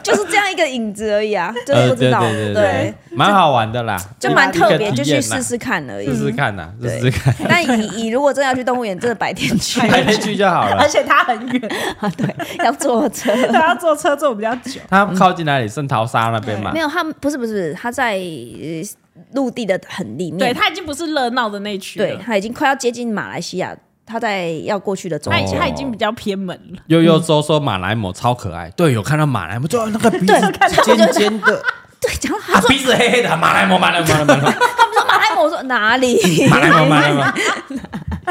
[SPEAKER 3] 就是这样一个影子而 已啊，就是
[SPEAKER 2] 呃，
[SPEAKER 3] 不
[SPEAKER 2] 对
[SPEAKER 3] 知道，
[SPEAKER 2] 对对，蛮好玩的啦，
[SPEAKER 3] 就蛮特别，
[SPEAKER 2] 一个
[SPEAKER 3] 就
[SPEAKER 2] 体验
[SPEAKER 3] 去
[SPEAKER 2] 啦
[SPEAKER 3] 试试看而已。
[SPEAKER 2] 试试看呐，试
[SPEAKER 3] 对
[SPEAKER 2] 试看，
[SPEAKER 3] 但以以如果真的要去动物园，真的白天去
[SPEAKER 2] 白天去就好了
[SPEAKER 4] 而。且它很远，
[SPEAKER 3] 啊，对， 要坐车。
[SPEAKER 4] 它要啊坐车坐比较久。
[SPEAKER 2] 它靠近哪里？圣淘沙那边嘛
[SPEAKER 3] 嗯没。有，他们不是不是，他在呃陆地的很里
[SPEAKER 4] 对，
[SPEAKER 3] 面，
[SPEAKER 4] 它已经不是热闹的那一区
[SPEAKER 3] 对，
[SPEAKER 4] 了，
[SPEAKER 3] 他已经快要接近马来西亚，他在要过去的中
[SPEAKER 4] 它已
[SPEAKER 2] 哦
[SPEAKER 3] 间。
[SPEAKER 4] 它已经比较偏门了。
[SPEAKER 2] 悠悠说说马来貘超可爱，对，有看到马来貘，就那个鼻
[SPEAKER 3] 对，
[SPEAKER 2] 子
[SPEAKER 3] 看他们
[SPEAKER 2] 尖
[SPEAKER 3] 就
[SPEAKER 2] 尖的，
[SPEAKER 3] 对讲到
[SPEAKER 2] 啊
[SPEAKER 3] 他，说
[SPEAKER 2] 鼻子黑黑的，马来貘，马来貘，马来貘。
[SPEAKER 3] 他们说马来貘，我说哪里？
[SPEAKER 2] 马来文，马来文。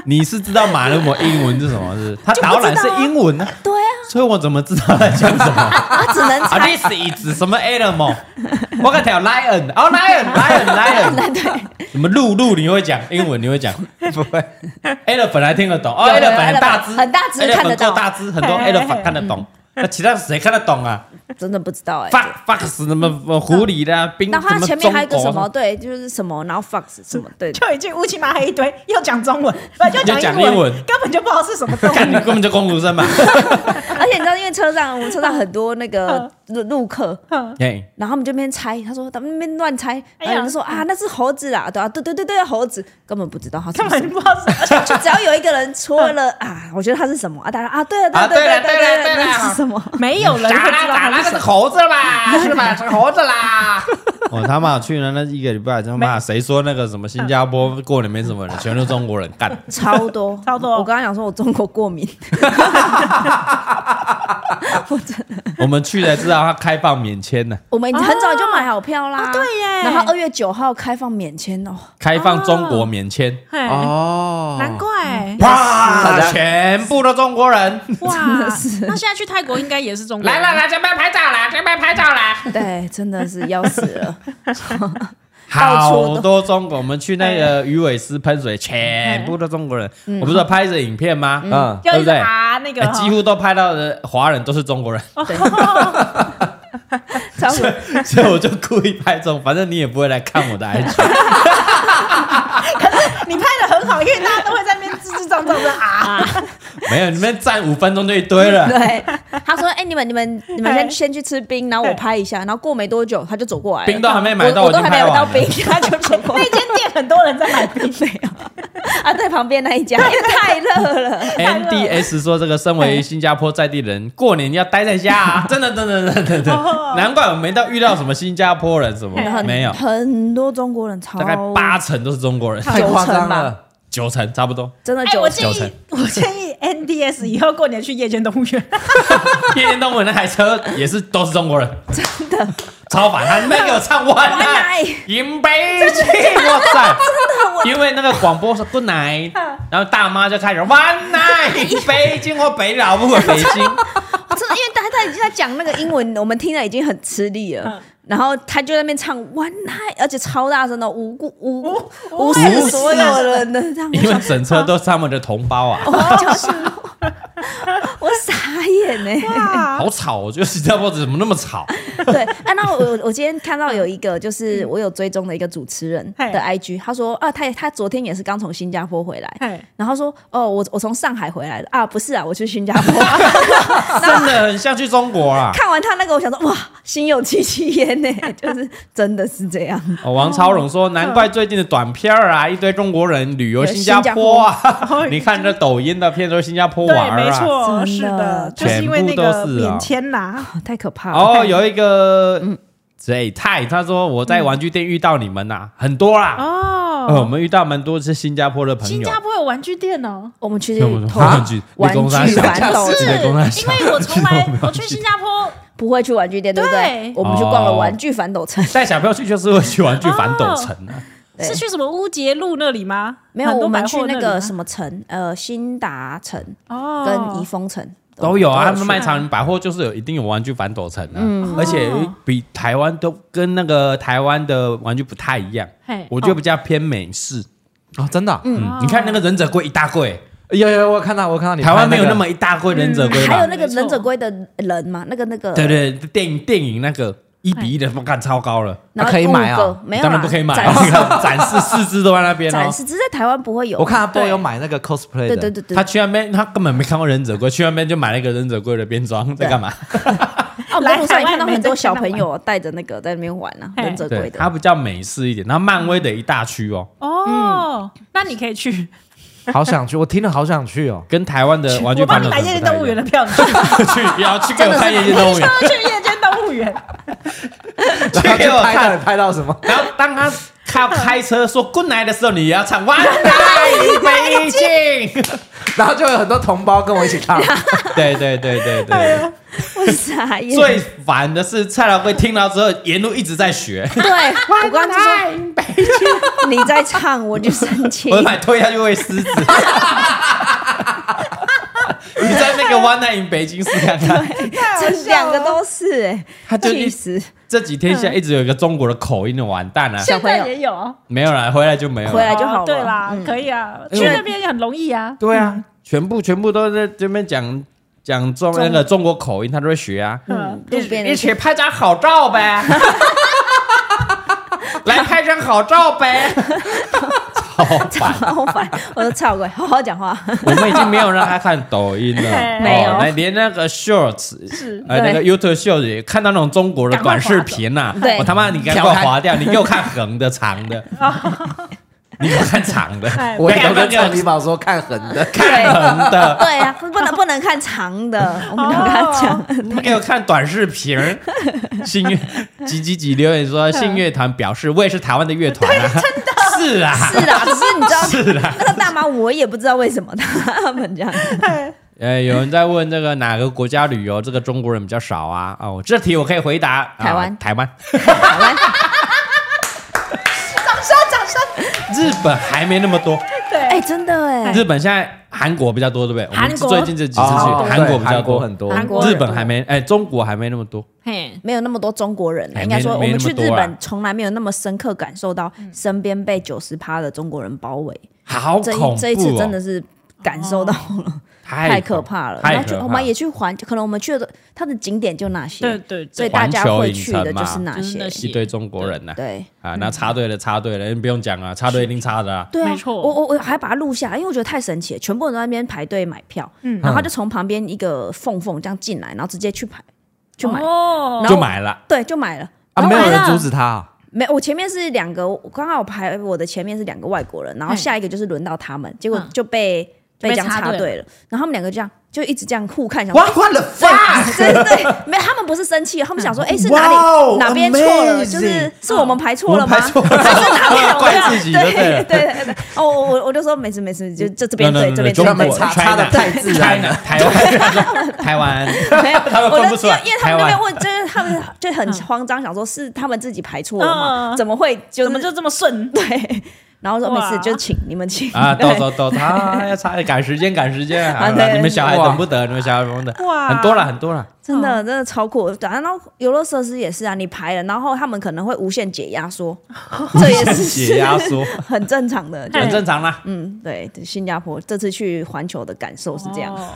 [SPEAKER 2] 你是知道马来文英文是什么？是它
[SPEAKER 3] 啊
[SPEAKER 2] 导览是英文呢、
[SPEAKER 3] 对啊，
[SPEAKER 2] 所以我怎么知道在讲什 么？
[SPEAKER 3] 他只能
[SPEAKER 2] 啊
[SPEAKER 3] 猜。
[SPEAKER 2] ，this is 什么 animal？我看条 lion，哦，lion，lion，lion，什 么鹿鹿你会讲英文？你会讲不会？elephant 还听得懂哦
[SPEAKER 3] 有有有
[SPEAKER 2] ，elephant 很大只，
[SPEAKER 3] elephant，很大只
[SPEAKER 2] elephant
[SPEAKER 3] 看得到
[SPEAKER 2] 够大只，很多
[SPEAKER 4] 嘿嘿嘿
[SPEAKER 2] elephant 看得懂。
[SPEAKER 3] 嗯
[SPEAKER 2] 那其他谁看得懂啊
[SPEAKER 3] 真的不知道哎。
[SPEAKER 2] ？fox fox 什么狐狸啦，冰
[SPEAKER 3] 然后他
[SPEAKER 2] 什么
[SPEAKER 3] 前面还有一个
[SPEAKER 2] 中
[SPEAKER 3] 什
[SPEAKER 2] 国
[SPEAKER 3] 么，对，就是什么，然后 fox 什么，对，
[SPEAKER 4] 就已经乌漆麻黑一堆，又讲中 文，不就
[SPEAKER 2] 又讲
[SPEAKER 4] 讲
[SPEAKER 2] 英
[SPEAKER 4] 英
[SPEAKER 2] 文
[SPEAKER 4] 文，根本就不知道是什么动
[SPEAKER 2] 看你
[SPEAKER 4] 物。
[SPEAKER 2] 根本就公读生 嘛。
[SPEAKER 3] 而且你知道，因为车上我们车上很多那个
[SPEAKER 4] 嗯
[SPEAKER 3] 陆陆客，
[SPEAKER 2] 嘿，
[SPEAKER 3] 然后他们就那边猜，他说他们那边乱猜，
[SPEAKER 4] 哎
[SPEAKER 3] 然后
[SPEAKER 4] 呀
[SPEAKER 3] 有人说啊那是猴子啦，对啊，对对对对，猴子根本不知道他是
[SPEAKER 4] 根
[SPEAKER 3] 什
[SPEAKER 4] 本
[SPEAKER 3] 么，
[SPEAKER 4] 就不知道是，而且
[SPEAKER 3] 就只要有一个人戳了
[SPEAKER 4] 嗯
[SPEAKER 3] 啊，我觉得他是什么啊，大家啊对了
[SPEAKER 2] 啊
[SPEAKER 3] 对
[SPEAKER 2] 对了
[SPEAKER 3] 了
[SPEAKER 2] 对了对
[SPEAKER 3] 对
[SPEAKER 2] 了
[SPEAKER 3] 那是什么？
[SPEAKER 4] 没有人会知道它是什么。
[SPEAKER 2] 猴子 吧？是吧？是猴子啦！我、哦他妈去了那一个礼拜，他妈谁说那个什么新加坡过年没什 么人，全都中国人干。
[SPEAKER 3] 超 多
[SPEAKER 4] 超多
[SPEAKER 3] 我刚刚讲说我中国过敏，
[SPEAKER 2] 我们去才知道他开放免签呢、
[SPEAKER 3] 我们很早就买好票啦，
[SPEAKER 4] 哦对耶
[SPEAKER 3] 然后二月九号开放免签哦，
[SPEAKER 2] 开放中国免签，
[SPEAKER 4] 嘿
[SPEAKER 1] 哦，
[SPEAKER 4] 难怪
[SPEAKER 2] 哇
[SPEAKER 1] 大家
[SPEAKER 2] 全部都中国 人，
[SPEAKER 4] 哇！那现在去泰国应该也是中国人
[SPEAKER 2] 来，这边拍照啦，这边拍照啦。
[SPEAKER 3] 对，真的是要死了。到处
[SPEAKER 2] 好
[SPEAKER 3] 都
[SPEAKER 2] 多中国，我们去那个鱼尾狮喷水，全部都中国人。我不是有拍着影片吗？
[SPEAKER 1] 嗯
[SPEAKER 4] 嗯就
[SPEAKER 2] 对不
[SPEAKER 4] 一直
[SPEAKER 2] 对？
[SPEAKER 4] 啊那个哦
[SPEAKER 2] 哎
[SPEAKER 4] 哈
[SPEAKER 2] 几乎都拍到的华人都是中国人，
[SPEAKER 3] 超
[SPEAKER 2] 所以所以我就故意拍中，反正你也不会来看 我的 IG。
[SPEAKER 4] 你拍的很好，因为大家都会在那边吱吱张张的 啊，
[SPEAKER 2] 没有，你们站五分钟就一堆 了。
[SPEAKER 3] 对，他说：“哎、你们你们你们
[SPEAKER 4] 哎
[SPEAKER 3] 先先去吃冰，然后我拍一下。”然后过没多久，他就走过来了，
[SPEAKER 2] 冰都还没买到
[SPEAKER 3] 我
[SPEAKER 2] 我已
[SPEAKER 3] 都
[SPEAKER 2] 经
[SPEAKER 3] 还没
[SPEAKER 2] 拍
[SPEAKER 3] 买
[SPEAKER 2] 完
[SPEAKER 3] 到
[SPEAKER 2] 了
[SPEAKER 3] 冰，他就走过来
[SPEAKER 4] 那。间店很多人在买 冰，
[SPEAKER 3] 没有 啊，对，旁边那 一家，因为太热了。哎
[SPEAKER 2] NDS 说：“这个身为新加坡在地人，过年要待在家、 啊，真的，真的，真的，真的，难怪我没到遇到什么新加坡人什么
[SPEAKER 4] 哎
[SPEAKER 2] 没有，
[SPEAKER 3] 哦很多中国人超
[SPEAKER 2] 大概八成都是中国人，
[SPEAKER 1] 太夸张
[SPEAKER 3] 九成吧
[SPEAKER 1] 了，
[SPEAKER 2] 九成差不 多。
[SPEAKER 3] 真的
[SPEAKER 4] 哎，
[SPEAKER 3] 九
[SPEAKER 4] 我
[SPEAKER 3] 成
[SPEAKER 2] 九
[SPEAKER 4] 建议
[SPEAKER 2] 成，
[SPEAKER 4] 我建议 NDS 以后过年去夜间动物园，
[SPEAKER 2] 夜间动物园那台车也是都是中国人，真的超烦，他没给我唱完
[SPEAKER 3] 完
[SPEAKER 2] 啊
[SPEAKER 3] 奶，
[SPEAKER 2] 饮杯去，哇塞！因为那个广播是 good night，然后大妈就开始 one night 饮杯经过北老不回 北京，
[SPEAKER 3] 哦真的，因为他他已经在讲那个英文，我们听了已经很吃力
[SPEAKER 2] 嗯
[SPEAKER 3] 了。然后他就在那边唱 One Night，而且超大声的，无辜无辜无视所有人的 这样。哦
[SPEAKER 2] 因为整车都是他们的同胞啊。”
[SPEAKER 3] 我就是我傻眼呢、
[SPEAKER 4] 啊
[SPEAKER 2] 好吵！我觉得新加坡怎么那么 吵？
[SPEAKER 3] 对，啊，那我我我今天看到有一个，就是我有追踪的一个主持人
[SPEAKER 4] 嗯嘿
[SPEAKER 3] 的 IG，他说啊，他他昨天也是刚从新加坡回
[SPEAKER 4] 嘿
[SPEAKER 3] 来，然后说哦，我我从上海回来的啊，不是啊，我去新加坡。
[SPEAKER 2] 真的很像去中国 啊！
[SPEAKER 3] 看完他那个，我想说哇，心有戚戚焉呢，就是真的是这样。
[SPEAKER 2] 哦王超荣说：“难怪最近的短片儿
[SPEAKER 4] 哦
[SPEAKER 2] 啊，一堆中国人旅游
[SPEAKER 3] 对
[SPEAKER 2] 新加坡 啊！你看这抖音的片都是新加坡玩
[SPEAKER 4] 对，
[SPEAKER 2] 儿
[SPEAKER 4] 没
[SPEAKER 2] 啊。
[SPEAKER 4] 错，
[SPEAKER 3] 真
[SPEAKER 4] 是
[SPEAKER 3] 的
[SPEAKER 4] 的，就是因为那
[SPEAKER 2] 全部
[SPEAKER 4] 个
[SPEAKER 2] 都是啊
[SPEAKER 4] 免 签啦，
[SPEAKER 3] 哦太可”怕了。
[SPEAKER 4] 哎
[SPEAKER 2] 哦，有一个
[SPEAKER 4] 嗯
[SPEAKER 2] 贼泰，他说我在玩具店遇到你们呐，很多啦。呃，我
[SPEAKER 4] 嗯哦，
[SPEAKER 2] 们遇到蛮多是新加坡的朋
[SPEAKER 4] 新
[SPEAKER 2] 友。
[SPEAKER 4] 加坡有玩具店哦。
[SPEAKER 3] 我们去
[SPEAKER 2] 那我们
[SPEAKER 3] 投
[SPEAKER 2] 玩具
[SPEAKER 3] 玩
[SPEAKER 2] 你公司还
[SPEAKER 3] 具
[SPEAKER 2] 想
[SPEAKER 3] 反斗
[SPEAKER 2] 是
[SPEAKER 4] 是，
[SPEAKER 2] 你的公
[SPEAKER 4] 因
[SPEAKER 2] 仔小
[SPEAKER 4] 为 我从来我去新加坡，
[SPEAKER 3] 不会去玩具店，对不对
[SPEAKER 4] 对？
[SPEAKER 3] 我们去逛了
[SPEAKER 2] 哦
[SPEAKER 3] 玩具反斗城，
[SPEAKER 2] 带小朋友去就是会去玩具反斗城啊，
[SPEAKER 3] 对
[SPEAKER 4] 是去什么乌节路那里吗？
[SPEAKER 3] 没有，
[SPEAKER 4] 很多
[SPEAKER 3] 我
[SPEAKER 4] 百
[SPEAKER 3] 们去
[SPEAKER 4] 货
[SPEAKER 3] 那
[SPEAKER 4] 里吗
[SPEAKER 3] 个什么城，呃，新达城
[SPEAKER 4] 哦，
[SPEAKER 3] 跟怡丰城
[SPEAKER 2] 都有啊。他们
[SPEAKER 3] 去
[SPEAKER 2] 卖场百货就是有一定有玩具反斗城啊，而且
[SPEAKER 4] 哦
[SPEAKER 2] 比台湾都跟那个台湾的玩具不太一样。
[SPEAKER 3] 哎
[SPEAKER 4] 嘿
[SPEAKER 2] 我觉
[SPEAKER 3] 哦
[SPEAKER 2] 得比较偏美式。
[SPEAKER 1] 哦，真的啊，嗯，
[SPEAKER 2] 嗯，你看那个忍者龟一大柜，
[SPEAKER 1] 有有，我有看到，我有看到你
[SPEAKER 2] 台湾没有
[SPEAKER 1] 拍
[SPEAKER 2] 那
[SPEAKER 1] 个
[SPEAKER 2] 么一大柜忍者龟
[SPEAKER 3] 嗯还有
[SPEAKER 2] 吧？
[SPEAKER 3] 那个
[SPEAKER 4] 没错
[SPEAKER 3] 忍者龟的人嘛，那个那个
[SPEAKER 2] 对，对，对电影电影那个一比一的，我看超高了，
[SPEAKER 3] 然后
[SPEAKER 1] 啊可以买啊
[SPEAKER 3] 五个哎哦没有啦，
[SPEAKER 2] 当然不可以买，啊
[SPEAKER 3] 展
[SPEAKER 2] 你
[SPEAKER 3] 示
[SPEAKER 2] 看 展示四肢都在那边哦
[SPEAKER 3] 展。示，只是在台湾不会有。
[SPEAKER 1] 我看阿波
[SPEAKER 4] 对
[SPEAKER 1] 有买那个 cosplay 的，
[SPEAKER 3] 对对对哦对，
[SPEAKER 2] 他去那边，他根本没看过忍者龟，去那边就买了一个忍者龟的变
[SPEAKER 3] 啊
[SPEAKER 2] 装，在干嘛？
[SPEAKER 3] 哦，
[SPEAKER 4] 来
[SPEAKER 3] 路上也看到
[SPEAKER 4] 台湾也没
[SPEAKER 3] 很多
[SPEAKER 4] 在
[SPEAKER 3] 小
[SPEAKER 4] 看到
[SPEAKER 3] 朋友带着那个在那边玩啊，
[SPEAKER 4] 嘿
[SPEAKER 3] 忍者龟
[SPEAKER 2] 对，
[SPEAKER 3] 的。
[SPEAKER 2] 它比较美式一点。然后漫威的一大区哦，
[SPEAKER 4] 哦，
[SPEAKER 3] 嗯
[SPEAKER 4] 那你可以去，
[SPEAKER 1] 好想去，我听了好想去 哦。
[SPEAKER 2] 跟台湾的玩具
[SPEAKER 4] 我帮
[SPEAKER 2] 反
[SPEAKER 4] 你
[SPEAKER 2] 斗
[SPEAKER 4] 买
[SPEAKER 2] 城
[SPEAKER 4] 夜间
[SPEAKER 2] 不太
[SPEAKER 4] 动
[SPEAKER 2] 一
[SPEAKER 4] 物 园
[SPEAKER 2] 样。
[SPEAKER 4] 的票，你去
[SPEAKER 2] 去，然后去给我看夜间动物 园，
[SPEAKER 4] 去夜间动物园，
[SPEAKER 2] 去
[SPEAKER 1] 然后
[SPEAKER 2] 给
[SPEAKER 1] 就
[SPEAKER 2] 我
[SPEAKER 1] 拍
[SPEAKER 2] 看
[SPEAKER 1] 到。底拍到什么？
[SPEAKER 2] 然后当他靠开车说 “good night” 的时候，你也要唱 “one night 北京
[SPEAKER 1] 然后就有很多同胞跟我一起唱，”。啊
[SPEAKER 2] 对对对对
[SPEAKER 3] 哎
[SPEAKER 2] 对，
[SPEAKER 3] 我傻眼。
[SPEAKER 2] 最烦的是蔡老贵听到之后，沿路一直在 学，
[SPEAKER 3] 对，我刚刚就 说你在唱，我就生气
[SPEAKER 2] 我。把推下去喂狮 子。你在那个 One Night in 北京试看看，
[SPEAKER 3] 这两个都是哎，
[SPEAKER 2] 他就
[SPEAKER 3] 气
[SPEAKER 2] 一
[SPEAKER 3] 死
[SPEAKER 2] 这几天现在一直有一个中国的口音的完蛋啊，
[SPEAKER 3] 小
[SPEAKER 4] 现
[SPEAKER 3] 朋友
[SPEAKER 4] 在也有，哦
[SPEAKER 2] 没有啦，回来就没有
[SPEAKER 3] 回
[SPEAKER 2] 了。
[SPEAKER 3] 来就好了。
[SPEAKER 4] 对啦
[SPEAKER 3] 嗯，
[SPEAKER 4] 可以啊，
[SPEAKER 2] 因
[SPEAKER 4] 去
[SPEAKER 2] 为
[SPEAKER 4] 那边也很容易啊。
[SPEAKER 2] 对啊，全部全部都在这边讲讲中那个中国口音，他都会学啊。
[SPEAKER 4] 嗯，
[SPEAKER 3] 路边的
[SPEAKER 2] 一起拍张好照呗， 来拍张好照呗。好 烦，
[SPEAKER 3] 超烦，我都超过，好好讲话。
[SPEAKER 2] 我们已经没有让他看抖音了，
[SPEAKER 3] 没有
[SPEAKER 2] 哦那连那个 Shorts
[SPEAKER 4] 是
[SPEAKER 2] 呃那
[SPEAKER 3] 对
[SPEAKER 2] 个 YouTube Shorts 也看到那种中国的
[SPEAKER 4] 赶快
[SPEAKER 2] 短
[SPEAKER 4] 划
[SPEAKER 2] 视
[SPEAKER 4] 走
[SPEAKER 2] 频呐，
[SPEAKER 3] 对
[SPEAKER 2] 我他妈你赶快划掉，你给我看横的、长的，你给我看长的，
[SPEAKER 4] 哎
[SPEAKER 1] 我
[SPEAKER 2] 不要
[SPEAKER 1] 有跟
[SPEAKER 2] 给我
[SPEAKER 1] 蔡李宝说看横的，
[SPEAKER 2] 看横的，
[SPEAKER 3] 对啊，不能不能看长的，我们刚刚
[SPEAKER 4] 哦
[SPEAKER 3] 讲。
[SPEAKER 2] 你给我看短视频儿。信乐几几几留言说，信乐团表示我也是台湾的乐团啊，真的是啊，
[SPEAKER 3] 是啦，只是你知道，那个大妈我也不知道为什么他们这样。
[SPEAKER 2] 呃，有人在问这个哪个国家旅游，这个中国人比较少啊？哦，这题我可以回答，啊
[SPEAKER 3] 台湾
[SPEAKER 2] 台湾，
[SPEAKER 3] 好嘞
[SPEAKER 4] 掌声，掌声，
[SPEAKER 2] 日本还没那么多，
[SPEAKER 4] 对，
[SPEAKER 3] 哎，真的哎，
[SPEAKER 2] 日本现在韩国比较多，对不对？我们
[SPEAKER 4] 韩国
[SPEAKER 2] 最近这几次去
[SPEAKER 1] 哦对
[SPEAKER 2] 韩国比较
[SPEAKER 1] 韩国
[SPEAKER 2] 多，
[SPEAKER 1] 很多
[SPEAKER 4] 韩国
[SPEAKER 2] 日本还没，哎，中国还没那么多。
[SPEAKER 4] 嘿，
[SPEAKER 3] 没有那么多中国人啊，
[SPEAKER 2] 哎
[SPEAKER 3] 应该说我
[SPEAKER 2] 没没
[SPEAKER 3] 们
[SPEAKER 2] 那么
[SPEAKER 3] 去
[SPEAKER 2] 多啊
[SPEAKER 3] 日本从来没有那么深刻感受到身边被九十趴的中国人包围。
[SPEAKER 2] 好
[SPEAKER 3] 这
[SPEAKER 2] 恐怖、哦
[SPEAKER 3] 一！这一次真的是感受到了，
[SPEAKER 2] 太
[SPEAKER 3] 太可怕了。
[SPEAKER 2] 太
[SPEAKER 3] 然后
[SPEAKER 2] 可
[SPEAKER 3] 就
[SPEAKER 2] 怕。
[SPEAKER 3] 我们也去环，可能我们去的它的景点就那些，
[SPEAKER 4] 对对对
[SPEAKER 3] 所以大家会去的
[SPEAKER 2] 环
[SPEAKER 3] 就
[SPEAKER 2] 球
[SPEAKER 3] 是
[SPEAKER 2] 影城嘛
[SPEAKER 3] 那
[SPEAKER 4] 就是
[SPEAKER 3] 些
[SPEAKER 4] 那，
[SPEAKER 2] 一堆中国人呐、啊，
[SPEAKER 3] 对。
[SPEAKER 2] 那插队的插队了，不用讲啊，插队一定插的啊。
[SPEAKER 3] 对啊，
[SPEAKER 4] 没错
[SPEAKER 3] 我我我还把它录下来，因为我觉得太神奇了，全部人都在那边排队买票，
[SPEAKER 4] 嗯
[SPEAKER 3] 然后他就从旁边一个缝缝这样进来，然后直接去排去买，
[SPEAKER 4] 哦
[SPEAKER 3] 然后
[SPEAKER 2] 就买了，
[SPEAKER 3] 对，就买了。
[SPEAKER 1] 啊，
[SPEAKER 3] 然后
[SPEAKER 1] 没有
[SPEAKER 3] 买
[SPEAKER 1] 人
[SPEAKER 3] 了
[SPEAKER 1] 阻止他啊。
[SPEAKER 3] 没，我前面是两个，我刚好排我的前面是两个外国人，然后
[SPEAKER 4] 嗯
[SPEAKER 3] 下一个就是轮到他们，结果
[SPEAKER 4] 嗯
[SPEAKER 3] 就被、
[SPEAKER 4] 就
[SPEAKER 3] 被
[SPEAKER 4] 被
[SPEAKER 3] 这样
[SPEAKER 4] 插
[SPEAKER 3] 插
[SPEAKER 4] 队
[SPEAKER 3] 队了，然后他们两个就这样就一直这样互看，想说
[SPEAKER 1] 哇，what the
[SPEAKER 3] 对对对，没有，他们不是生气，他们想说，哎，是哪
[SPEAKER 1] 哇哦
[SPEAKER 3] 里哪边错了？
[SPEAKER 1] amazing
[SPEAKER 3] 就是是我们排错
[SPEAKER 1] 我
[SPEAKER 3] 了
[SPEAKER 1] 们
[SPEAKER 3] 吗？
[SPEAKER 1] 排错了
[SPEAKER 3] 还是哪边我
[SPEAKER 2] 怪自己就
[SPEAKER 3] 对
[SPEAKER 2] 对了
[SPEAKER 3] 对对对。哦，我我我就说没事没事，就就这边
[SPEAKER 2] No, no,
[SPEAKER 3] 对
[SPEAKER 2] no,
[SPEAKER 3] 这边
[SPEAKER 2] no,
[SPEAKER 3] 对
[SPEAKER 1] 他
[SPEAKER 2] 中
[SPEAKER 1] 们
[SPEAKER 2] 国
[SPEAKER 1] 插
[SPEAKER 2] China
[SPEAKER 1] 插的太自然了。
[SPEAKER 2] 台湾， 台湾，
[SPEAKER 3] 没有，
[SPEAKER 2] 他们
[SPEAKER 3] 我
[SPEAKER 2] 分
[SPEAKER 3] 就
[SPEAKER 2] 不出
[SPEAKER 3] 因为
[SPEAKER 2] 来
[SPEAKER 3] 因为他
[SPEAKER 2] 台
[SPEAKER 3] 们那
[SPEAKER 2] 湾
[SPEAKER 3] 边。问，就是他们就很慌张，想说是他们自己排错了
[SPEAKER 4] 嗯
[SPEAKER 3] 嘛？怎么会就
[SPEAKER 4] 怎么
[SPEAKER 3] 是
[SPEAKER 4] 就这么顺？
[SPEAKER 3] 对？ 然后说没事，
[SPEAKER 4] 哇
[SPEAKER 3] 就请你们请
[SPEAKER 2] 啊，
[SPEAKER 3] 对
[SPEAKER 2] 到走走，他要差赶时间，赶时间啊！
[SPEAKER 3] 啊对
[SPEAKER 2] 你们小孩
[SPEAKER 1] 哇
[SPEAKER 2] 等不得，你们小孩等不得，
[SPEAKER 4] 哇
[SPEAKER 2] 很多了，很多了。
[SPEAKER 3] 真的
[SPEAKER 4] 嗯
[SPEAKER 3] 真的超酷。然后游乐设施也是啊，你排了，然后他们可能会无限解压 缩，这也是
[SPEAKER 2] 血压缩，
[SPEAKER 3] 很正常的，就
[SPEAKER 4] 哎
[SPEAKER 2] 很正常啦。
[SPEAKER 3] 嗯，对，新加坡这次去环球的感受是这样。
[SPEAKER 4] 哦。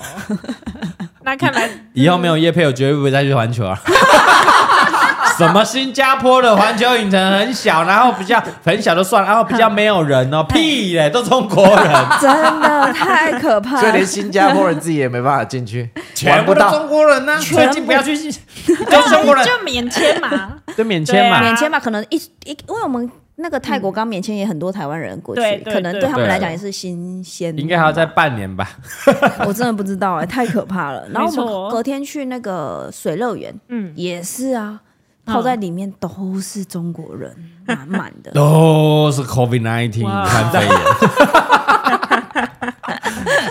[SPEAKER 4] 那看来
[SPEAKER 2] 以后没有叶配，我绝对不会再去环球啊。 什么新加坡的环球影城很小，然后比较很小就算了，然后比较没有人哦，屁嘞，都中国人，
[SPEAKER 3] 真的太可怕
[SPEAKER 1] 所以连
[SPEAKER 3] 了！
[SPEAKER 1] 新加坡人自己也没办法进去，
[SPEAKER 2] 全
[SPEAKER 1] 玩
[SPEAKER 2] 部
[SPEAKER 1] 不
[SPEAKER 2] 都中
[SPEAKER 1] 到。
[SPEAKER 2] 国人呐、最近不要去，都中国人
[SPEAKER 4] 就免签嘛，
[SPEAKER 2] 就免签
[SPEAKER 4] 对啊
[SPEAKER 2] 嘛。
[SPEAKER 3] 免签吧，可能一一，因为我们那个泰国刚免签也很多台湾人过去，
[SPEAKER 4] 对对
[SPEAKER 3] 可能
[SPEAKER 4] 对
[SPEAKER 3] 对他们
[SPEAKER 2] 对
[SPEAKER 3] 来讲也是新鲜。
[SPEAKER 2] 应该还要再半年吧，
[SPEAKER 3] 我真的不知道哎、太可怕 了。然后
[SPEAKER 4] 没
[SPEAKER 3] 我
[SPEAKER 4] 错
[SPEAKER 3] 们隔天去那个水乐园，
[SPEAKER 4] 嗯
[SPEAKER 3] 嗯，也是啊，
[SPEAKER 4] 嗯
[SPEAKER 3] 泡在里面都是中国人，
[SPEAKER 2] 嗯
[SPEAKER 3] 满满 的。
[SPEAKER 2] 都是 COVID nineteen
[SPEAKER 4] 哇
[SPEAKER 2] 看肺炎，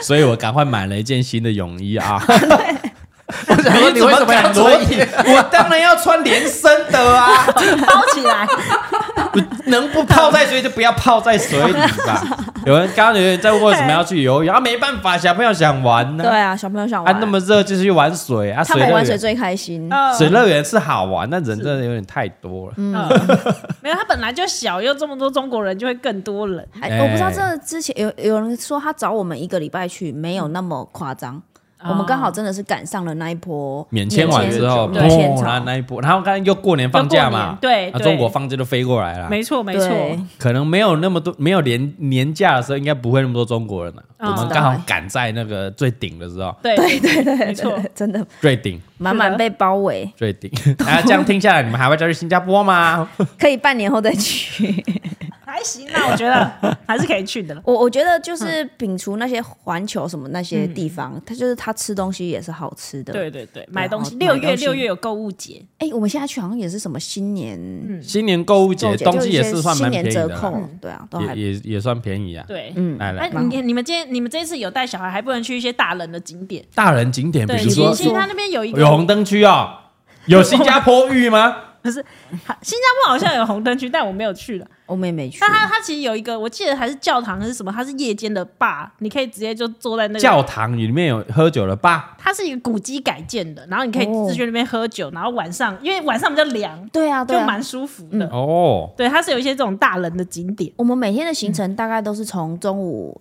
[SPEAKER 2] 所以我赶快买了一件新的泳衣 啊！
[SPEAKER 1] 我想说你为什么要
[SPEAKER 2] 敢
[SPEAKER 1] 做
[SPEAKER 2] 裸 体？我当然要穿连身的啊！
[SPEAKER 4] 包起 来，
[SPEAKER 2] 能不泡在水就不要泡在水里吧。 有人刚刚有人在问为什么要去游泳啊？没办法，小朋友想玩呢、
[SPEAKER 3] 对啊，小朋友想
[SPEAKER 2] 啊
[SPEAKER 3] 玩，，
[SPEAKER 2] 那么热就去玩水啊，
[SPEAKER 3] 他
[SPEAKER 2] 水
[SPEAKER 3] 们
[SPEAKER 2] 乐
[SPEAKER 3] 玩水
[SPEAKER 2] 园。
[SPEAKER 3] 最开心。
[SPEAKER 2] 水乐园是好玩，但人真的有点太多了。
[SPEAKER 4] 嗯，没有，他本来就小，又这么多中国人，就会更多人。
[SPEAKER 3] 还
[SPEAKER 2] 哎
[SPEAKER 3] 我不知道这之前有有人说他找我们一个礼拜去，没有那么夸张。我们
[SPEAKER 4] 哦
[SPEAKER 3] 刚好真的是赶上了那一波
[SPEAKER 2] 免签完之后，
[SPEAKER 3] 免签
[SPEAKER 2] 然后
[SPEAKER 3] 潮，
[SPEAKER 2] 那一波，然后刚刚又过年放假
[SPEAKER 4] 又过
[SPEAKER 2] 嘛
[SPEAKER 4] 年，对
[SPEAKER 2] 啊
[SPEAKER 4] 对
[SPEAKER 2] 中国放假就飞过来了。
[SPEAKER 4] 没错，没错，
[SPEAKER 3] 对，
[SPEAKER 2] 可能没有那么多，没有年年假的时候，应该不会那么多中国人了。我
[SPEAKER 4] 嗯
[SPEAKER 2] 们刚好赶在那个最顶的时候，
[SPEAKER 4] 对对对对，没错。啊
[SPEAKER 3] 真的
[SPEAKER 2] 最顶
[SPEAKER 3] 满满被包围，
[SPEAKER 2] 最 顶。啊，这样听下来，你们还会再去新加坡 吗？
[SPEAKER 3] 可以半年后再去。
[SPEAKER 4] 还行啦，我觉得还是可以去的了。
[SPEAKER 3] 我我觉得就是
[SPEAKER 4] 嗯
[SPEAKER 3] 摒除那些环球什么那些地方，它就是它吃东西也是好吃的。，
[SPEAKER 4] 对对对，买东西，
[SPEAKER 3] 好
[SPEAKER 4] 六月
[SPEAKER 3] 买东西
[SPEAKER 4] 六月有购物节，
[SPEAKER 3] 哎，我们现在去好像也是什么新年
[SPEAKER 4] 嗯
[SPEAKER 2] 新年购物节，
[SPEAKER 3] 中
[SPEAKER 2] 东西也是算
[SPEAKER 3] 新
[SPEAKER 2] 蛮便
[SPEAKER 3] 年
[SPEAKER 2] 宜的
[SPEAKER 3] 折
[SPEAKER 2] 啦，
[SPEAKER 3] 扣，对啊，都还
[SPEAKER 2] 也也也算便宜啊。
[SPEAKER 4] 对。
[SPEAKER 3] 嗯
[SPEAKER 2] 来
[SPEAKER 4] 哎、
[SPEAKER 2] 来，
[SPEAKER 4] 你你们今天你们这次有带小孩，还不能去一些大人的景点。
[SPEAKER 2] 大人景点，比
[SPEAKER 4] 对，
[SPEAKER 2] 如说
[SPEAKER 4] 其其实他那边有一个
[SPEAKER 2] 有红灯区哦，有新加坡浴吗？
[SPEAKER 4] 不是好新加坡好像有红灯区，但我没有去了。
[SPEAKER 3] 我们也没去
[SPEAKER 4] 但。它它其实有一个，我记得还是教堂还是什么，它是夜间的 bar，你可以直接就坐在那个
[SPEAKER 2] 教堂里面有喝酒的吧？
[SPEAKER 4] 它是一个古迹改建的，然后你可以
[SPEAKER 3] 哦
[SPEAKER 4] 自去那边喝酒，然后晚上因为晚上比较凉，
[SPEAKER 3] 对啊，对
[SPEAKER 4] 就
[SPEAKER 3] 啊，
[SPEAKER 4] 蛮舒服的。
[SPEAKER 2] 哦，
[SPEAKER 4] 对，它是有一些这种大人的景点。
[SPEAKER 3] 我们每天的行
[SPEAKER 4] 嗯
[SPEAKER 3] 程大概都是从中午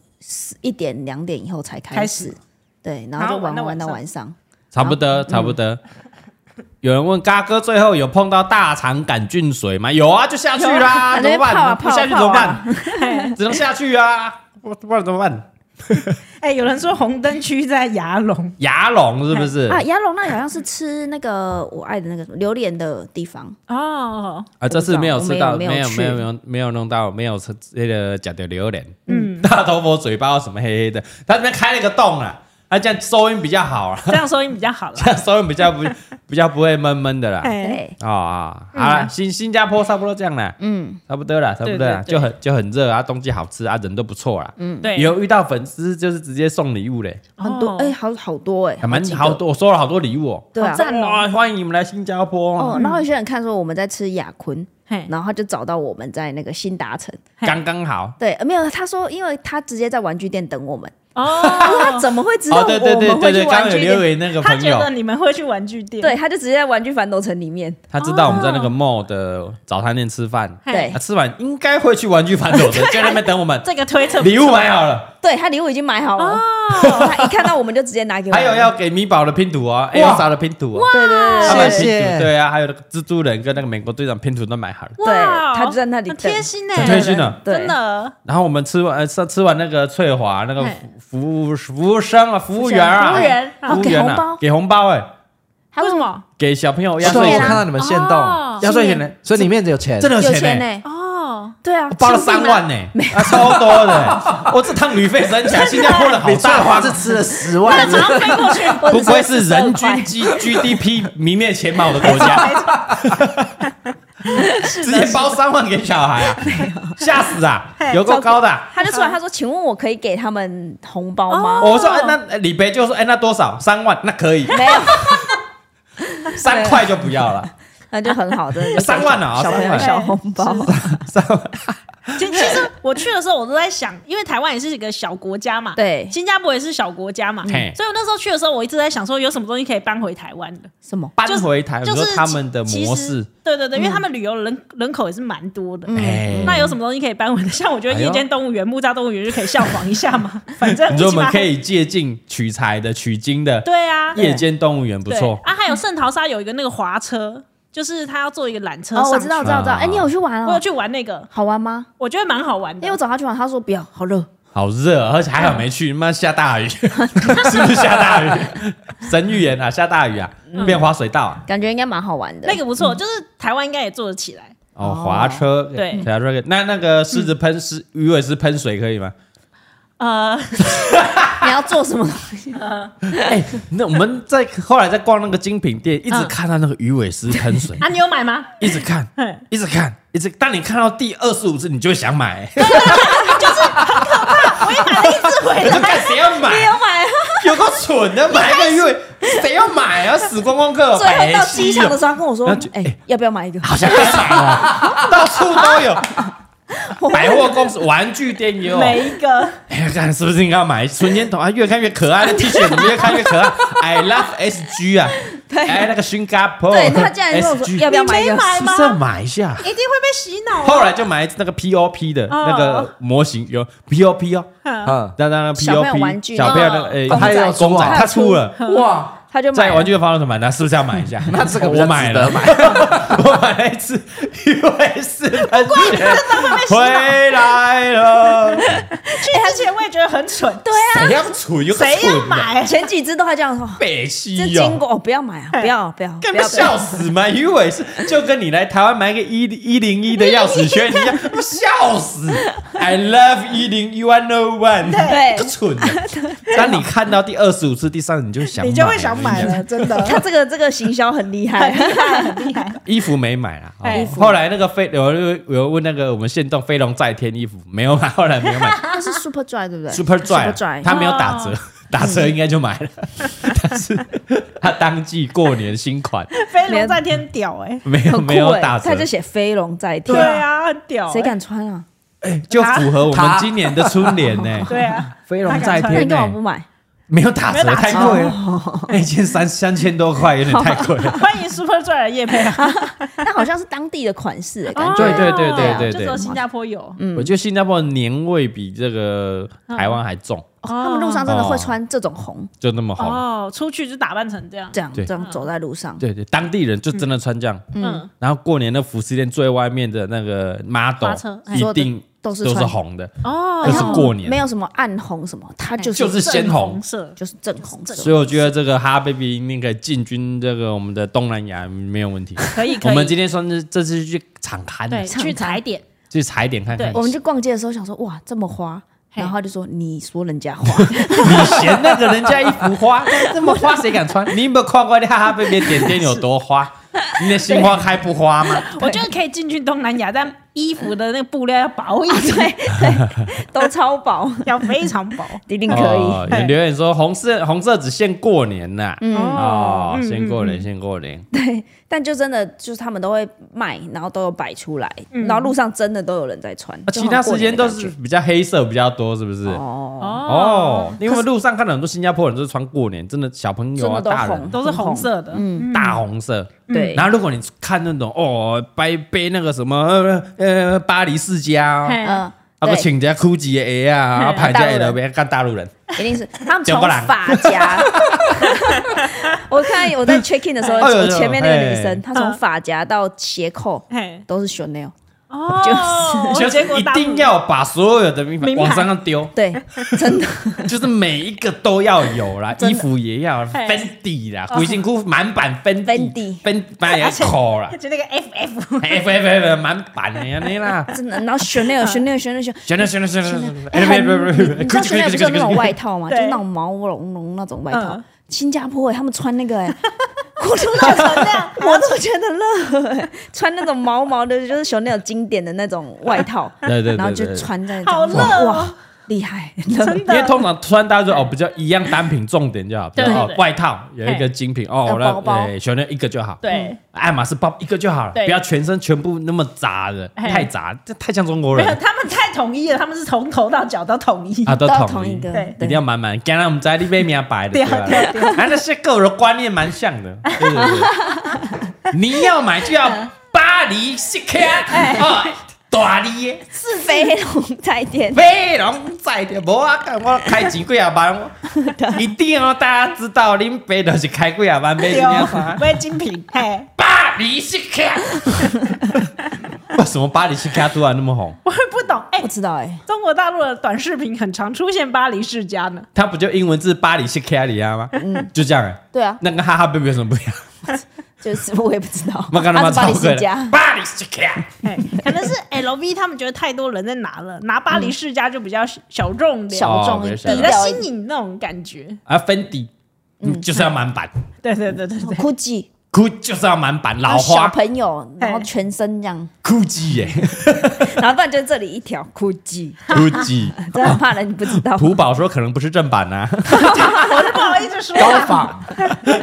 [SPEAKER 3] 一点两点以后才开
[SPEAKER 4] 开
[SPEAKER 3] 始
[SPEAKER 4] 始，
[SPEAKER 3] 对，然后就
[SPEAKER 4] 然后玩
[SPEAKER 3] 玩
[SPEAKER 4] 到
[SPEAKER 3] 玩到
[SPEAKER 4] 晚
[SPEAKER 3] 晚上。
[SPEAKER 2] 差不多，
[SPEAKER 3] 嗯
[SPEAKER 2] 差不多。有人问嘎哥最后有碰到大肠杆菌水吗？有啊，就下去啦，
[SPEAKER 3] 有啊
[SPEAKER 2] 怎么
[SPEAKER 3] 那边泡
[SPEAKER 2] 办？
[SPEAKER 3] 啊
[SPEAKER 2] 不
[SPEAKER 3] 泡啊
[SPEAKER 2] 下去怎么
[SPEAKER 3] 泡啊
[SPEAKER 2] 办？ 只能下去啊，不不然怎么办？
[SPEAKER 4] 哎、有人说红灯区在牙龙，
[SPEAKER 2] 牙龙是不是
[SPEAKER 3] 啊，牙龙那里好像是吃那个我爱的那个什么榴莲的地方，
[SPEAKER 4] 哦，
[SPEAKER 2] 啊？这次没有吃到，
[SPEAKER 3] 我没有
[SPEAKER 2] 没有
[SPEAKER 3] 没
[SPEAKER 2] 没有
[SPEAKER 3] 有去
[SPEAKER 2] 没有没有弄到，没有吃那个假的榴莲。
[SPEAKER 4] 嗯，
[SPEAKER 2] 大头佛嘴巴有什么黑黑的，他那边开了个洞啊，他这样收音比较好啊，
[SPEAKER 4] 这样收音比较好 啦。
[SPEAKER 2] 这样收音比较不 比较不会闷闷的啦。
[SPEAKER 4] 哎、
[SPEAKER 3] 对，
[SPEAKER 2] 哦啊，好啦，新新加坡差不多这样啦，
[SPEAKER 3] 嗯，
[SPEAKER 2] 差不多啦，差不多啦，就
[SPEAKER 4] 对对对
[SPEAKER 2] 很就很热啊，冬季好吃啊，人都不错啦。
[SPEAKER 4] 对，
[SPEAKER 2] 有遇到粉丝就是直接送礼物嘞，
[SPEAKER 3] 很多
[SPEAKER 4] 哦
[SPEAKER 3] 哎，好好多哎，
[SPEAKER 2] 还蛮
[SPEAKER 3] 几个
[SPEAKER 2] 好，多，我收了好多礼物哦。
[SPEAKER 3] 对啊
[SPEAKER 4] 好。赞哦，
[SPEAKER 2] 哇，欢迎你们来新加
[SPEAKER 3] 哦
[SPEAKER 2] 坡，，
[SPEAKER 3] 然后有些人看说我们在吃雅坤，
[SPEAKER 4] 嘿，
[SPEAKER 3] 然后他就找到我们在那个新达城。
[SPEAKER 2] 刚刚好。
[SPEAKER 3] 对，呃没有，他说因为他直接在玩具店等我们，他
[SPEAKER 4] 哦，
[SPEAKER 3] 怎么会知道
[SPEAKER 2] 哦，
[SPEAKER 3] 我
[SPEAKER 2] 对对对
[SPEAKER 3] 们
[SPEAKER 2] 对
[SPEAKER 3] 会
[SPEAKER 2] 对，
[SPEAKER 3] 去
[SPEAKER 2] 刚
[SPEAKER 3] 玩
[SPEAKER 2] 刚有
[SPEAKER 3] 具
[SPEAKER 2] 留
[SPEAKER 3] 店？
[SPEAKER 2] 言那个
[SPEAKER 4] 他
[SPEAKER 2] 朋
[SPEAKER 4] 觉
[SPEAKER 2] 友
[SPEAKER 4] 得，你们会去玩具店，
[SPEAKER 3] 对，他就直接在玩具反斗城里面。
[SPEAKER 2] 他知道我们在那个 mall 的早餐店吃饭，
[SPEAKER 4] 嘿
[SPEAKER 3] 对
[SPEAKER 2] 他吃完应该会去玩具反斗城，就在那边等我们。
[SPEAKER 4] 这个推测不
[SPEAKER 2] 礼物
[SPEAKER 4] 错
[SPEAKER 2] 买啊好了，
[SPEAKER 3] 对他礼物已经买好了，
[SPEAKER 4] 哦，
[SPEAKER 3] 他一看到我们就直接拿给我
[SPEAKER 2] 还
[SPEAKER 3] 们。
[SPEAKER 2] 有要给米宝的拼图哦，Elsa 的拼图哦，
[SPEAKER 3] 对对
[SPEAKER 2] 他
[SPEAKER 3] 对
[SPEAKER 2] 买
[SPEAKER 3] 对
[SPEAKER 2] 拼
[SPEAKER 1] 谢谢
[SPEAKER 2] 图，对啊，还有那个蜘蛛人跟那个美国队长拼图都买好了。
[SPEAKER 3] 对
[SPEAKER 4] 哇，
[SPEAKER 3] 他就在那里
[SPEAKER 4] 很
[SPEAKER 3] 等
[SPEAKER 4] 贴心呢，哎
[SPEAKER 2] 很贴心啊
[SPEAKER 3] 对
[SPEAKER 4] 真的。
[SPEAKER 2] 然后我们吃完呃吃吃完那个翠华那个
[SPEAKER 4] 嘿
[SPEAKER 2] 服服务服务生啊，服务员啊，
[SPEAKER 4] 服务员
[SPEAKER 2] 哎服务
[SPEAKER 3] 给
[SPEAKER 2] 员
[SPEAKER 3] 红
[SPEAKER 2] 啊
[SPEAKER 3] 包，
[SPEAKER 2] 给红包哎，
[SPEAKER 4] 还为什么？
[SPEAKER 2] 给小朋友 压
[SPEAKER 1] 所
[SPEAKER 2] 岁
[SPEAKER 1] 以我
[SPEAKER 2] 钱
[SPEAKER 1] 看到你们限动
[SPEAKER 4] 哦，
[SPEAKER 2] 压岁钱呢，
[SPEAKER 1] 所以里面啊有钱，
[SPEAKER 2] 真的
[SPEAKER 3] 有
[SPEAKER 2] 钱
[SPEAKER 3] 钱
[SPEAKER 2] 呢，
[SPEAKER 3] 呢，
[SPEAKER 4] 哦，
[SPEAKER 3] 对啊
[SPEAKER 2] 我，包了三万呢，啊超多的， 我这趟旅费省起来，新加坡的好
[SPEAKER 1] 你翠
[SPEAKER 2] 大
[SPEAKER 1] 花是。
[SPEAKER 2] 方
[SPEAKER 1] 吃了十万，
[SPEAKER 4] 马上飞过去，
[SPEAKER 3] 我只
[SPEAKER 2] 不愧
[SPEAKER 3] 收
[SPEAKER 2] 是人
[SPEAKER 3] 12块
[SPEAKER 2] 均 G GDP 名列前茅的国家，直接包三万给小孩啊，吓死啊，有够高的啊。
[SPEAKER 3] 他就出来，他说：“请问我可以给他们红包吗
[SPEAKER 2] 我说，哎，那哎李白就说，哎，那多少？三万，那可以？”，
[SPEAKER 3] 没有，
[SPEAKER 2] 三块就不要了，
[SPEAKER 3] 那就很好，真的就
[SPEAKER 2] 三万啊
[SPEAKER 3] 小朋
[SPEAKER 2] 三
[SPEAKER 3] 友
[SPEAKER 2] 万
[SPEAKER 3] 小红包，
[SPEAKER 2] 三万。
[SPEAKER 4] 其其实我去的时候，我都在想，因为台湾也是一个小国家嘛，
[SPEAKER 3] 对
[SPEAKER 4] 新加坡也是小国家嘛，
[SPEAKER 2] 嘿
[SPEAKER 4] 所以我那时候去的时候，我一直在想说，有什么东西可以搬回台湾的，
[SPEAKER 3] 什么？
[SPEAKER 2] 搬回台，
[SPEAKER 4] 就
[SPEAKER 2] 你
[SPEAKER 4] 是
[SPEAKER 2] 说他们的
[SPEAKER 4] 其
[SPEAKER 2] 模，
[SPEAKER 4] 其
[SPEAKER 2] 式
[SPEAKER 4] 实，对对
[SPEAKER 3] 嗯
[SPEAKER 4] 对，因为他们旅游人人口也是蛮多的。
[SPEAKER 2] 哎
[SPEAKER 4] 嗯那有什么东西可以搬回来？像我 觉得
[SPEAKER 2] 哎呦
[SPEAKER 4] 夜间动物园、木栅动物园就可以效仿一下 嘛，反正
[SPEAKER 2] 你说我
[SPEAKER 4] 一
[SPEAKER 2] 们
[SPEAKER 4] 起把
[SPEAKER 2] 可以借鉴取材的、取经的
[SPEAKER 4] 对啊，
[SPEAKER 2] 夜间动物园，不
[SPEAKER 4] 对
[SPEAKER 2] 错。
[SPEAKER 4] 啊，还有圣淘沙有一个那个滑车，就是他要坐一个缆车
[SPEAKER 3] 哦，我
[SPEAKER 4] 上
[SPEAKER 3] 知
[SPEAKER 4] 去
[SPEAKER 3] 道，知道，知道。
[SPEAKER 2] 啊
[SPEAKER 3] 哎，你有去玩
[SPEAKER 4] 我有
[SPEAKER 3] 哦？
[SPEAKER 4] 去玩那个，
[SPEAKER 3] 好玩吗？
[SPEAKER 4] 我觉得蛮好玩
[SPEAKER 3] 因为我
[SPEAKER 4] 的。
[SPEAKER 3] 找他去玩，他说不要，好热。
[SPEAKER 2] 好热，啊而且还
[SPEAKER 4] 嗯
[SPEAKER 2] 好没去，妈下大 雨，是不是下大雨？神预言啊，下大雨啊，
[SPEAKER 4] 嗯
[SPEAKER 2] 变滑水道啊，
[SPEAKER 3] 感觉应该蛮好玩的。
[SPEAKER 4] 那个不错，就是台湾应该也做得起来。
[SPEAKER 2] 哦，
[SPEAKER 3] 哦
[SPEAKER 2] 滑车，
[SPEAKER 4] 对
[SPEAKER 2] 滑车。那那个狮子喷狮，鱼尾狮喷水可以 吗？
[SPEAKER 3] 嗯
[SPEAKER 4] 呃，
[SPEAKER 3] 你要做 什么？
[SPEAKER 2] 哎，那我们在后来在逛那个精品店，一直
[SPEAKER 4] 嗯
[SPEAKER 2] 看到那个鱼尾狮喷水，
[SPEAKER 4] 啊，你有买吗？
[SPEAKER 2] 一直看，
[SPEAKER 4] 嘿
[SPEAKER 2] 一直看，一直。当你看到第二十五次，你就会想买， 就是很可怕。我也买了一只回来，看哎谁要买？
[SPEAKER 3] 买啊！
[SPEAKER 2] 有够蠢的，买一个月，谁要买啊？死光光客，
[SPEAKER 3] 最后
[SPEAKER 2] 白
[SPEAKER 3] 到
[SPEAKER 2] 痴
[SPEAKER 3] 机场的
[SPEAKER 2] 哦
[SPEAKER 3] 时候，他跟我说
[SPEAKER 2] 那就：“哎
[SPEAKER 3] 哎，要不要买一个
[SPEAKER 2] 好像被抢 了，到处都有，？”
[SPEAKER 3] 我
[SPEAKER 2] 百货公司、玩具店也有。
[SPEAKER 4] 每一个
[SPEAKER 2] 哎呀，看是不是应该要买纯烟筒啊？越看越可爱，那 T 恤怎么越看越可爱？I love SG 啊！
[SPEAKER 3] 对
[SPEAKER 2] 哎，那个 s h i n g a p o
[SPEAKER 3] 对他竟然跟我说要不要买一个
[SPEAKER 4] 你没买吗
[SPEAKER 2] 是不是买一下？
[SPEAKER 4] 一定会被洗脑啊。
[SPEAKER 2] 后来就买那个 POP 的那个模型，有 POP 哦，
[SPEAKER 4] 嗯
[SPEAKER 1] 嗯，
[SPEAKER 2] 那那那
[SPEAKER 3] 小朋友
[SPEAKER 2] POP
[SPEAKER 3] 玩具
[SPEAKER 2] 小朋友那个哎，
[SPEAKER 1] 哦他也有出啊
[SPEAKER 2] 公仔，他出了。
[SPEAKER 1] 哇，
[SPEAKER 3] 他就买
[SPEAKER 2] 在
[SPEAKER 3] 了
[SPEAKER 2] 玩具的方向盘，那是不是要买一下？
[SPEAKER 1] 那这个比较
[SPEAKER 2] 我买
[SPEAKER 1] 值
[SPEAKER 2] 了
[SPEAKER 1] 得，买。
[SPEAKER 2] 我买了一次 US 喷泉，回来了。
[SPEAKER 4] 去之前我也觉得很蠢， 对啊，
[SPEAKER 2] 谁要蠢？有个
[SPEAKER 4] 谁
[SPEAKER 2] 蠢
[SPEAKER 4] 要
[SPEAKER 2] 的
[SPEAKER 4] 买？
[SPEAKER 3] 前几只都还这样说。
[SPEAKER 2] 北
[SPEAKER 3] 这
[SPEAKER 2] 西
[SPEAKER 3] 经
[SPEAKER 2] 哦。
[SPEAKER 3] 过哦，不要买啊！不要不要
[SPEAKER 2] 干
[SPEAKER 3] 不
[SPEAKER 2] 嘛
[SPEAKER 3] 要！不要
[SPEAKER 2] 笑死嘛！鱼尾是就跟你来台湾买个一一零一的钥匙圈一 样，他妈笑死！I love 一零一 one o one，
[SPEAKER 3] 对
[SPEAKER 2] 个蠢的。当你看到第二十五次、第三次，你就想买
[SPEAKER 4] 你就会想买
[SPEAKER 2] 了。
[SPEAKER 4] 了， 真的。
[SPEAKER 3] 他这个这个行销很厉害，
[SPEAKER 4] 哎很厉害，
[SPEAKER 2] 衣服没买啦，
[SPEAKER 4] 哎
[SPEAKER 2] 哦后来那个飞有人有人问那个我们县动飞龙在天衣服没有啊 买，后来没有买。
[SPEAKER 3] 他是 Super Dry 对不对
[SPEAKER 2] Super Dry，啊
[SPEAKER 3] Dry 哦
[SPEAKER 2] 他没有打折，打折应该就买了，但是他当季过年新款
[SPEAKER 4] 飞龙在天屌哎，
[SPEAKER 2] 没有
[SPEAKER 3] 很酷
[SPEAKER 2] 没有
[SPEAKER 3] 欸
[SPEAKER 2] 打折
[SPEAKER 3] 他，就写飞龙在天
[SPEAKER 4] 对，啊，很屌欸，
[SPEAKER 3] 谁敢穿啊？
[SPEAKER 2] 就符合我们今年的春联呢。
[SPEAKER 4] 对啊？
[SPEAKER 2] 飞龙在
[SPEAKER 3] 那
[SPEAKER 2] 天
[SPEAKER 3] 你干嘛
[SPEAKER 2] 呢
[SPEAKER 3] 不，买？
[SPEAKER 2] 没有打
[SPEAKER 4] 没有
[SPEAKER 2] 折
[SPEAKER 4] 打折哦
[SPEAKER 2] 太贵了， 那一件三三千多块 有点太贵了。
[SPEAKER 4] 欢迎 Super Dry 的叶佩啊，
[SPEAKER 3] 那好像是当地的款式的感觉，
[SPEAKER 2] 对对对对
[SPEAKER 4] 哦
[SPEAKER 2] 对
[SPEAKER 4] 就
[SPEAKER 2] 对
[SPEAKER 4] 只有新加坡有，
[SPEAKER 2] 我觉得新加坡的年味比这个台湾还重，
[SPEAKER 3] 他们路上真的会穿这种红，
[SPEAKER 2] 就那么红。
[SPEAKER 4] 嗯哦，出去就打扮成这样，
[SPEAKER 3] 这样
[SPEAKER 2] 对
[SPEAKER 3] 这样走在路上，
[SPEAKER 2] 对对，当地人就真的穿这样。
[SPEAKER 4] 嗯，
[SPEAKER 2] 然后过年的服饰店最外面的那个 model
[SPEAKER 4] 花车哎
[SPEAKER 2] 一定
[SPEAKER 3] 都是
[SPEAKER 2] 都是
[SPEAKER 3] 穿
[SPEAKER 2] 红的，
[SPEAKER 4] 哦
[SPEAKER 2] 这是过年哎
[SPEAKER 3] 没有什么暗红什么，它就是
[SPEAKER 2] 就是鲜红
[SPEAKER 4] 红。色，
[SPEAKER 3] 就是正红色，
[SPEAKER 2] 所以我觉得这个哈 baby 应该进军这个我们的东南亚没有问题。
[SPEAKER 4] 可以可
[SPEAKER 2] 我
[SPEAKER 4] 以，
[SPEAKER 2] 们今天算是这次去场刊，
[SPEAKER 4] 对
[SPEAKER 3] 敞
[SPEAKER 4] 去
[SPEAKER 3] 开
[SPEAKER 4] 踩点，
[SPEAKER 2] 去踩点看看。
[SPEAKER 3] 我们去逛街的时候想说，哇，这么花，
[SPEAKER 4] 嘿
[SPEAKER 3] 然后他就说你说人家花，
[SPEAKER 2] 你嫌那个人家一幅 花这么花，谁敢穿？你有没有看过哈哈 baby 点点有多花？你的心花开不花吗？
[SPEAKER 4] 我觉得可以进军东南亚，但衣服的那个布料要 薄一点，
[SPEAKER 3] 都超薄，
[SPEAKER 4] 要非常薄。
[SPEAKER 3] 一定可以。
[SPEAKER 2] 哦有留言说红色红色只限过年呐、哦，
[SPEAKER 4] 嗯
[SPEAKER 2] 先过年，先过年。
[SPEAKER 3] 但就真的就是他们都会卖，然后都有摆出来，然后路上真的都有人在穿。
[SPEAKER 2] 啊，其他时间都是比较黑色比较多，是不是？
[SPEAKER 3] 哦，
[SPEAKER 2] 哦，因为路上看到很多新加坡人都是穿过年，真的小朋友啊、
[SPEAKER 3] 真的都
[SPEAKER 2] 大
[SPEAKER 3] 红
[SPEAKER 2] 人
[SPEAKER 4] 都是红色的，嗯，
[SPEAKER 2] 大红色。
[SPEAKER 3] 对
[SPEAKER 2] 然后如果你看那种哦，背背那个什么呃呃巴黎世家哦，
[SPEAKER 3] 嗯，
[SPEAKER 2] 啊不
[SPEAKER 3] 对，
[SPEAKER 2] 请人家 GUCCI 的 鞋啊，啊盘
[SPEAKER 3] 大陆
[SPEAKER 2] 家
[SPEAKER 3] 人哦
[SPEAKER 2] L 边看大陆人，
[SPEAKER 3] 一定是 他们
[SPEAKER 2] 九
[SPEAKER 3] 从
[SPEAKER 2] 个人
[SPEAKER 3] 发夹。 我看 我在 check in 的时候，
[SPEAKER 2] 哎呦
[SPEAKER 3] 我前面那个女
[SPEAKER 2] 哎
[SPEAKER 3] 生，她从发夹到鞋扣
[SPEAKER 4] 嘿，
[SPEAKER 3] 都是 Chanel。
[SPEAKER 4] 哦，
[SPEAKER 3] 就
[SPEAKER 2] 就
[SPEAKER 3] 是
[SPEAKER 4] 结
[SPEAKER 2] 是
[SPEAKER 4] 果
[SPEAKER 2] 一
[SPEAKER 4] 大陆
[SPEAKER 2] 定要把所有的名牌
[SPEAKER 4] 名牌
[SPEAKER 2] 往山上丢，
[SPEAKER 3] 对，真的，
[SPEAKER 2] 就是每一个都要有 啦，衣服也要
[SPEAKER 4] 嘿
[SPEAKER 2] ，Fendi 啦，鬼辛苦满版 Fendi，
[SPEAKER 3] 哦 Fendi
[SPEAKER 2] 分版也口 啦
[SPEAKER 4] 就那个 FF，
[SPEAKER 2] ，F F F 满版的呀你 啦，
[SPEAKER 3] 真的。然后 Chanel Chanel Chanel Chanel，
[SPEAKER 2] 行了行了行了行了，
[SPEAKER 3] 哎，
[SPEAKER 2] 哎
[SPEAKER 3] 很
[SPEAKER 2] 别别别别，
[SPEAKER 3] 你知道
[SPEAKER 2] GUCCI，
[SPEAKER 3] 现在不是有那
[SPEAKER 2] GUCCI
[SPEAKER 3] 种 外套吗？
[SPEAKER 4] 对
[SPEAKER 3] 就是那种毛茸茸那种外套
[SPEAKER 4] 嗯。
[SPEAKER 3] 新加坡哎，他们穿那 个哎，我都觉得这
[SPEAKER 2] 啊
[SPEAKER 3] 样，我都觉得热哎。穿那种毛毛的，就是熊那种经典的那种外套，
[SPEAKER 2] 对对对
[SPEAKER 3] 然后就
[SPEAKER 2] 对
[SPEAKER 3] 穿在
[SPEAKER 4] 好
[SPEAKER 3] 这样
[SPEAKER 4] 热哦
[SPEAKER 3] 哇，厉害，真
[SPEAKER 2] 因为通常穿搭就哦，比较一样单品重点就好，比
[SPEAKER 4] 对
[SPEAKER 2] 如哦
[SPEAKER 4] 对对
[SPEAKER 2] 外套有一个精品哦，
[SPEAKER 3] 要
[SPEAKER 2] 那
[SPEAKER 3] 包包
[SPEAKER 2] 哎选了一个就好，
[SPEAKER 4] 对，
[SPEAKER 2] 爱马仕包一个就好了，
[SPEAKER 4] 对
[SPEAKER 2] 不要全身全部那么杂的，
[SPEAKER 4] 嘿
[SPEAKER 2] 太杂，这太像中国
[SPEAKER 4] 没有，
[SPEAKER 2] 人
[SPEAKER 4] 他们太统一了，他们是从头到脚都统一，
[SPEAKER 2] 啊，都
[SPEAKER 3] 都要
[SPEAKER 2] 统
[SPEAKER 3] 同
[SPEAKER 2] 一
[SPEAKER 3] 一个，
[SPEAKER 4] 对
[SPEAKER 2] 一定要满满，刚刚我们在那边名白的，对吧？
[SPEAKER 4] 对
[SPEAKER 2] 啊，那些个人观念蛮像 的，对对对。你要买就要巴黎西克
[SPEAKER 4] 哎
[SPEAKER 2] 啊，大理的
[SPEAKER 3] 是飞龙在天，
[SPEAKER 2] 飞龙在天，无啊，干我开几几啊万， 我一定要大家知道，恁爸就是开几啊万买
[SPEAKER 4] 对
[SPEAKER 2] 这样啥
[SPEAKER 4] 哦，。为精品，嘿，
[SPEAKER 2] 巴黎西克， 为什么巴黎西克突然那么红？
[SPEAKER 4] 我也不懂，哎
[SPEAKER 3] 不，知道哎，
[SPEAKER 4] 中国大陆的短视频很常出现巴黎世家呢，
[SPEAKER 2] 它不就英文字巴黎西克里亚啊吗？就这样、欸。
[SPEAKER 3] 对啊，
[SPEAKER 2] 那跟哈哈 baby 有什么不一样？
[SPEAKER 3] 就是我也不知道，
[SPEAKER 2] 我刚他 妈
[SPEAKER 3] 阿兹巴
[SPEAKER 2] 超
[SPEAKER 3] 里
[SPEAKER 2] 贵
[SPEAKER 3] 世
[SPEAKER 2] 的
[SPEAKER 3] 家，
[SPEAKER 2] 巴黎西克。
[SPEAKER 4] 嘿，可能是 LV 他们觉得太多人在拿了，拿巴黎世家就比较小众点，
[SPEAKER 3] 小
[SPEAKER 2] 哦
[SPEAKER 3] 众一
[SPEAKER 2] 没事啊
[SPEAKER 4] 比
[SPEAKER 3] 点
[SPEAKER 4] 较新颖那种感觉，
[SPEAKER 2] 啊，芬迪，嗯，就是要满版，
[SPEAKER 4] 对对对对对，
[SPEAKER 3] 估计
[SPEAKER 2] 哭就是要满版，老
[SPEAKER 3] 小
[SPEAKER 2] 花
[SPEAKER 3] 朋友，然后
[SPEAKER 4] 嘿
[SPEAKER 3] 全身这样，
[SPEAKER 2] 哭鸡耶，
[SPEAKER 3] 然后不然就这里一条估计，
[SPEAKER 2] 哭鸡。
[SPEAKER 3] 真的很怕人不知 道，
[SPEAKER 2] 土宝说可能不是正版啊呐，
[SPEAKER 4] 我都不好意思说，
[SPEAKER 2] 高仿，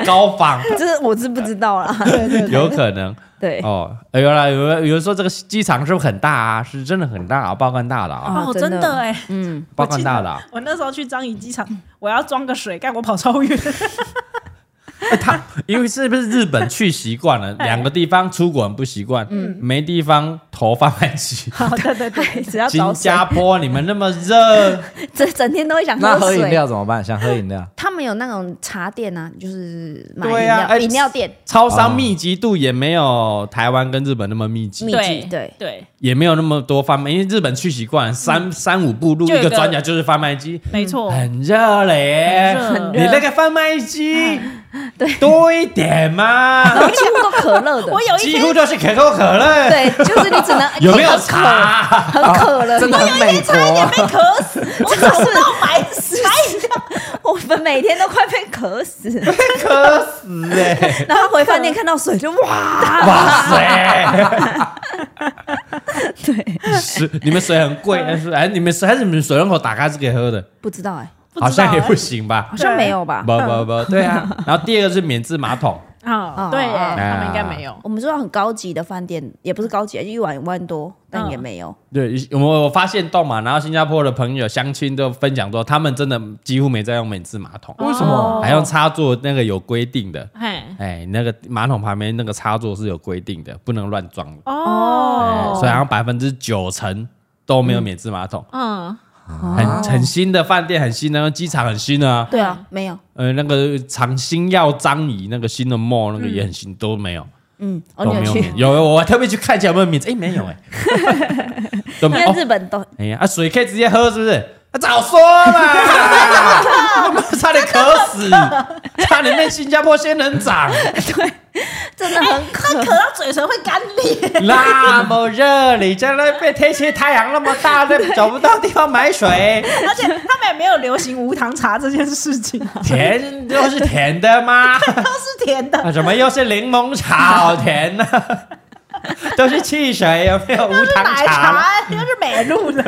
[SPEAKER 2] 高仿，
[SPEAKER 3] 这是我是不知 道啦，
[SPEAKER 4] 对对对，
[SPEAKER 2] 有可能
[SPEAKER 3] 对，
[SPEAKER 2] 哦。哎原来有人有人说这个机场是不是很大啊？是真的很大啊，爆肝大的啊，
[SPEAKER 4] 哦，
[SPEAKER 3] 啊
[SPEAKER 4] 真
[SPEAKER 3] 真的
[SPEAKER 4] 的哎，
[SPEAKER 3] 嗯，
[SPEAKER 2] 爆肝大的 啊。
[SPEAKER 4] 我那时候去樟宜机场，我要装个水，干我跑超远，
[SPEAKER 2] 哎他因为是不是日本去习惯了，两个地方出国很不习惯，没地方投放慢机。
[SPEAKER 4] 好，哦对对对，
[SPEAKER 3] 只要
[SPEAKER 2] 新
[SPEAKER 3] 找水，
[SPEAKER 2] 加坡你们那么热，
[SPEAKER 3] 这整天都会想
[SPEAKER 1] 那喝饮
[SPEAKER 3] 水。
[SPEAKER 1] 料怎么办？想喝饮料，
[SPEAKER 3] 他们有那种茶店啊，就是买饮
[SPEAKER 2] 对啊哎
[SPEAKER 3] 料，饮料店
[SPEAKER 2] 超商
[SPEAKER 1] 哦
[SPEAKER 2] 密集度也没有台湾跟日本那么密集
[SPEAKER 3] 密。集，
[SPEAKER 4] 对
[SPEAKER 3] 对，
[SPEAKER 4] 对，
[SPEAKER 2] 也没有那么多贩卖，因为日本去习惯三三五步路
[SPEAKER 4] 嗯就有
[SPEAKER 2] 一
[SPEAKER 4] 一
[SPEAKER 2] 个
[SPEAKER 4] 个
[SPEAKER 2] 转角就是贩卖机，
[SPEAKER 4] 没错，
[SPEAKER 2] 很热嘞
[SPEAKER 4] 很热。
[SPEAKER 2] 你那个贩卖 机，对，多一点
[SPEAKER 3] 然
[SPEAKER 2] 嘛，
[SPEAKER 3] 后全部都可乐的
[SPEAKER 4] 我，有一
[SPEAKER 2] 几
[SPEAKER 4] 天
[SPEAKER 2] 乎都是可口可乐。，
[SPEAKER 3] 对，就是你只 能
[SPEAKER 2] 有没 有
[SPEAKER 3] 很渴
[SPEAKER 2] 茶？
[SPEAKER 3] 很渴了，
[SPEAKER 1] 啊真的很美国啊。
[SPEAKER 4] 被渴死，我找不到买买饮料，
[SPEAKER 3] 我们每天都快被渴 死，
[SPEAKER 2] 渴死哎！
[SPEAKER 3] 然后回饭
[SPEAKER 1] 啊
[SPEAKER 3] 店看到水就哇，
[SPEAKER 2] 哇塞，
[SPEAKER 3] 对，
[SPEAKER 2] 是你们水很
[SPEAKER 4] 嗯
[SPEAKER 2] 贵，但是哎，你们水还是你们水龙头打开是可以喝的，
[SPEAKER 3] 不知道哎、
[SPEAKER 4] 不知道
[SPEAKER 2] 好像也
[SPEAKER 4] 欸
[SPEAKER 2] 不行吧
[SPEAKER 3] 好？像没有吧？
[SPEAKER 2] 不不
[SPEAKER 4] 嗯
[SPEAKER 2] 不，对啊。然后第二个是免治马桶，
[SPEAKER 4] 啊，对耶，
[SPEAKER 3] 啊
[SPEAKER 4] 他们应该没有。
[SPEAKER 3] 我们住到很高级的饭店，也不是高级，就一晚一万多，但
[SPEAKER 4] 嗯
[SPEAKER 3] 也没有。
[SPEAKER 2] 对，我我发现洞嘛，然后新加坡的朋友相亲都分享说，他们真的几乎没在用免治马桶，
[SPEAKER 4] 为什么
[SPEAKER 2] 还用插座那个有规定的，
[SPEAKER 4] 哦嘿，
[SPEAKER 2] 哎，那个马桶旁边那个插座是有规定的，不能乱装的，哎
[SPEAKER 4] 哦
[SPEAKER 2] 所以，好像百分之九成都没有免治马桶，
[SPEAKER 4] 嗯，
[SPEAKER 2] 很很新的饭店，很新的机场很新啊，
[SPEAKER 3] 对啊，没有。
[SPEAKER 2] 呃，那个长兴耀张仪那个新的 mall 那个也很新，都没有，
[SPEAKER 3] 嗯，哦，
[SPEAKER 2] 都
[SPEAKER 3] 你
[SPEAKER 2] 没有
[SPEAKER 3] 有去？
[SPEAKER 2] 免，有有我还特别去看一下有没有免治，哎，没有哎，都
[SPEAKER 3] 因
[SPEAKER 2] 没有
[SPEAKER 3] 为
[SPEAKER 2] 哦
[SPEAKER 3] 日本都
[SPEAKER 2] 哎呀，啊，水可以直接喝是不是？啊，早说嘛！差点渴死，差点被新加坡仙人掌，
[SPEAKER 3] 真的很渴，
[SPEAKER 4] 渴到嘴唇会干裂。
[SPEAKER 2] 那么热，你在那边天气太阳那么大，那找不到地方买水，
[SPEAKER 4] 而且他们也没有流行无糖茶这件事情，啊
[SPEAKER 2] 甜又是甜的吗？ 啊
[SPEAKER 4] 都是甜的。
[SPEAKER 2] 啊，怎么又是柠檬茶，好甜呢、 都是汽水，有没有无糖
[SPEAKER 4] 奶
[SPEAKER 2] 茶？
[SPEAKER 4] 茶又是美露的，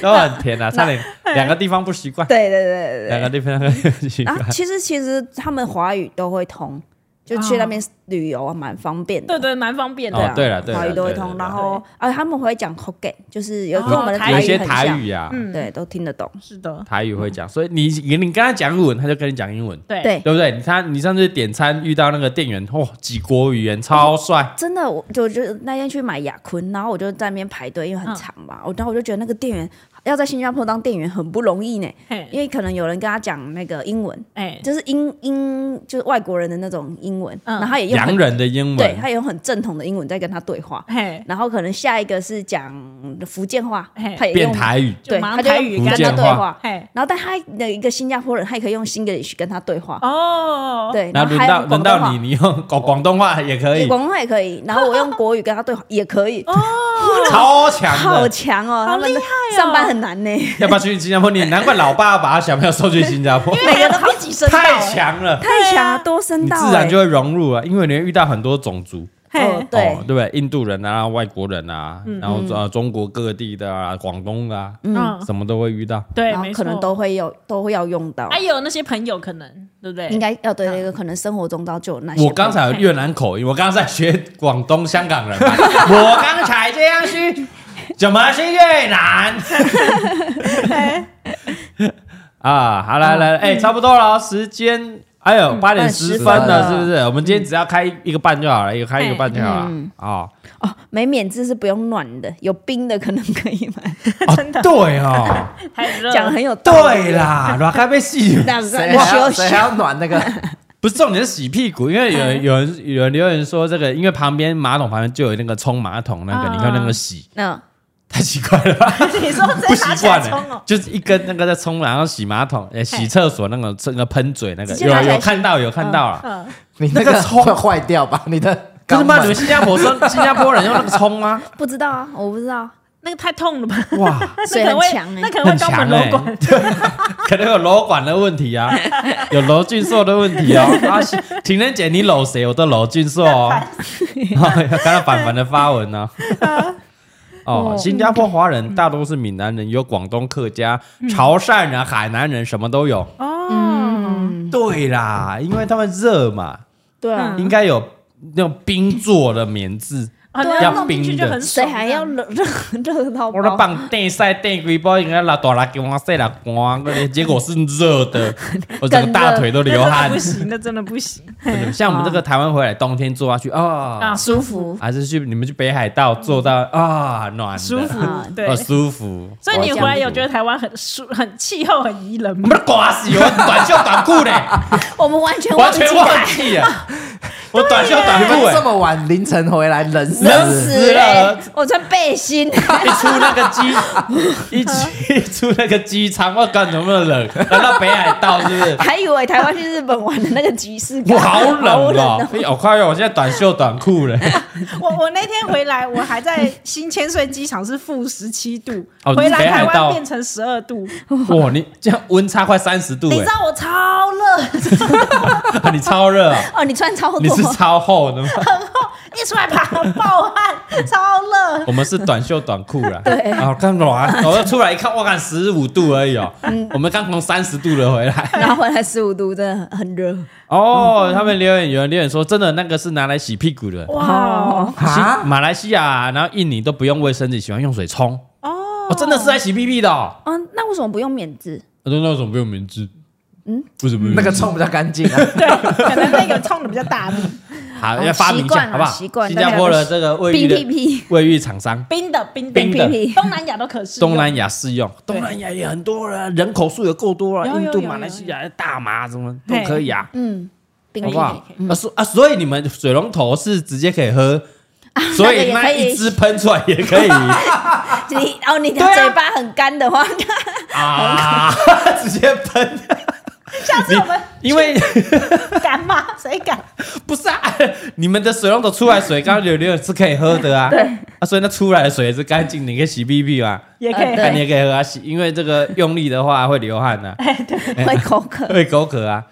[SPEAKER 2] 都很甜啊，差点两个地方不习惯，
[SPEAKER 3] 对对对对
[SPEAKER 2] 两
[SPEAKER 3] 对。
[SPEAKER 2] 个地方不习
[SPEAKER 3] 然
[SPEAKER 2] 惯
[SPEAKER 3] 后。其实其实他们华语都会通，就去那边旅游啊，蛮方便的
[SPEAKER 4] 对。对，蛮方便的
[SPEAKER 2] 哦
[SPEAKER 4] 啊。，
[SPEAKER 2] 对了，对
[SPEAKER 3] 华
[SPEAKER 2] 了，
[SPEAKER 3] 语都会
[SPEAKER 2] 对
[SPEAKER 3] 通，
[SPEAKER 2] 了，
[SPEAKER 3] 然后啊，他们会讲 Hokkien，就是有跟
[SPEAKER 4] 哦
[SPEAKER 3] 我们的台
[SPEAKER 4] 台语
[SPEAKER 2] 有
[SPEAKER 3] 语
[SPEAKER 2] 些
[SPEAKER 3] 很
[SPEAKER 2] 台
[SPEAKER 3] 像，
[SPEAKER 2] 语啊，
[SPEAKER 4] 嗯，
[SPEAKER 3] 对，都听得懂。
[SPEAKER 4] 是的，
[SPEAKER 2] 台语会讲，所以你你跟他讲日文，他就跟你讲英文，
[SPEAKER 4] 对
[SPEAKER 3] 对
[SPEAKER 2] 对不对？你看你上次点餐遇到那个店员，哇，几国语言超帅，
[SPEAKER 3] 真的，我就就那天去买雅坤，然后我就在那边排队，因
[SPEAKER 4] 嗯
[SPEAKER 3] 为很长嘛。我、然后我就觉得那个店员要在新加坡当店员很不容易呢，
[SPEAKER 4] 嘿，
[SPEAKER 3] 因为可能有人跟他讲那个英文，
[SPEAKER 4] 哎，
[SPEAKER 3] 就是英英就是外国人的那种英文，
[SPEAKER 4] 嗯
[SPEAKER 3] 然后他也用
[SPEAKER 2] 洋
[SPEAKER 3] 很
[SPEAKER 2] 人的英
[SPEAKER 3] 对
[SPEAKER 2] 文，
[SPEAKER 3] 他也用很正统的英文在跟他对话。
[SPEAKER 4] 嘿，
[SPEAKER 3] 然后可能下一个是讲福建话
[SPEAKER 4] 嗯嘿，
[SPEAKER 3] 他也
[SPEAKER 2] 变
[SPEAKER 3] 用
[SPEAKER 2] 台语，
[SPEAKER 3] 对，
[SPEAKER 4] 就马
[SPEAKER 3] 他
[SPEAKER 4] 上
[SPEAKER 3] 就
[SPEAKER 4] 台
[SPEAKER 3] 用
[SPEAKER 4] 语
[SPEAKER 3] 跟
[SPEAKER 2] 跟
[SPEAKER 3] 他
[SPEAKER 2] 他
[SPEAKER 3] 对
[SPEAKER 2] 对话
[SPEAKER 3] 话。
[SPEAKER 4] 嘿，
[SPEAKER 3] 然后但他的一个新加坡人，他也可以用 English 跟他对话。
[SPEAKER 4] 哦，
[SPEAKER 3] 对，
[SPEAKER 2] 然后
[SPEAKER 3] 后
[SPEAKER 2] 轮
[SPEAKER 3] 还
[SPEAKER 2] 到
[SPEAKER 3] 有
[SPEAKER 2] 轮
[SPEAKER 3] 广东话
[SPEAKER 2] 到你，，你用广广东话也可以，
[SPEAKER 3] 广东话也可以，然后我用国语跟他对话 也可以。
[SPEAKER 2] 超强
[SPEAKER 3] 好
[SPEAKER 2] 的。
[SPEAKER 3] 强哦，
[SPEAKER 4] 哦好
[SPEAKER 3] 他们
[SPEAKER 4] 厉
[SPEAKER 3] 的
[SPEAKER 4] 害哦
[SPEAKER 3] 上班很难呢，
[SPEAKER 2] 要不要去新加坡？你难怪老爸把他小朋友送去新加坡，
[SPEAKER 4] 哎
[SPEAKER 3] 每个都
[SPEAKER 4] 啊
[SPEAKER 3] 好几声道
[SPEAKER 2] 太
[SPEAKER 3] 欸，
[SPEAKER 2] 强了，
[SPEAKER 3] 太强了，多声
[SPEAKER 2] 你
[SPEAKER 3] 道欸，
[SPEAKER 2] 自然就会融入了，因为你会遇到很多种族。
[SPEAKER 3] 哦
[SPEAKER 4] 嘿，
[SPEAKER 3] 对
[SPEAKER 2] 哦，对不对？印度人啊，外国人啊，然后呃，中国各地的啊，广东的啊，
[SPEAKER 4] 嗯，
[SPEAKER 2] 什么都会遇到。
[SPEAKER 4] 对，
[SPEAKER 3] 然后
[SPEAKER 4] 哎没
[SPEAKER 3] 可能
[SPEAKER 4] 错
[SPEAKER 3] 都会有都会要用到
[SPEAKER 4] 还，有那些朋友可能，对不对？嗯
[SPEAKER 3] 应该要对那个可能生活中到就有那些。
[SPEAKER 2] 我刚才有越南口音，我刚才学广东、香港人嘛， 我刚才这样去，怎么是越南？ 啊，好来来，哎，差不多了哦，时间。哎呦，八点十分了，是不是？我们今天只要开一个半就好了，一个开一个半就好了
[SPEAKER 3] 嗯。
[SPEAKER 2] 哦，
[SPEAKER 3] 哦，没免治是不用暖的，有冰的可能可以 买，
[SPEAKER 2] 哦，对 哦，
[SPEAKER 4] 太热了，
[SPEAKER 3] 讲得很有道理
[SPEAKER 2] 对，啦，拉开被戏。
[SPEAKER 3] 那
[SPEAKER 1] 谁还
[SPEAKER 3] 那
[SPEAKER 1] 要
[SPEAKER 3] 休息
[SPEAKER 1] 谁还要暖那个？
[SPEAKER 2] 不是重点是洗屁股，因为有人有人有人留言说这个，因为旁边马桶旁边就有那个冲马桶那个，
[SPEAKER 4] 啊
[SPEAKER 2] 你看那个洗
[SPEAKER 3] 那
[SPEAKER 2] 太奇怪了 吧，
[SPEAKER 4] 你说
[SPEAKER 2] 不
[SPEAKER 4] 真
[SPEAKER 2] 习
[SPEAKER 4] 拿起
[SPEAKER 2] 惯欸
[SPEAKER 4] 来冲哦
[SPEAKER 2] 了，，就是一根那个在冲，然后洗马桶、呃洗厕所那个那个喷嘴那个，
[SPEAKER 3] 直接
[SPEAKER 2] 有
[SPEAKER 3] 拿起来
[SPEAKER 2] 有
[SPEAKER 3] 洗
[SPEAKER 2] 看到有看到啊。
[SPEAKER 4] 嗯，
[SPEAKER 1] 你
[SPEAKER 2] 那
[SPEAKER 1] 那
[SPEAKER 2] 个
[SPEAKER 1] 个
[SPEAKER 2] 葱
[SPEAKER 1] 会坏掉吧？你的
[SPEAKER 2] 可是
[SPEAKER 1] 肛
[SPEAKER 2] 吗？
[SPEAKER 1] 门
[SPEAKER 2] 你们新加坡说 新加坡人用那个冲吗？
[SPEAKER 3] 不知道啊，我不知道，
[SPEAKER 4] 那个太痛了吧？
[SPEAKER 2] 哇，
[SPEAKER 4] 那
[SPEAKER 3] 水
[SPEAKER 4] 可能
[SPEAKER 3] 很
[SPEAKER 4] 会
[SPEAKER 3] 强欸
[SPEAKER 4] 那 可能
[SPEAKER 2] 很
[SPEAKER 4] 会肛
[SPEAKER 2] 强
[SPEAKER 4] 门
[SPEAKER 2] 哎、
[SPEAKER 4] 瘘管，
[SPEAKER 2] 可能有瘘管的问题啊，有瘘菌素的问题哦。啊，情人节你瘘谁？我都瘘菌素 哦。刚刚反反的发文呢、哦，新加坡华人大多是闽南人，有广东客家、潮汕人、海南人，什么都有。
[SPEAKER 3] 嗯
[SPEAKER 4] 哦，
[SPEAKER 2] 对啦，因为他们热嘛，
[SPEAKER 3] 对啊，
[SPEAKER 4] 啊
[SPEAKER 2] 应该有那种冰做的棉质。
[SPEAKER 4] 啊，
[SPEAKER 3] 对啊
[SPEAKER 4] 那弄进去
[SPEAKER 2] 冰
[SPEAKER 4] 就
[SPEAKER 2] 的
[SPEAKER 4] 很
[SPEAKER 3] 谁
[SPEAKER 4] 爽
[SPEAKER 3] 还要热热热到
[SPEAKER 2] 我都
[SPEAKER 3] 爆？
[SPEAKER 2] 放电晒电龟包，应该拉大拉给我晒啦光，结果是热的，我整个大腿都
[SPEAKER 4] 那
[SPEAKER 2] 流
[SPEAKER 4] 真的
[SPEAKER 2] 汗
[SPEAKER 4] 不。行，那真的不行
[SPEAKER 2] 真的 像我们这个台湾回来，冬天坐下去啊
[SPEAKER 4] 啊，，
[SPEAKER 3] 舒服，
[SPEAKER 2] 还是去你们去北海道坐到啊，暖的
[SPEAKER 4] 舒服
[SPEAKER 3] 啊，
[SPEAKER 4] 对
[SPEAKER 2] 啊，。舒服。
[SPEAKER 4] 所以你回来有觉
[SPEAKER 2] 得
[SPEAKER 4] 得台湾很舒、 很气候很宜人
[SPEAKER 2] 我
[SPEAKER 4] 吗？
[SPEAKER 2] 们刮死我短袖短裤呢，
[SPEAKER 3] 我们完全
[SPEAKER 2] 完
[SPEAKER 3] 记
[SPEAKER 2] 全
[SPEAKER 3] 了
[SPEAKER 2] 忘记了， 我短袖短
[SPEAKER 1] 你
[SPEAKER 2] 裤
[SPEAKER 1] 们这
[SPEAKER 2] 哎，
[SPEAKER 1] 么晚凌晨回来，冷死
[SPEAKER 2] 冷
[SPEAKER 1] 了
[SPEAKER 2] 死了
[SPEAKER 3] 欸我穿 背心，
[SPEAKER 2] 一出那个 机，一起一出 那个机舱，我感怎么那么冷？来到北海道是不是？
[SPEAKER 3] 还以为台湾去日本玩的那个局势感，
[SPEAKER 2] 我好冷
[SPEAKER 3] 哦
[SPEAKER 2] 哦！哎我快要，我现在短袖短裤 了。
[SPEAKER 4] 我我那天回来，我还在新千岁机场是负十七度，
[SPEAKER 2] 哦
[SPEAKER 4] 回来
[SPEAKER 2] 北海
[SPEAKER 4] 台
[SPEAKER 2] 道
[SPEAKER 4] 湾变成十二度，
[SPEAKER 2] 哇，你这样温差快三十度哎
[SPEAKER 4] 你知道我超热，
[SPEAKER 2] 哎，你超热 啊！
[SPEAKER 3] 哦，你穿超多
[SPEAKER 2] 你，是超厚的吗？
[SPEAKER 4] 一出来跑暴汗，超热。
[SPEAKER 2] 我们是短袖短裤 啦，对啊，看暖，我要出来一看，我看十五度而已哦，
[SPEAKER 3] 嗯
[SPEAKER 2] 我们刚从三十度的回 来。
[SPEAKER 3] 然后回来十五度，真的很很热。
[SPEAKER 2] 哦，他们留言有人留言说，真的那个是拿来洗屁股的。
[SPEAKER 3] 哦
[SPEAKER 4] 哇
[SPEAKER 2] 啊，
[SPEAKER 1] 啊！
[SPEAKER 2] 马来西亚然后印尼都不用卫生纸，喜欢用水冲。
[SPEAKER 4] 哦，
[SPEAKER 2] 哦，真的是在洗屁屁的哦。
[SPEAKER 3] 嗯，那为什么不用免治？
[SPEAKER 2] 那那种不用棉质，嗯，为什么
[SPEAKER 1] 那个冲比较干 净啊，
[SPEAKER 4] 对，可能那个冲的比较大力，
[SPEAKER 2] 好
[SPEAKER 3] 哦
[SPEAKER 2] 要发明一
[SPEAKER 3] 习惯
[SPEAKER 2] 下，
[SPEAKER 3] 了
[SPEAKER 2] 好不好？
[SPEAKER 3] 习惯
[SPEAKER 2] 新加坡的这个卫浴
[SPEAKER 3] 冰屁
[SPEAKER 2] 的
[SPEAKER 3] 屁
[SPEAKER 2] 卫浴厂商，
[SPEAKER 4] 冰的冰
[SPEAKER 2] 冰
[SPEAKER 4] 的，
[SPEAKER 2] 的
[SPEAKER 3] 屁屁
[SPEAKER 4] 东南亚都可是
[SPEAKER 2] 东南亚适用，
[SPEAKER 4] 对
[SPEAKER 2] 东南亚也很多人，人口数也够多了，
[SPEAKER 4] 有有
[SPEAKER 2] 印度、
[SPEAKER 4] 有
[SPEAKER 2] 马来
[SPEAKER 4] 有
[SPEAKER 2] 西亚、大马什么都可以啊。
[SPEAKER 3] 嗯，冰
[SPEAKER 2] 好
[SPEAKER 3] 淇
[SPEAKER 2] 不
[SPEAKER 3] 淋
[SPEAKER 2] 好？啊，所啊，所以你们水龙头是直接可以喝，所以那
[SPEAKER 3] 那个也可以
[SPEAKER 2] 一支喷出来也可以
[SPEAKER 3] 你哦，你的
[SPEAKER 2] 对啊
[SPEAKER 3] 嘴巴很干的话，
[SPEAKER 2] 啊， 直接喷。
[SPEAKER 4] 下次我们
[SPEAKER 2] 因为
[SPEAKER 4] 敢吗？谁敢？
[SPEAKER 2] 不是啊，你们的水龙头出来水，刚刚有流是可以喝的啊。对啊，所以那出来的水是干净的，你可以洗屁屁嘛，
[SPEAKER 4] 也可以
[SPEAKER 3] 呃
[SPEAKER 2] 那
[SPEAKER 3] 对
[SPEAKER 2] 你也可以喝啊啊。洗，因为这个用力的话会流汗的，
[SPEAKER 3] 会口渴，
[SPEAKER 2] 会口渴啊。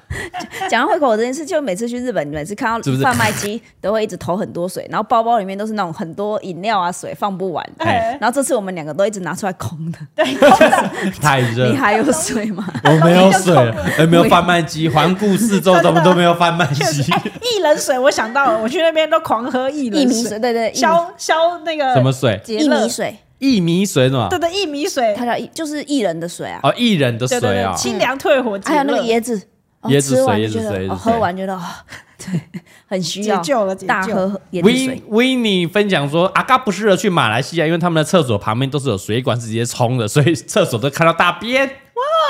[SPEAKER 3] 讲到会口这件事，就每次去日本，每次看
[SPEAKER 1] 是不
[SPEAKER 3] 到
[SPEAKER 1] 是
[SPEAKER 3] 贩卖机都会一直投很多水，然后包包里面都是那种很多饮料啊水放不完。
[SPEAKER 4] 哎
[SPEAKER 3] 然后这次我们两个都一直拿出来空的，
[SPEAKER 4] 对，空的
[SPEAKER 2] 太热
[SPEAKER 3] 你，还有水吗？
[SPEAKER 2] 我 没有水了，哎，没有贩卖机，环顾四周，怎么都没有 贩卖机？
[SPEAKER 4] 薏仁水，我想到了，我去那边都狂喝薏
[SPEAKER 3] 薏
[SPEAKER 4] 仁
[SPEAKER 3] 米水，，对对，薏
[SPEAKER 4] 消消那个
[SPEAKER 2] 什么水？
[SPEAKER 4] 解
[SPEAKER 3] 米薏
[SPEAKER 4] 热
[SPEAKER 3] 米，水，
[SPEAKER 2] 薏米水是吗
[SPEAKER 4] 对？对，薏米水，
[SPEAKER 3] 它叫薏，就是薏仁的水啊，
[SPEAKER 2] 哦，薏仁的
[SPEAKER 4] 对对
[SPEAKER 2] 水啊
[SPEAKER 4] 对，，清凉退火，
[SPEAKER 3] 还有那个
[SPEAKER 4] 解热
[SPEAKER 3] 椰子，哦
[SPEAKER 2] 椰子
[SPEAKER 3] 吃完
[SPEAKER 2] 水
[SPEAKER 3] 就觉
[SPEAKER 2] 椰子
[SPEAKER 3] 得
[SPEAKER 2] 水椰子
[SPEAKER 3] 哦
[SPEAKER 2] 水
[SPEAKER 3] 喝完觉得哦， 对，很需要
[SPEAKER 4] 解救了，解
[SPEAKER 3] 大
[SPEAKER 4] 救。
[SPEAKER 3] 喝椰子
[SPEAKER 2] Win
[SPEAKER 3] 水。
[SPEAKER 2] Winnie 分享说，阿嘎不适合去马来西亚，因为他们的厕所旁边都是有水管是直接冲的，所以厕所都看到大便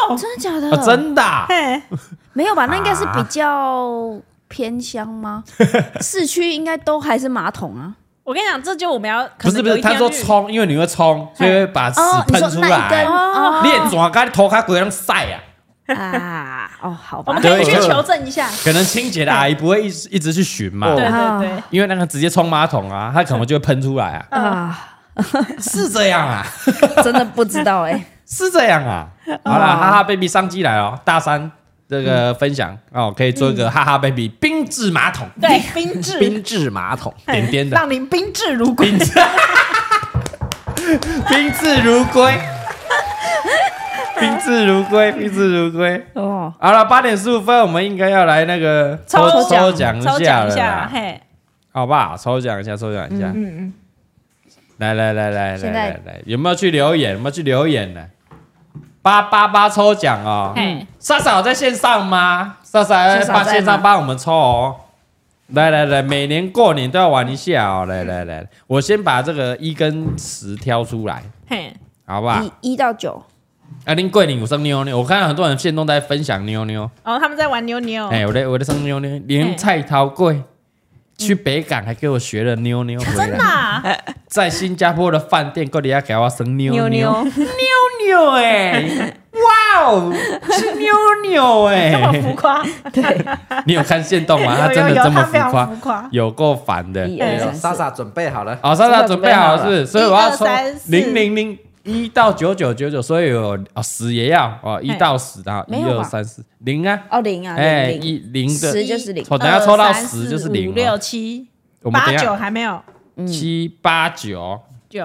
[SPEAKER 3] 真的假
[SPEAKER 2] 啊，
[SPEAKER 3] 的？
[SPEAKER 2] 真的啊。
[SPEAKER 4] 嗯嘿，
[SPEAKER 3] 没有吧？那应该是比
[SPEAKER 2] 啊
[SPEAKER 3] 较偏 乡吗？市区应该都还是马桶啊。
[SPEAKER 4] 我跟你讲，这就我们要
[SPEAKER 2] 不
[SPEAKER 4] 可
[SPEAKER 2] 是
[SPEAKER 4] 能
[SPEAKER 2] 不
[SPEAKER 4] 有
[SPEAKER 2] 是，
[SPEAKER 4] 一
[SPEAKER 2] 他
[SPEAKER 4] 天要
[SPEAKER 2] 说
[SPEAKER 4] 去
[SPEAKER 2] 冲，因为你会冲，所以会把屎
[SPEAKER 3] 哦，你
[SPEAKER 2] 喷
[SPEAKER 3] 说
[SPEAKER 2] 出
[SPEAKER 3] 那一根
[SPEAKER 2] 来。
[SPEAKER 3] 哦
[SPEAKER 2] 你的爪跟头壳鬼样晒啊！
[SPEAKER 3] 啊，哦，好
[SPEAKER 4] 我
[SPEAKER 3] 吧
[SPEAKER 4] 们，可
[SPEAKER 2] 对
[SPEAKER 4] 以去
[SPEAKER 2] 我
[SPEAKER 4] 求证一下。
[SPEAKER 2] 可能清洁的阿姨不会一直一直去巡嘛，
[SPEAKER 4] 对
[SPEAKER 1] 对
[SPEAKER 4] 对对，
[SPEAKER 2] 因为那个直接冲马桶啊，它可能就会喷出来啊。
[SPEAKER 3] 啊，
[SPEAKER 2] 是这样啊，
[SPEAKER 3] 真的不知道 哎，
[SPEAKER 2] 是这样啊。
[SPEAKER 4] 哦
[SPEAKER 2] 好啦，哈哈 baby 上机来哦，大三这个分享
[SPEAKER 4] 嗯
[SPEAKER 2] 哦，可以做一个哈哈 baby 冰制马 桶，
[SPEAKER 4] 对 冰质
[SPEAKER 1] 冰制马桶，
[SPEAKER 4] 哎
[SPEAKER 2] 点点的
[SPEAKER 4] 让您宾至如归。
[SPEAKER 2] 宾至如 归，宾至如归，宾至如归。
[SPEAKER 3] 哦，
[SPEAKER 2] 好了，八点十五分，我们应该要来那个抽
[SPEAKER 4] 抽
[SPEAKER 2] 奖一
[SPEAKER 4] 奖抽
[SPEAKER 2] 下
[SPEAKER 4] 一
[SPEAKER 2] 了
[SPEAKER 4] 下，
[SPEAKER 2] 啦，
[SPEAKER 4] 嘿，
[SPEAKER 2] 好不好？抽奖一下，抽奖一下。
[SPEAKER 4] 嗯嗯，
[SPEAKER 2] 来来来来来
[SPEAKER 3] 现在
[SPEAKER 2] 来来，有没有去留言？有没有去留言呢？八八八抽奖哦
[SPEAKER 4] 嘿！
[SPEAKER 2] 莎莎有在线上吗？莎莎在
[SPEAKER 3] 莎莎在吗
[SPEAKER 2] 线上帮我们抽哦。来来来，每年过年都要玩一下哦！来来来，我先把这个一跟十挑出来，
[SPEAKER 4] 嘿，
[SPEAKER 2] 好不好？
[SPEAKER 3] 一一到九，
[SPEAKER 2] 啊，恁桂林有生妞妞，我看到很多人现动在分享妞妞。
[SPEAKER 4] 然后他们在玩妞妞，
[SPEAKER 2] 哎、我在我在生妞妞，连蔡桃贵去北港还给我学了妞妞回来，
[SPEAKER 4] 嗯真的啊
[SPEAKER 2] 在新加坡的饭店过底下给我生妞
[SPEAKER 4] 妞
[SPEAKER 2] 妞
[SPEAKER 4] 妞，
[SPEAKER 2] 妞哎、哇哦，是妞妞哎、
[SPEAKER 4] 这么浮夸，
[SPEAKER 2] 你有看现动吗？
[SPEAKER 4] 有
[SPEAKER 2] 他真
[SPEAKER 4] 有
[SPEAKER 2] 的
[SPEAKER 4] 有，
[SPEAKER 2] 这么
[SPEAKER 4] 他非
[SPEAKER 2] 浮
[SPEAKER 4] 常
[SPEAKER 2] 夸
[SPEAKER 4] 浮，夸。
[SPEAKER 2] 有够烦的。
[SPEAKER 3] 一
[SPEAKER 4] 哎
[SPEAKER 3] 二
[SPEAKER 1] 哎
[SPEAKER 3] 三
[SPEAKER 1] 呦
[SPEAKER 3] 四
[SPEAKER 1] 莎莎准备好了，
[SPEAKER 2] 好，哦莎莎
[SPEAKER 3] 莎
[SPEAKER 2] 准
[SPEAKER 3] 准
[SPEAKER 2] 备
[SPEAKER 3] 备
[SPEAKER 2] 好了
[SPEAKER 3] 好了
[SPEAKER 2] 是不是，所以我要抽
[SPEAKER 4] 一二三四
[SPEAKER 2] 零零零一到九九九九，所以有哦十也要哦
[SPEAKER 4] 哎
[SPEAKER 2] 一到十，然后
[SPEAKER 3] 没
[SPEAKER 2] 一
[SPEAKER 3] 有吧
[SPEAKER 2] 二三四零啊，
[SPEAKER 3] 哦零啊，
[SPEAKER 2] 哎
[SPEAKER 3] 零零
[SPEAKER 2] 一零的
[SPEAKER 3] 十就是零
[SPEAKER 2] 从哦等下抽到
[SPEAKER 4] 二三
[SPEAKER 2] 十
[SPEAKER 4] 四
[SPEAKER 2] 就是零
[SPEAKER 4] 五
[SPEAKER 2] 了
[SPEAKER 4] 六七
[SPEAKER 2] 我们
[SPEAKER 4] 八
[SPEAKER 2] 等一
[SPEAKER 4] 九
[SPEAKER 2] 下
[SPEAKER 4] 还没有
[SPEAKER 3] 嗯
[SPEAKER 2] 七八九
[SPEAKER 4] 九，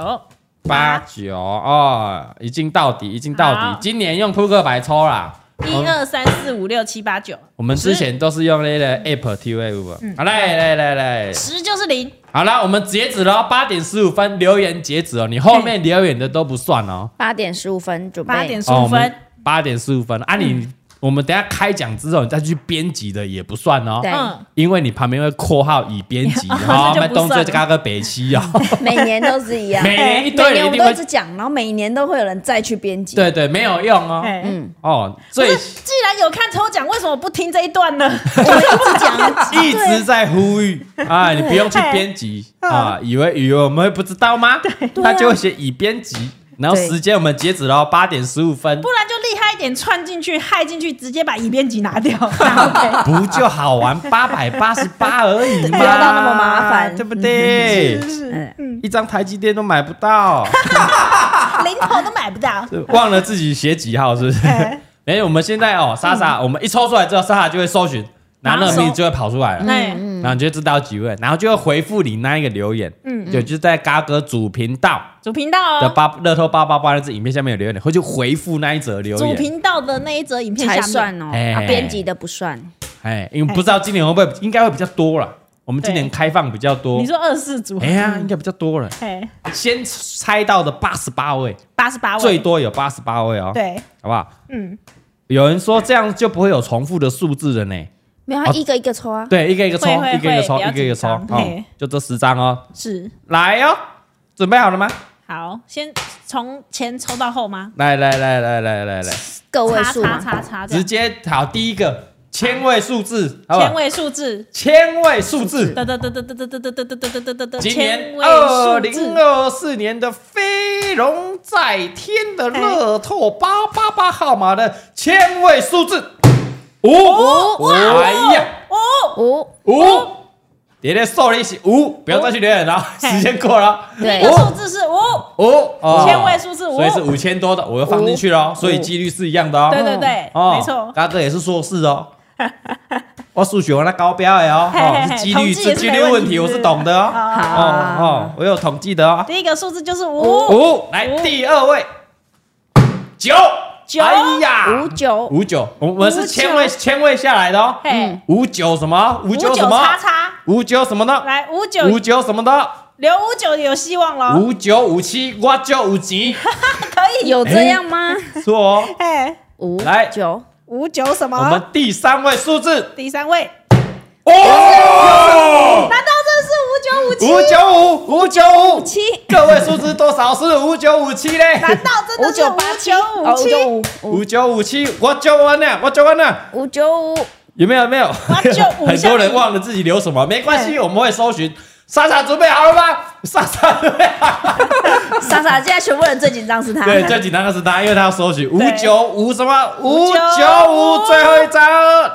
[SPEAKER 2] 八九哦，已经到底，已经到
[SPEAKER 4] 好
[SPEAKER 2] 底。今年用扑克牌抽啦，哦
[SPEAKER 4] 一二三四五六七八九，
[SPEAKER 2] 我们之前都是用那个 app T V 五。
[SPEAKER 4] 嗯
[SPEAKER 2] 好，来来来来，
[SPEAKER 4] 十就是零，
[SPEAKER 2] 好了，我们截止了，八点十五分留言截止哦，你后面留言的都不算哦。
[SPEAKER 3] 八点十五分准备，
[SPEAKER 4] 八点十
[SPEAKER 2] 哦，
[SPEAKER 4] 五
[SPEAKER 2] 我们
[SPEAKER 4] 分，
[SPEAKER 2] 八点十五分啊你，我们等一下开奖之后，你再去编辑的也不算哦。
[SPEAKER 3] 对
[SPEAKER 4] 嗯，
[SPEAKER 2] 因为你旁边会括号已编 辑，
[SPEAKER 4] 哦
[SPEAKER 2] 好，我
[SPEAKER 4] 这就
[SPEAKER 2] 们
[SPEAKER 4] 不
[SPEAKER 2] 东
[SPEAKER 4] 算
[SPEAKER 2] 这
[SPEAKER 4] 了
[SPEAKER 2] 加个北 七哦，
[SPEAKER 3] 每年都是一样，
[SPEAKER 2] 每年一堆
[SPEAKER 3] 每年
[SPEAKER 2] 人一
[SPEAKER 3] 我们
[SPEAKER 2] 定
[SPEAKER 3] 都
[SPEAKER 2] 会
[SPEAKER 3] 一，直讲，然后每年都会有人再去编辑，
[SPEAKER 2] 对对，没有用哦。
[SPEAKER 4] 哎，
[SPEAKER 3] 嗯，
[SPEAKER 2] 哦，
[SPEAKER 4] 不
[SPEAKER 2] 最，
[SPEAKER 4] 是既然有看抽奖，为什么不听这一段呢？
[SPEAKER 3] 我们一直讲
[SPEAKER 2] 一直在呼吁啊，你不用去编辑啊，以为以为我们会不知道吗？他就会写已编辑，然后
[SPEAKER 3] 对
[SPEAKER 2] 时间我们截止到八点十五分
[SPEAKER 4] 不，然就厉害一点，串进去、害进去，直接把乙编辑拿 掉。OK
[SPEAKER 2] 不就好玩八百八十八而已吗？
[SPEAKER 3] 不哎要到那么麻烦
[SPEAKER 2] 对不对？
[SPEAKER 3] 嗯
[SPEAKER 2] 一张台积电都买不到，
[SPEAKER 4] 零头都买不到。
[SPEAKER 2] 是忘了自己写几号是不是？
[SPEAKER 4] 哎
[SPEAKER 2] 哎，我们现在哦，莎莎，我们一抽出来之后，莎莎就会搜寻，拿那
[SPEAKER 4] 马
[SPEAKER 2] 个
[SPEAKER 4] 上搜
[SPEAKER 2] 名字就会跑出来了。
[SPEAKER 4] 哎，
[SPEAKER 2] 然后你就知道几位，然后就会回复你那一个留言，嗯，对，就是在嘎哥主频道
[SPEAKER 4] 主频道
[SPEAKER 2] 的
[SPEAKER 4] 哦，
[SPEAKER 2] 八乐透八八八那支影片下面有留言，会去回复那一则留
[SPEAKER 4] 主
[SPEAKER 2] 言，
[SPEAKER 4] 频道的那一则影片
[SPEAKER 3] 才
[SPEAKER 4] 下面，
[SPEAKER 3] 算哦，
[SPEAKER 2] 哎
[SPEAKER 3] 啊编辑的不算，
[SPEAKER 2] 哎，因为不知道今年会不会，应该会比较多了，我们今年
[SPEAKER 4] 对
[SPEAKER 2] 开放比较多
[SPEAKER 4] 你，说二四组嗯
[SPEAKER 2] 哎，呀，应该比较多了，
[SPEAKER 4] 哎，
[SPEAKER 2] 先猜到的八十八位，
[SPEAKER 4] 八十八位，
[SPEAKER 2] 最多有八十八位哦，，
[SPEAKER 4] 对，
[SPEAKER 2] 好不好？
[SPEAKER 4] 嗯，
[SPEAKER 2] 有人说这样就不会有重复的数字了呢，
[SPEAKER 3] 没有，他一个一个抽啊，
[SPEAKER 2] 哦对，一个一个抽，
[SPEAKER 4] 会会
[SPEAKER 2] 一个一个抽，
[SPEAKER 4] 会
[SPEAKER 2] 一个一个抽，
[SPEAKER 4] 比较紧张
[SPEAKER 2] 哦
[SPEAKER 4] 嘿，
[SPEAKER 2] 就这十张哦，
[SPEAKER 4] 是
[SPEAKER 2] 来哦，准备好了吗？
[SPEAKER 4] 好，先从前抽到后吗？
[SPEAKER 2] 来来来来来来来，
[SPEAKER 3] 个位
[SPEAKER 4] 叉
[SPEAKER 3] 数
[SPEAKER 4] 叉
[SPEAKER 3] 嘛，
[SPEAKER 4] 叉叉这
[SPEAKER 2] 直
[SPEAKER 4] 样，
[SPEAKER 2] 接好第一个千位数字，好不好啊
[SPEAKER 4] 千位数字，
[SPEAKER 2] 千位数字，
[SPEAKER 4] 得得得得得得得得得得得得得得，
[SPEAKER 2] 今
[SPEAKER 4] 千
[SPEAKER 2] 年
[SPEAKER 4] 位
[SPEAKER 2] 二
[SPEAKER 4] 数
[SPEAKER 2] 零
[SPEAKER 4] 字，
[SPEAKER 2] 二四年的飞龙在天的乐透八八八号码的千位数字，五，哎呀，
[SPEAKER 4] 哦，
[SPEAKER 3] 五，
[SPEAKER 2] 五，你的数字是五，不要再去留言了，
[SPEAKER 4] 嘿
[SPEAKER 2] 时间过了，
[SPEAKER 4] 这
[SPEAKER 3] 对
[SPEAKER 4] 个数
[SPEAKER 2] 五。
[SPEAKER 4] 字是五，
[SPEAKER 2] 五哦
[SPEAKER 4] 千位数字五
[SPEAKER 2] 所以是五千多的，我又放进去了哦，所以几率是一样的哦。
[SPEAKER 4] 对对对，
[SPEAKER 2] 哦，
[SPEAKER 4] 没 错，
[SPEAKER 2] 嘎哥也是硕士哦。我数学我那高标的哦，
[SPEAKER 4] 嘿嘿
[SPEAKER 2] 哦
[SPEAKER 4] 嘿
[SPEAKER 2] 是几
[SPEAKER 4] 统
[SPEAKER 2] 率
[SPEAKER 4] 计也
[SPEAKER 2] 是
[SPEAKER 4] 是
[SPEAKER 2] 几
[SPEAKER 4] 没
[SPEAKER 2] 率
[SPEAKER 4] 问
[SPEAKER 2] 问
[SPEAKER 4] 题
[SPEAKER 2] 题，我
[SPEAKER 4] 是
[SPEAKER 2] 是
[SPEAKER 4] 不
[SPEAKER 2] 懂的哦。
[SPEAKER 4] 好
[SPEAKER 2] 哦哦，我有统计的哦。
[SPEAKER 4] 啊第一个数字就是五
[SPEAKER 2] 五，来第二位，九，
[SPEAKER 4] 九
[SPEAKER 2] 哎呀
[SPEAKER 3] 五，九
[SPEAKER 2] 五九，我们是千位
[SPEAKER 4] 五
[SPEAKER 2] 千位下来的哦。
[SPEAKER 4] 嘿，
[SPEAKER 2] 五九什么？五
[SPEAKER 4] 五
[SPEAKER 2] 九
[SPEAKER 4] 九
[SPEAKER 2] 什么
[SPEAKER 4] 叉？叉，
[SPEAKER 2] 五九什么呢？
[SPEAKER 4] 来五九哦
[SPEAKER 2] 五九什么的？
[SPEAKER 4] 留五九有希望喽，
[SPEAKER 2] 五九五七，我就五 级，
[SPEAKER 3] 有这样吗？
[SPEAKER 2] 错哦。
[SPEAKER 4] 嘿，
[SPEAKER 3] 五
[SPEAKER 2] 来
[SPEAKER 3] 九
[SPEAKER 4] 五九什
[SPEAKER 2] 我们
[SPEAKER 4] 么？
[SPEAKER 2] 第三位数字，
[SPEAKER 4] 第三位，
[SPEAKER 2] 哦，
[SPEAKER 4] 难道这是五九
[SPEAKER 2] 五
[SPEAKER 4] 五七？
[SPEAKER 2] 九五五九五，
[SPEAKER 3] 七
[SPEAKER 2] 各位数字多少是五九五七嘞？
[SPEAKER 4] 难道真的是五九
[SPEAKER 3] 哦
[SPEAKER 4] 五
[SPEAKER 3] 五
[SPEAKER 4] 七？
[SPEAKER 3] 九五五
[SPEAKER 2] 五九五七，我九完了，我九完了，
[SPEAKER 3] 五九五
[SPEAKER 2] 有没有？有没有，
[SPEAKER 4] 955
[SPEAKER 2] 很多人忘了自己留什么，没关系，我们会搜寻。莎莎准备好了吗？莎莎准备好了。
[SPEAKER 3] 莎莎，现在全部人最紧张是他。
[SPEAKER 2] 对，最紧张的是他，因为他要搜寻五
[SPEAKER 4] 对
[SPEAKER 2] 九五什么五
[SPEAKER 4] 595
[SPEAKER 2] 九五最后一张。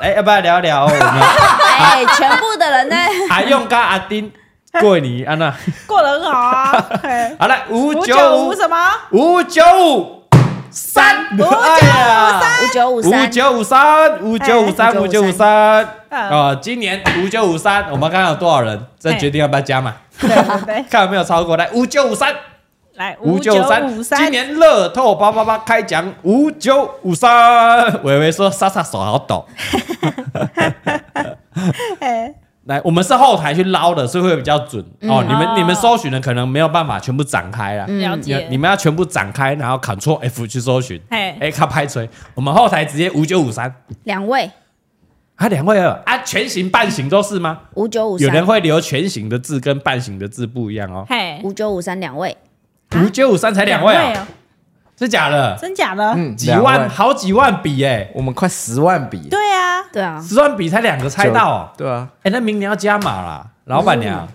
[SPEAKER 2] 哎，要不要聊 聊我们？
[SPEAKER 3] 哎，全部的人在
[SPEAKER 2] 阿用跟阿丁过年安 娜，
[SPEAKER 4] 过得很好啊，嘿
[SPEAKER 2] 好了，五
[SPEAKER 4] 五
[SPEAKER 2] 九
[SPEAKER 4] 九
[SPEAKER 2] 五
[SPEAKER 4] 五什么？
[SPEAKER 2] 五九五三，
[SPEAKER 4] 五九五
[SPEAKER 2] 哎呀
[SPEAKER 3] 五九五
[SPEAKER 2] 五
[SPEAKER 3] 三，
[SPEAKER 2] 九五三，五九五三，五九五三。
[SPEAKER 4] 嗯
[SPEAKER 2] 啊，今年五九五三，我们看看有多少人，再决定要不要加嘛，
[SPEAKER 4] 对对对，
[SPEAKER 2] 看有没有超过。来，五九五三，
[SPEAKER 4] 来
[SPEAKER 2] 五九
[SPEAKER 4] 五
[SPEAKER 2] 五三，今
[SPEAKER 4] 三，
[SPEAKER 2] 年乐透八八八开奖五九五三。伟伟说：“莎莎手好抖。
[SPEAKER 4] 哎，”
[SPEAKER 2] 来，我们是后台去捞的，所以会比较准哦。你
[SPEAKER 4] 哦嗯
[SPEAKER 2] 们你们搜寻的可能没有办法全部展开啦。
[SPEAKER 4] 了
[SPEAKER 2] 你
[SPEAKER 4] 解，
[SPEAKER 2] 你们要全部展开，然后 Ctrl F 去搜寻，
[SPEAKER 4] 嘿
[SPEAKER 2] 哎，看拍锤，我们后台直接五九五三，
[SPEAKER 3] 两位
[SPEAKER 2] 啊，两位二啊，全形半形都是吗？
[SPEAKER 3] 五九五
[SPEAKER 2] 有人
[SPEAKER 3] 三，
[SPEAKER 2] 会留全形的字跟半形的字不一样哦。
[SPEAKER 4] 嘿，
[SPEAKER 3] 五九五三两位，
[SPEAKER 2] 五九五三才两位啊，
[SPEAKER 4] 哦，
[SPEAKER 2] 是假的？
[SPEAKER 4] 真假的？
[SPEAKER 1] 嗯，
[SPEAKER 2] 几
[SPEAKER 1] 两
[SPEAKER 2] 万，好几万笔哎，
[SPEAKER 1] 我们快十万笔，
[SPEAKER 4] 对啊，
[SPEAKER 3] 对啊，
[SPEAKER 2] 十万笔才两个猜到哦。
[SPEAKER 1] 对啊，
[SPEAKER 2] 哎，那明年要加码啦，老板娘，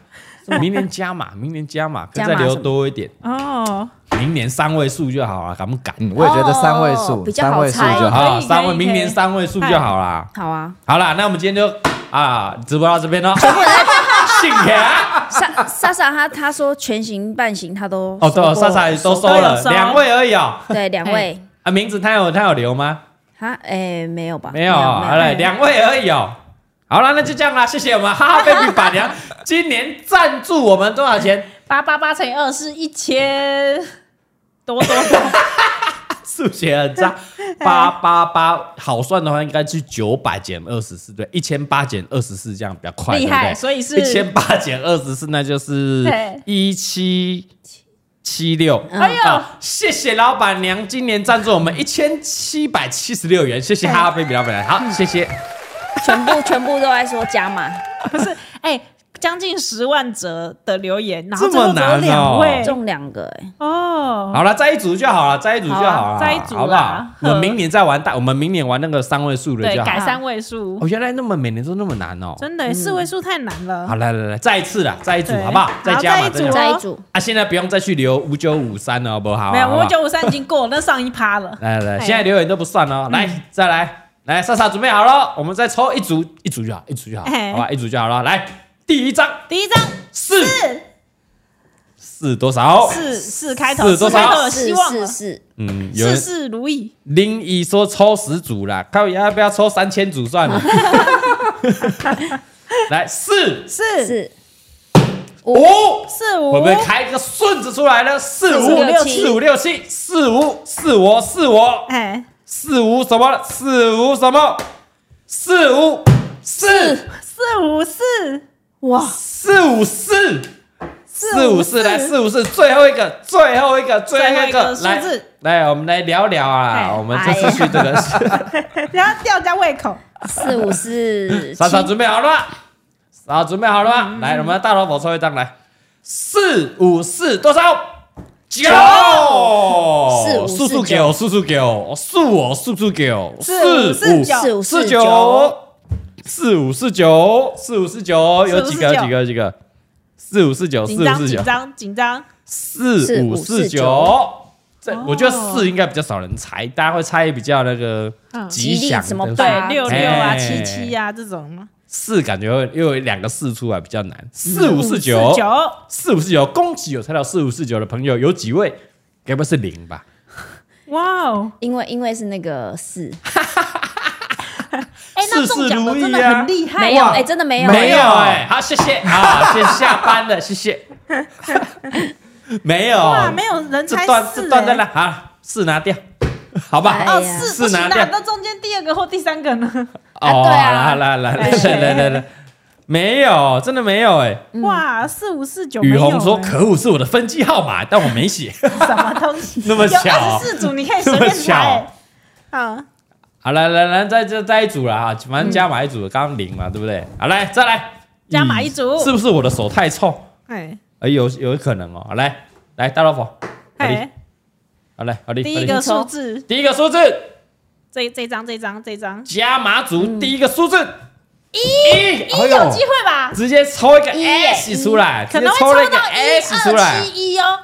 [SPEAKER 2] 明年加码，明年加码，可以
[SPEAKER 3] 加
[SPEAKER 2] 再
[SPEAKER 3] 码
[SPEAKER 2] 留
[SPEAKER 3] 什么
[SPEAKER 2] 多一点，
[SPEAKER 4] 哦，
[SPEAKER 2] 明年三位数就好了，啊敢不敢？
[SPEAKER 1] 嗯，我也觉得三位数，
[SPEAKER 3] 哦比较
[SPEAKER 1] 三
[SPEAKER 3] 好
[SPEAKER 1] 位数
[SPEAKER 3] 猜
[SPEAKER 1] 就好。
[SPEAKER 2] 好，
[SPEAKER 4] 可以
[SPEAKER 2] 三位，
[SPEAKER 4] 可以
[SPEAKER 2] 明年三位数就好啦。
[SPEAKER 3] 好啊，
[SPEAKER 2] 好啦，那我们今天就啊，直播到这边 喽。信啊！
[SPEAKER 3] 莎莎莎她她说全形半形她都
[SPEAKER 2] 哦，对哦，
[SPEAKER 3] 收
[SPEAKER 2] 莎
[SPEAKER 3] 过
[SPEAKER 2] 莎也都收
[SPEAKER 4] 都有
[SPEAKER 2] 了
[SPEAKER 4] 收
[SPEAKER 2] 两位而已哦。
[SPEAKER 3] 对两位
[SPEAKER 2] 啊，名字他有他有留吗？
[SPEAKER 3] 哈，哎没有吧？
[SPEAKER 2] 没有，好了，两位而已哦。好了，那就这样啦，谢谢我们哈哈 baby 板 娘，今年赞助我们多少钱？
[SPEAKER 4] 八八八乘以二是一千多 多，
[SPEAKER 2] 哎数学很差，八八八，好算的话应该去九百减二十四，对，一千八减二十四这样比较快，
[SPEAKER 4] 厉害，所以是
[SPEAKER 2] 一千八减二十四，那就是
[SPEAKER 4] 对
[SPEAKER 2] 一七七六。
[SPEAKER 4] 哎呦
[SPEAKER 2] 啊，谢谢老板娘今年赞助我们一千七百七十六元，谢谢哈哈 baby 老板娘，好，谢谢。
[SPEAKER 3] 全部全部都在说加码，
[SPEAKER 4] 哎，将近十万折的留言，然后
[SPEAKER 2] 这
[SPEAKER 4] 最后
[SPEAKER 2] 么
[SPEAKER 4] 只有
[SPEAKER 2] 难
[SPEAKER 4] 两
[SPEAKER 2] 哦
[SPEAKER 4] 位
[SPEAKER 3] 中两个哎，
[SPEAKER 4] 哦，
[SPEAKER 2] 好了，再一组就好了，再一组就
[SPEAKER 4] 好
[SPEAKER 2] 好
[SPEAKER 4] 啊
[SPEAKER 2] 了，
[SPEAKER 4] 再一组啦
[SPEAKER 2] 好不好？
[SPEAKER 4] 呵
[SPEAKER 2] 我们明年再玩大，我们明年玩那个三位数的
[SPEAKER 4] 对，
[SPEAKER 2] 就
[SPEAKER 4] 改
[SPEAKER 2] 好。
[SPEAKER 4] 三位数
[SPEAKER 2] 哦，，原来那么每年都那么难哦。
[SPEAKER 4] 真的四位数太难了
[SPEAKER 2] 好，，来来来，再一次啦，再一组
[SPEAKER 4] 对
[SPEAKER 2] 好不好
[SPEAKER 4] 好？
[SPEAKER 2] 再加嘛，
[SPEAKER 4] 再一组
[SPEAKER 2] 加
[SPEAKER 3] 再一组
[SPEAKER 4] 哦
[SPEAKER 2] 啊，现在不用再去留五九五三了，好不好？
[SPEAKER 4] 没有
[SPEAKER 2] 好不好
[SPEAKER 4] 五。九五三已经过，那上一趴了，
[SPEAKER 2] 来来，来
[SPEAKER 4] 哎
[SPEAKER 2] 现在留言都不算
[SPEAKER 3] 嗯
[SPEAKER 2] 哦。来，再来，来，莎莎准备好了，我们再抽一组，一组就好，一组就好，
[SPEAKER 4] 哎
[SPEAKER 2] 好吧，一组就好了。来，第一张
[SPEAKER 4] 第一张
[SPEAKER 2] 四
[SPEAKER 4] 四
[SPEAKER 2] 四多少？
[SPEAKER 4] 四四开头，
[SPEAKER 2] 哦四多
[SPEAKER 4] 四
[SPEAKER 2] 少
[SPEAKER 4] 开头有希
[SPEAKER 3] 四
[SPEAKER 4] 望了
[SPEAKER 3] 四，四，
[SPEAKER 2] 嗯，有
[SPEAKER 4] 事
[SPEAKER 2] 人
[SPEAKER 4] 事如意，
[SPEAKER 2] 林姨说抽十组啦，看要不要抽三千组算 了。 来四
[SPEAKER 4] 四
[SPEAKER 3] 四
[SPEAKER 2] 五，
[SPEAKER 4] 四五
[SPEAKER 2] 会不会开一个顺子出来呢？四
[SPEAKER 3] 四
[SPEAKER 2] 五
[SPEAKER 3] 五六七
[SPEAKER 2] 四五六七四五四我四我
[SPEAKER 4] 哎，
[SPEAKER 2] 四五什么四五什么四五四
[SPEAKER 4] 四五四，哇，
[SPEAKER 2] 四五四四五四来
[SPEAKER 4] 四
[SPEAKER 2] 四五四最后一个最后一个最后一个
[SPEAKER 4] 最后一个
[SPEAKER 2] 来
[SPEAKER 4] 数字
[SPEAKER 2] 来我们来聊聊啊，
[SPEAKER 4] 哎
[SPEAKER 2] 我们这次去这个是。
[SPEAKER 4] 然后吊人家胃口，
[SPEAKER 2] 哦
[SPEAKER 3] 四五四
[SPEAKER 2] 莎莎
[SPEAKER 3] 七
[SPEAKER 2] 准备好了吗？莎莎准备好了吗？来，我们大萝卜抽一张来，四五四多少？九哦
[SPEAKER 3] 四五四
[SPEAKER 2] 数数给
[SPEAKER 3] 九
[SPEAKER 2] 我，数数给我，数我数数给我，
[SPEAKER 4] 四五四九
[SPEAKER 3] 四
[SPEAKER 2] 四
[SPEAKER 3] 五四
[SPEAKER 2] 九，四五四九，四五四九，有几个？
[SPEAKER 4] 四五
[SPEAKER 2] 有
[SPEAKER 4] 四九
[SPEAKER 2] 几个？有几个？四五四九，四
[SPEAKER 4] 紧
[SPEAKER 2] 五
[SPEAKER 4] 张
[SPEAKER 2] 四九
[SPEAKER 4] 紧，张紧张，
[SPEAKER 2] 四五四
[SPEAKER 3] 四五
[SPEAKER 2] 九。这我觉得四应该比较少人猜，大家会猜比较那个
[SPEAKER 4] 嗯
[SPEAKER 2] 吉
[SPEAKER 3] 吉利
[SPEAKER 2] 祥
[SPEAKER 3] 什么
[SPEAKER 2] 的
[SPEAKER 3] 八
[SPEAKER 4] 对，六六啊，
[SPEAKER 2] 哎
[SPEAKER 4] 七七啊这种，
[SPEAKER 2] 四感觉会又有两个四出来比较难，四五四九
[SPEAKER 4] 四九
[SPEAKER 2] 四五四九，恭喜有猜到四五四九的朋友有几位？该不会是零吧？
[SPEAKER 4] 哇哦！
[SPEAKER 3] 因为因为是那个四，
[SPEAKER 4] 哎、上
[SPEAKER 2] 事
[SPEAKER 4] 中
[SPEAKER 2] 事
[SPEAKER 4] 奖的
[SPEAKER 2] 如
[SPEAKER 4] 真
[SPEAKER 2] 意
[SPEAKER 4] 的
[SPEAKER 2] 啊
[SPEAKER 4] 很！厉害，
[SPEAKER 3] 没有，
[SPEAKER 2] 哇
[SPEAKER 3] 哎，真的没有，
[SPEAKER 2] 没有哎，好，谢谢啊，谢谢下班了，谢谢。没有
[SPEAKER 4] 哇，没有人
[SPEAKER 2] 哦这
[SPEAKER 4] 才
[SPEAKER 2] 段
[SPEAKER 4] 四
[SPEAKER 2] 这段在
[SPEAKER 4] 哎
[SPEAKER 2] 那好，四拿掉，好吧？
[SPEAKER 3] 哎
[SPEAKER 4] 哦，
[SPEAKER 3] 呀
[SPEAKER 4] 四
[SPEAKER 2] 四
[SPEAKER 4] 不行
[SPEAKER 2] 拿
[SPEAKER 4] 啦
[SPEAKER 2] 掉，
[SPEAKER 4] 那中间第二个或第三个呢？
[SPEAKER 2] 哦，
[SPEAKER 3] 啊对
[SPEAKER 2] 来
[SPEAKER 3] 啊
[SPEAKER 2] 来来来来来来来，没有，真的没有哎。
[SPEAKER 4] 哇，四五四九没有
[SPEAKER 2] 雨
[SPEAKER 4] 哎，
[SPEAKER 2] 虹说：“可恶，是我的分机号码，但我没 写。
[SPEAKER 4] 什么东西
[SPEAKER 2] 那么
[SPEAKER 4] 有
[SPEAKER 2] 巧
[SPEAKER 4] 二十四组，你可以随便
[SPEAKER 2] 那么
[SPEAKER 4] 猜。啊，”
[SPEAKER 2] 好，来来来，再再再一组了哈，反正加码一组，刚刚零嘛，对不对？好，来再来
[SPEAKER 4] 加码一组
[SPEAKER 2] 咦是不是我的手太臭？
[SPEAKER 4] 哎
[SPEAKER 2] 哎，有有可能哦。好来来，大老虎，好力
[SPEAKER 4] 哎，，
[SPEAKER 2] 好来，好力，
[SPEAKER 4] 第
[SPEAKER 2] 好
[SPEAKER 4] 一
[SPEAKER 2] 力
[SPEAKER 4] 个数字，
[SPEAKER 2] 第一个数字
[SPEAKER 4] 这这张这张这张，
[SPEAKER 2] 加码组，第一个数字一，
[SPEAKER 4] 一嗯哎有机会吧？
[SPEAKER 2] 直接抽一个
[SPEAKER 3] 一耶
[SPEAKER 2] S 出来，
[SPEAKER 4] 可
[SPEAKER 2] 直接
[SPEAKER 4] 能会
[SPEAKER 2] 抽了一个
[SPEAKER 4] 到一
[SPEAKER 2] S 出来
[SPEAKER 4] 二，七一哦，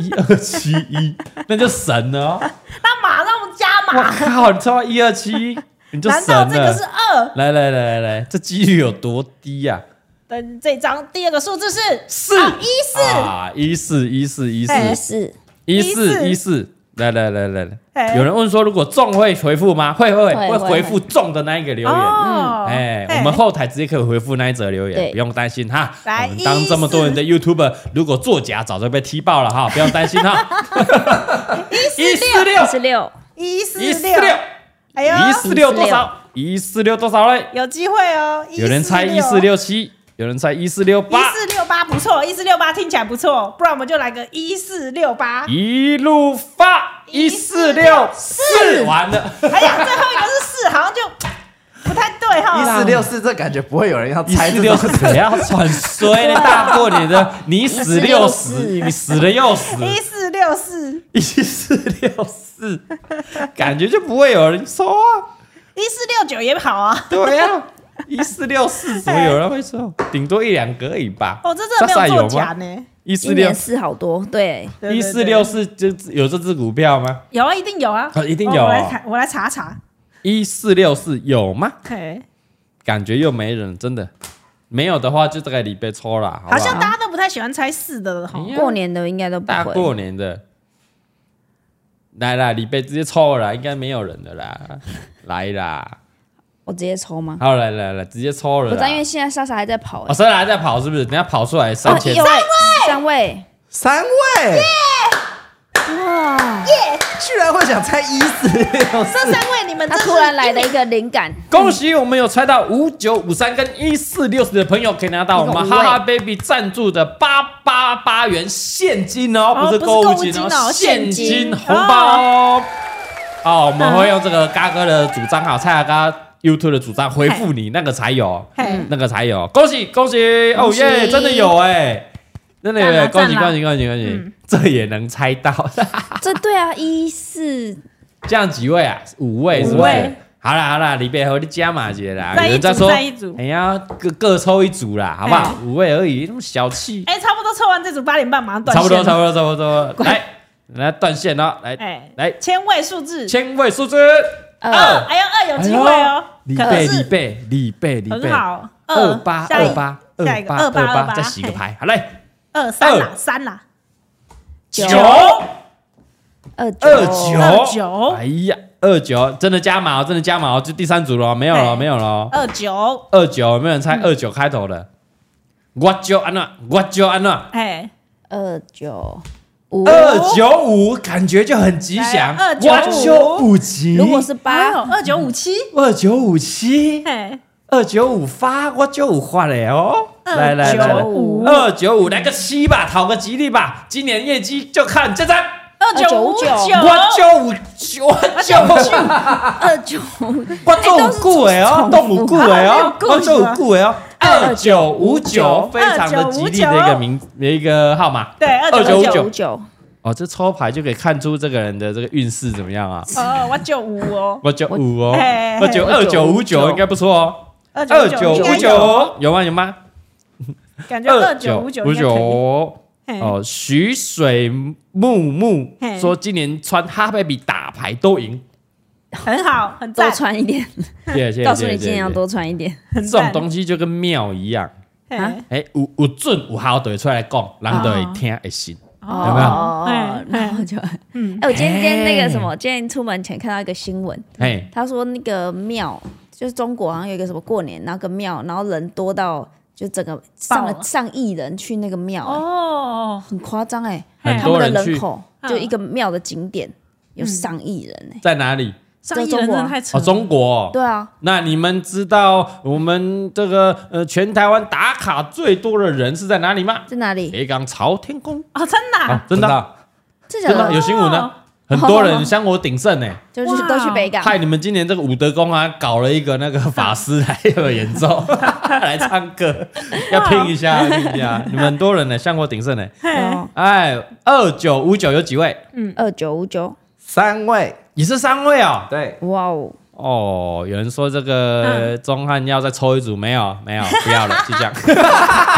[SPEAKER 2] 一二七一，那就神了哦。
[SPEAKER 4] 那马上加
[SPEAKER 2] 我
[SPEAKER 4] 码。
[SPEAKER 2] 靠，你抽到一二七，你就
[SPEAKER 4] 难
[SPEAKER 2] 神
[SPEAKER 4] 道这个
[SPEAKER 2] 了
[SPEAKER 4] 是。二？
[SPEAKER 2] 来来来来来，这几率有多低啊呀、
[SPEAKER 4] 等这张第二个数字是
[SPEAKER 2] 四
[SPEAKER 4] 啊一四，
[SPEAKER 2] 啊，一四一四一四
[SPEAKER 4] 哎
[SPEAKER 3] 是
[SPEAKER 2] 一
[SPEAKER 4] 四
[SPEAKER 2] 四一四，来来来来
[SPEAKER 4] 哎
[SPEAKER 2] 来，有人问说，如果中会回复吗？会会
[SPEAKER 3] 会
[SPEAKER 2] 会
[SPEAKER 3] 会
[SPEAKER 2] 回复中的那一个留言。
[SPEAKER 4] 哦
[SPEAKER 2] 哎，我们后台直接可以回复那一则留言，
[SPEAKER 3] 对
[SPEAKER 2] 不用担心哈。
[SPEAKER 4] 来
[SPEAKER 2] 我们当这么多人的 YouTuber，如果作假早就被踢爆了哈，不用担心哈。一四六
[SPEAKER 3] 二，十六，
[SPEAKER 4] 一四
[SPEAKER 2] 一四六，
[SPEAKER 4] 哎 呦，
[SPEAKER 2] 一四六多少？一四六多少嘞？
[SPEAKER 4] 有机会哦。
[SPEAKER 2] 有人猜一四六七，有人猜一四六
[SPEAKER 4] 一
[SPEAKER 2] 八，
[SPEAKER 4] 四六八不错，一四六八听起来不错，不然我们就来个一四六八。
[SPEAKER 2] 一路发一四六四，完 了，
[SPEAKER 4] 哎呀，最后一个是四，好像就不太对
[SPEAKER 1] 一
[SPEAKER 4] 哈
[SPEAKER 1] 四。六四，这感觉不会有人要
[SPEAKER 2] 一
[SPEAKER 1] 猜
[SPEAKER 2] 四
[SPEAKER 1] 这
[SPEAKER 2] 六
[SPEAKER 1] 种
[SPEAKER 2] 是谁要很衰的？大过年 的，你死六十，你死了又死，
[SPEAKER 4] 一 四六四，
[SPEAKER 2] 一四六四，感觉就不会有人抽啊。
[SPEAKER 4] 一四六九也好啊。
[SPEAKER 2] 对呀，一四六 四怎么有人会抽？顶多一两个而已吧。
[SPEAKER 4] 哦，这真的没
[SPEAKER 2] 莎莎
[SPEAKER 4] 有作
[SPEAKER 2] 有
[SPEAKER 4] 假
[SPEAKER 2] 吗？
[SPEAKER 4] 呢。
[SPEAKER 2] 一
[SPEAKER 3] 一
[SPEAKER 2] 四六
[SPEAKER 3] 年四好多，对，
[SPEAKER 4] 对
[SPEAKER 2] 一四六，四就有这只股票吗？
[SPEAKER 4] 对对有啊，一定有啊，
[SPEAKER 2] 哦一定有哦
[SPEAKER 4] 我来查，我来查查。
[SPEAKER 2] 一四六四有吗？
[SPEAKER 4] 嘿，
[SPEAKER 2] 感觉又没人，真的没有的话就这个礼拜抽了，好不
[SPEAKER 4] 好
[SPEAKER 2] 好
[SPEAKER 4] 像大家都不太喜欢猜四的了哈。
[SPEAKER 2] 哎呀
[SPEAKER 3] 过年的应该都不
[SPEAKER 2] 大
[SPEAKER 3] 会。
[SPEAKER 2] 过年的，来啦，礼拜直接抽了啦，应该没有人的啦， 来啦，
[SPEAKER 3] 我直接抽吗？
[SPEAKER 2] 好来来来，直接抽了
[SPEAKER 3] 不
[SPEAKER 2] 啦
[SPEAKER 3] 知道，因为现在莎莎还在跑
[SPEAKER 2] 啊哦，，虽然还在跑是不是？等下跑出来
[SPEAKER 3] 哎
[SPEAKER 2] 三千
[SPEAKER 3] 有，哎三位，
[SPEAKER 1] 三位
[SPEAKER 3] 哇，
[SPEAKER 1] 居然会想猜一四六
[SPEAKER 4] 这
[SPEAKER 1] 四，
[SPEAKER 4] 三位你们
[SPEAKER 3] 他
[SPEAKER 4] 真是
[SPEAKER 3] 突然来的一个灵感，
[SPEAKER 2] 恭喜我们有猜到五九五三跟一四六四的朋友，可以拿到我
[SPEAKER 3] 一
[SPEAKER 2] 们
[SPEAKER 3] 个五
[SPEAKER 2] 哈
[SPEAKER 3] 位
[SPEAKER 2] 哈 baby 赞助的八八八元现金哦，
[SPEAKER 4] 哦
[SPEAKER 2] 不是
[SPEAKER 4] 不是
[SPEAKER 2] 购
[SPEAKER 4] 购
[SPEAKER 2] 物
[SPEAKER 4] 物
[SPEAKER 2] 金
[SPEAKER 4] 金
[SPEAKER 2] 哦现
[SPEAKER 4] 哦，现
[SPEAKER 2] 金
[SPEAKER 4] 金
[SPEAKER 2] 红包哦。哦，我们会用这个嘎哥的主张哈，蔡雅嘎 YouTube 的主张回复你，那个才有
[SPEAKER 4] 嘿，
[SPEAKER 2] 那个才有。恭喜恭喜，哦
[SPEAKER 3] 恭喜
[SPEAKER 2] 耶，真的有哎，真的有耶，恭
[SPEAKER 4] 赞啦
[SPEAKER 2] 喜
[SPEAKER 4] 赞啦
[SPEAKER 2] 恭喜恭喜恭喜，这也能猜到，
[SPEAKER 3] 这对啊，一四
[SPEAKER 2] 这样几位啊？五位是
[SPEAKER 4] 五
[SPEAKER 2] 不是
[SPEAKER 4] 位？
[SPEAKER 2] 好啦好啦，礼拜和你加码节啦，
[SPEAKER 4] 再一
[SPEAKER 2] 有人在
[SPEAKER 4] 组
[SPEAKER 2] 说，
[SPEAKER 4] 再一组
[SPEAKER 2] 哎呀，各各抽一组啦，好不好
[SPEAKER 4] 哎？
[SPEAKER 2] 五位而已，那么小气，
[SPEAKER 4] 哎，差不多抽完这组八点半，马上哎断
[SPEAKER 2] 差不
[SPEAKER 4] 线。
[SPEAKER 2] 多差不多差不多，来来断线哦，来
[SPEAKER 4] 哎
[SPEAKER 2] 来
[SPEAKER 4] 千位数字
[SPEAKER 2] 千位数字，
[SPEAKER 4] 二
[SPEAKER 2] 二，
[SPEAKER 4] 哎呦二有机会哦，
[SPEAKER 2] 李
[SPEAKER 4] 可
[SPEAKER 2] 贝
[SPEAKER 4] 是
[SPEAKER 2] 李贝李贝李贝
[SPEAKER 4] 很，好，
[SPEAKER 2] 二八
[SPEAKER 4] 下一
[SPEAKER 2] 二八
[SPEAKER 4] 下
[SPEAKER 2] 二
[SPEAKER 4] 一
[SPEAKER 2] 八
[SPEAKER 4] 个二八
[SPEAKER 2] 二
[SPEAKER 4] 二八，
[SPEAKER 2] 八，再洗个
[SPEAKER 4] 嘿，
[SPEAKER 2] 牌，好嘞，
[SPEAKER 4] 二三啦
[SPEAKER 2] 二
[SPEAKER 4] 三啦，
[SPEAKER 3] 九二九
[SPEAKER 2] 二
[SPEAKER 4] 二
[SPEAKER 2] 九
[SPEAKER 4] 九
[SPEAKER 2] 哎呀，二九真的加码哦，真的加码哦，就第三组了哦，没有了
[SPEAKER 4] 哎
[SPEAKER 2] 哦没有了哦。
[SPEAKER 4] 二九，
[SPEAKER 2] 二九，有没有人猜二九开头的？我就安娜，我就安娜，
[SPEAKER 4] 哎，
[SPEAKER 3] 二九
[SPEAKER 2] 哦
[SPEAKER 3] 五，
[SPEAKER 2] 二九五感觉就很吉祥。
[SPEAKER 4] 来
[SPEAKER 2] 我
[SPEAKER 4] 295
[SPEAKER 2] 就哎五级，
[SPEAKER 3] 如果是
[SPEAKER 4] 八
[SPEAKER 3] 八，
[SPEAKER 4] 哎二九五七，
[SPEAKER 2] 二九五七，
[SPEAKER 4] 哎，
[SPEAKER 2] 二九五发，我就五发了哦。来来来来
[SPEAKER 3] 九，五
[SPEAKER 2] 二九五来个七吧，讨个吉利吧。今年业绩就看这张，
[SPEAKER 4] 二九五
[SPEAKER 3] 299
[SPEAKER 2] 我就五，我就五，
[SPEAKER 3] 二九五
[SPEAKER 2] 我就五顾哎哦，动五顾哎哦
[SPEAKER 4] 啊，
[SPEAKER 2] 我就五顾哎哦。二九五九
[SPEAKER 3] 299
[SPEAKER 2] 非常的吉利的一个名的一个号码。
[SPEAKER 4] 对二九
[SPEAKER 2] 299
[SPEAKER 3] 五九，
[SPEAKER 2] 哦，这抽牌就可以看出这个人的这个运势怎么样啊？
[SPEAKER 4] 哦，我九五哦，
[SPEAKER 2] 我九五哦
[SPEAKER 4] 嘿嘿，
[SPEAKER 2] 我九二九五九
[SPEAKER 3] 29
[SPEAKER 2] 应该不错哦，
[SPEAKER 4] 二
[SPEAKER 2] 二九
[SPEAKER 4] 应该
[SPEAKER 2] 五
[SPEAKER 4] 有，
[SPEAKER 2] 九有吗？有吗？
[SPEAKER 4] 感觉
[SPEAKER 2] 二
[SPEAKER 4] 二
[SPEAKER 2] 九
[SPEAKER 4] 九
[SPEAKER 2] 五
[SPEAKER 4] 五
[SPEAKER 2] 九
[SPEAKER 4] 九应该可以，哦，
[SPEAKER 2] 哦，徐水木木
[SPEAKER 4] 嘿
[SPEAKER 2] 说今年穿哈贝比打牌都赢，
[SPEAKER 4] 很好，很
[SPEAKER 3] 多
[SPEAKER 4] 赞，
[SPEAKER 3] 穿一点，
[SPEAKER 2] 谢谢
[SPEAKER 3] 告
[SPEAKER 2] 谢
[SPEAKER 3] 诉
[SPEAKER 2] 谢
[SPEAKER 3] 你今
[SPEAKER 2] 谢
[SPEAKER 3] 年
[SPEAKER 2] 谢
[SPEAKER 3] 要。多穿一点。
[SPEAKER 4] 很
[SPEAKER 2] 这种
[SPEAKER 4] 赞，
[SPEAKER 2] 东西就跟庙一样，
[SPEAKER 4] 嘿
[SPEAKER 3] 啊
[SPEAKER 2] 哎，有有准有好就会出来讲，人就会听会信。有没嗯哎有
[SPEAKER 3] 哦，然
[SPEAKER 4] 哎
[SPEAKER 3] 后就，哎哎，我今天今天那个什么，今天出门前看到一个新闻，
[SPEAKER 2] 哎
[SPEAKER 3] 他说那个庙就是中国好像有一个什么过年，然后个庙，然后人多到就整个上
[SPEAKER 4] 爆了
[SPEAKER 3] 了上亿人去那个庙、欸
[SPEAKER 4] 哦，
[SPEAKER 3] 很夸张哎，
[SPEAKER 2] 很
[SPEAKER 3] 他
[SPEAKER 2] 多
[SPEAKER 3] 们的
[SPEAKER 2] 人去
[SPEAKER 3] 人口
[SPEAKER 4] 嗯
[SPEAKER 3] 就一个庙的景点有上亿人哎、
[SPEAKER 2] 在哪里？
[SPEAKER 4] 上亿人真的太
[SPEAKER 2] 哦，
[SPEAKER 4] 扯了，
[SPEAKER 2] 中国哦、
[SPEAKER 3] 对啊，
[SPEAKER 2] 那你们知道我们这个呃全台湾打卡最多的人是在哪里吗？
[SPEAKER 3] 在哪里？
[SPEAKER 2] 北港朝天宫
[SPEAKER 4] 哦，真的啊
[SPEAKER 2] 啊，真的啊
[SPEAKER 3] 这假
[SPEAKER 2] 真的啊哦
[SPEAKER 3] 的
[SPEAKER 2] 有新闻呢
[SPEAKER 4] 哦，
[SPEAKER 2] 很多人香火鼎盛呢、
[SPEAKER 3] 就是
[SPEAKER 4] 哇
[SPEAKER 3] 都去北 港，
[SPEAKER 2] 害你们今年这个武德宫啊，搞了一个那个法师来有演奏， 来唱歌，要拼一下，要拼一 下，你们很多人呢、香火鼎盛呢、
[SPEAKER 4] 嘿，
[SPEAKER 2] 哎，二九五九有几位？
[SPEAKER 3] 哦
[SPEAKER 4] 嗯
[SPEAKER 3] 二九五九，
[SPEAKER 1] 三位，
[SPEAKER 2] 也是三位 哦。
[SPEAKER 1] 对，
[SPEAKER 3] 哇哦，
[SPEAKER 2] 哦，有人说这个钟汉要再抽一组，没有，没有，不要了，就这样。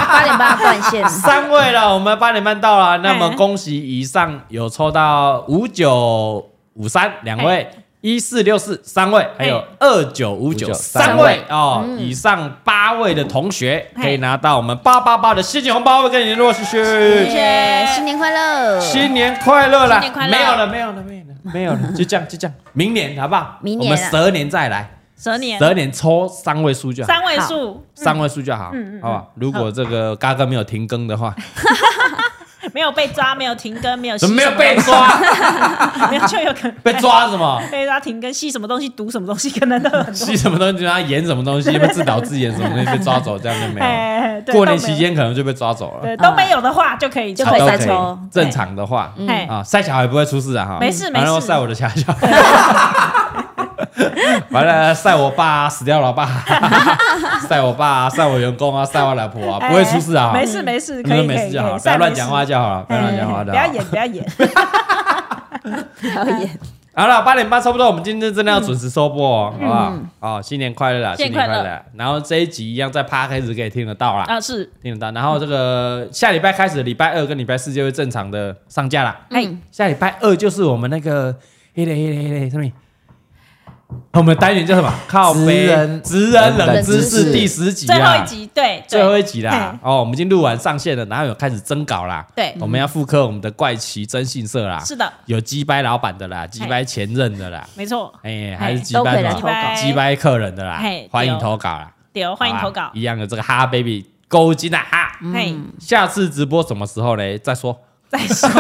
[SPEAKER 3] 八点八冠 线
[SPEAKER 2] 三位了，我们八点半到了，那么
[SPEAKER 4] 哎
[SPEAKER 2] 恭喜以上有抽到五九五三两位。一四六四三位，还有二九五九三位哦，以上八位的同学
[SPEAKER 4] 嗯嘿
[SPEAKER 2] 可以拿到我们八八八的现金红包，会跟你联络，谢
[SPEAKER 3] 谢
[SPEAKER 2] 谢，
[SPEAKER 3] 谢，新年快乐，
[SPEAKER 2] 新年快乐啦
[SPEAKER 4] 新年快！乐
[SPEAKER 2] 没有了，没有了，没有了，没有 了，就这样，就这样，明年好不好？
[SPEAKER 3] 明
[SPEAKER 2] 我
[SPEAKER 3] 年
[SPEAKER 2] 们蛇年再来，
[SPEAKER 4] 蛇啊年嗯
[SPEAKER 2] 蛇年抽三位数就好，
[SPEAKER 4] 三位数
[SPEAKER 2] 三位数就好，
[SPEAKER 4] 嗯
[SPEAKER 2] 好吧？如果这个嘎哥没有停更的 话，
[SPEAKER 4] 没有被抓，没有停更，没有
[SPEAKER 2] 怎么没有
[SPEAKER 4] 吸
[SPEAKER 2] 被
[SPEAKER 4] 什么
[SPEAKER 2] 抓？
[SPEAKER 4] 东西， 没有就有可能？
[SPEAKER 2] 被抓什么
[SPEAKER 4] 被抓停更，吸什么东西，毒什么东西，可能都有很多。
[SPEAKER 2] 吸什么东西？然后演什么东西？被自导自演什么东西被抓走，这样就没有。
[SPEAKER 4] 哎，对
[SPEAKER 2] 过年期，间可啊能就被抓走了，啊
[SPEAKER 4] 都没有对都没有的话就可以
[SPEAKER 3] 就
[SPEAKER 4] 抽
[SPEAKER 3] 可以
[SPEAKER 2] 都
[SPEAKER 3] 再
[SPEAKER 2] 可以
[SPEAKER 3] 抽
[SPEAKER 2] 正常的话
[SPEAKER 4] 哎
[SPEAKER 2] 啊，晒小孩不会出事啊哈。
[SPEAKER 4] 没事没事
[SPEAKER 2] 然后晒我的小孩， 完了晒我爸啊死掉了 爸，晒我爸啊，晒我员工啊，晒我老婆啊，不会出事啊。
[SPEAKER 4] 哎没事没事，
[SPEAKER 2] 你
[SPEAKER 4] 可以
[SPEAKER 2] 们
[SPEAKER 4] 可
[SPEAKER 2] 没
[SPEAKER 4] 以，
[SPEAKER 2] 事就
[SPEAKER 4] 可
[SPEAKER 2] 好，
[SPEAKER 4] 以
[SPEAKER 2] 不要乱讲，话就好了，不要
[SPEAKER 4] 晒没
[SPEAKER 2] 乱
[SPEAKER 4] 事
[SPEAKER 2] 讲话
[SPEAKER 4] 哎
[SPEAKER 2] 就好。
[SPEAKER 4] 不要演不要演，
[SPEAKER 3] 表演，
[SPEAKER 2] 好了，八点半差不多，我们今天真的要准时收播哦，好不好？哦，新年快乐啦！
[SPEAKER 4] 嗯新
[SPEAKER 2] 新
[SPEAKER 4] 年
[SPEAKER 2] 年
[SPEAKER 4] 快乐
[SPEAKER 2] 快乐！然后这一集一样在 p a r k 可以听得到啦，
[SPEAKER 4] 啊是，
[SPEAKER 2] 听得到。然后这个下礼拜开始，礼拜二跟礼拜四就会正常的上架啦。
[SPEAKER 4] 哎，
[SPEAKER 2] 下礼拜二就是我们那个黑嘞黑嘞黑嘞什么？我们的单元叫什么？靠
[SPEAKER 1] 职
[SPEAKER 2] 背
[SPEAKER 1] 人
[SPEAKER 2] 职人冷知
[SPEAKER 1] 冷
[SPEAKER 2] 识
[SPEAKER 1] 知识
[SPEAKER 2] 第十集
[SPEAKER 4] 最后
[SPEAKER 2] 啦
[SPEAKER 4] 一，集对，对
[SPEAKER 2] 最后一集啦
[SPEAKER 4] 哎。
[SPEAKER 2] 哦，我们已经录完上线了，然后有开始征稿啦。
[SPEAKER 4] 对
[SPEAKER 2] 我们要复刻我们的怪奇征信社啦，
[SPEAKER 4] 是的，
[SPEAKER 2] 有击败老板的啦，击败前任的啦。
[SPEAKER 4] 没错，
[SPEAKER 2] 哎，还是击
[SPEAKER 3] 都可
[SPEAKER 2] 败
[SPEAKER 3] 以来
[SPEAKER 2] 什
[SPEAKER 3] 投
[SPEAKER 2] 么？
[SPEAKER 3] 稿
[SPEAKER 4] 拜
[SPEAKER 2] 击败客人的啦
[SPEAKER 4] 嘿，
[SPEAKER 2] 欢迎投稿啦，
[SPEAKER 4] 丢欢迎投
[SPEAKER 2] 好啊
[SPEAKER 4] 稿
[SPEAKER 2] 吧，一样的这个哈 baby 勾金的哈，
[SPEAKER 4] 嘿，
[SPEAKER 2] 下次直播什么时候嘞？再说，
[SPEAKER 4] 再 说，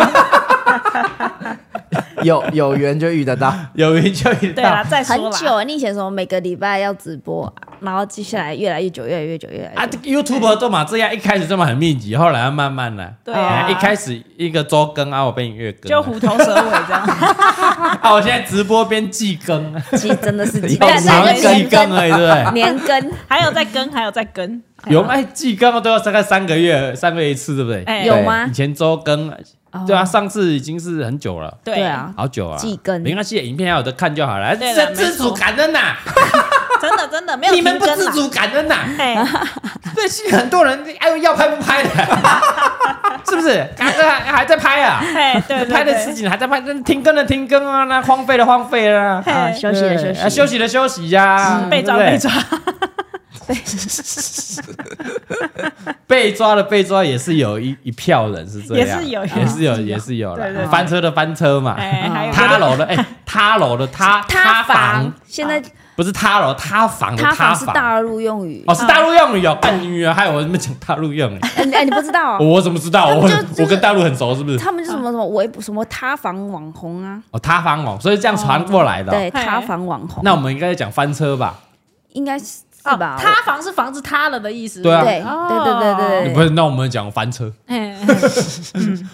[SPEAKER 1] 有有缘就遇得 到，
[SPEAKER 2] 有缘就遇
[SPEAKER 4] 对啊啦，
[SPEAKER 2] 到。
[SPEAKER 4] 再说
[SPEAKER 3] 很
[SPEAKER 4] 啦，
[SPEAKER 3] 久，啊你以前什么每个礼拜要直播，然后接下来越来越久，越来越久，越来
[SPEAKER 2] 啊
[SPEAKER 3] 越久，
[SPEAKER 2] ，YouTube 都嘛这样，一开始这么很密集，后来慢慢的，
[SPEAKER 4] 对啊
[SPEAKER 2] 哎一开始一个周更啊，我变月更
[SPEAKER 4] 就
[SPEAKER 2] 了，
[SPEAKER 4] 虎头蛇尾这样，
[SPEAKER 2] 啊，我现在直播边季更，
[SPEAKER 3] 其实真的是几
[SPEAKER 1] 要
[SPEAKER 3] 但
[SPEAKER 2] 好
[SPEAKER 3] 是
[SPEAKER 2] 长
[SPEAKER 3] 还
[SPEAKER 2] 的
[SPEAKER 3] 是
[SPEAKER 2] 季
[SPEAKER 3] 年
[SPEAKER 2] 更
[SPEAKER 3] 更，
[SPEAKER 2] 而已，对不对？
[SPEAKER 4] 哦
[SPEAKER 3] 年更
[SPEAKER 4] 还有再跟，还有再跟，
[SPEAKER 2] 有吗哎，季更都要大概三个月，三个月一次，对不对？
[SPEAKER 4] 哎哦
[SPEAKER 3] 有吗
[SPEAKER 2] 以？前周更，对啊，上次已经是很久了。
[SPEAKER 4] 对
[SPEAKER 3] 对啊
[SPEAKER 2] 好久啊，
[SPEAKER 3] 季更
[SPEAKER 2] 没关系，影片还有的看就好了。
[SPEAKER 4] 对啦
[SPEAKER 2] 这
[SPEAKER 4] 没
[SPEAKER 2] 自主
[SPEAKER 4] 错
[SPEAKER 2] 感恩呐，
[SPEAKER 4] 真的真的没有
[SPEAKER 2] 你们不
[SPEAKER 4] 停更
[SPEAKER 2] 自
[SPEAKER 4] 啦
[SPEAKER 2] 主感恩呐，
[SPEAKER 4] 哎，
[SPEAKER 2] 对，是很多人哎要拍不拍 的，是不是？还还还在拍啊？
[SPEAKER 4] 哎，对对对，
[SPEAKER 2] 拍了十几年还在拍，那停更的停更啊，那荒废的荒废了啊，
[SPEAKER 3] 啊，
[SPEAKER 4] 嘿嗯
[SPEAKER 3] 休息了
[SPEAKER 2] 对
[SPEAKER 3] 休
[SPEAKER 2] 啊
[SPEAKER 3] 息，
[SPEAKER 2] 休息的休息呀，
[SPEAKER 4] 啊被抓
[SPEAKER 2] 对不对
[SPEAKER 4] 被抓，
[SPEAKER 2] 被抓的被抓也是有一一票人是这样，
[SPEAKER 4] 也是有
[SPEAKER 2] 也是有也是有
[SPEAKER 4] 对对
[SPEAKER 2] 了，
[SPEAKER 4] 对
[SPEAKER 2] 翻车的翻车嘛，
[SPEAKER 4] 嗯哎，还有
[SPEAKER 2] 他楼的哎他楼的他
[SPEAKER 3] 塌
[SPEAKER 2] 房
[SPEAKER 3] 房，现在
[SPEAKER 2] 不是他楼他房的
[SPEAKER 3] 塌
[SPEAKER 2] 他
[SPEAKER 3] 房是
[SPEAKER 2] 房。
[SPEAKER 3] 大陆用语
[SPEAKER 2] 哦，，是大陆用语哦，干你女儿，害我怎么讲大陆 用语？
[SPEAKER 3] 哎你哎你不知道哦，
[SPEAKER 2] 我怎么知道？
[SPEAKER 3] 他
[SPEAKER 2] 我
[SPEAKER 3] 们就就是
[SPEAKER 2] 我跟大陆很熟，是不是？
[SPEAKER 3] 他们就什么什么微什么塌房网红啊，
[SPEAKER 2] 哦，塌房哦，所以这样传过来的哦。
[SPEAKER 3] 对，
[SPEAKER 4] 嘿
[SPEAKER 3] 塌房网红，
[SPEAKER 2] 那我们应该讲翻车吧？
[SPEAKER 3] 应该是
[SPEAKER 4] 哦
[SPEAKER 3] 是吧？
[SPEAKER 4] 塌房是房子塌了的意思，
[SPEAKER 2] 对啊
[SPEAKER 3] 对对对对
[SPEAKER 2] 不
[SPEAKER 3] 对
[SPEAKER 2] 是，那我们讲翻车。
[SPEAKER 4] 哎，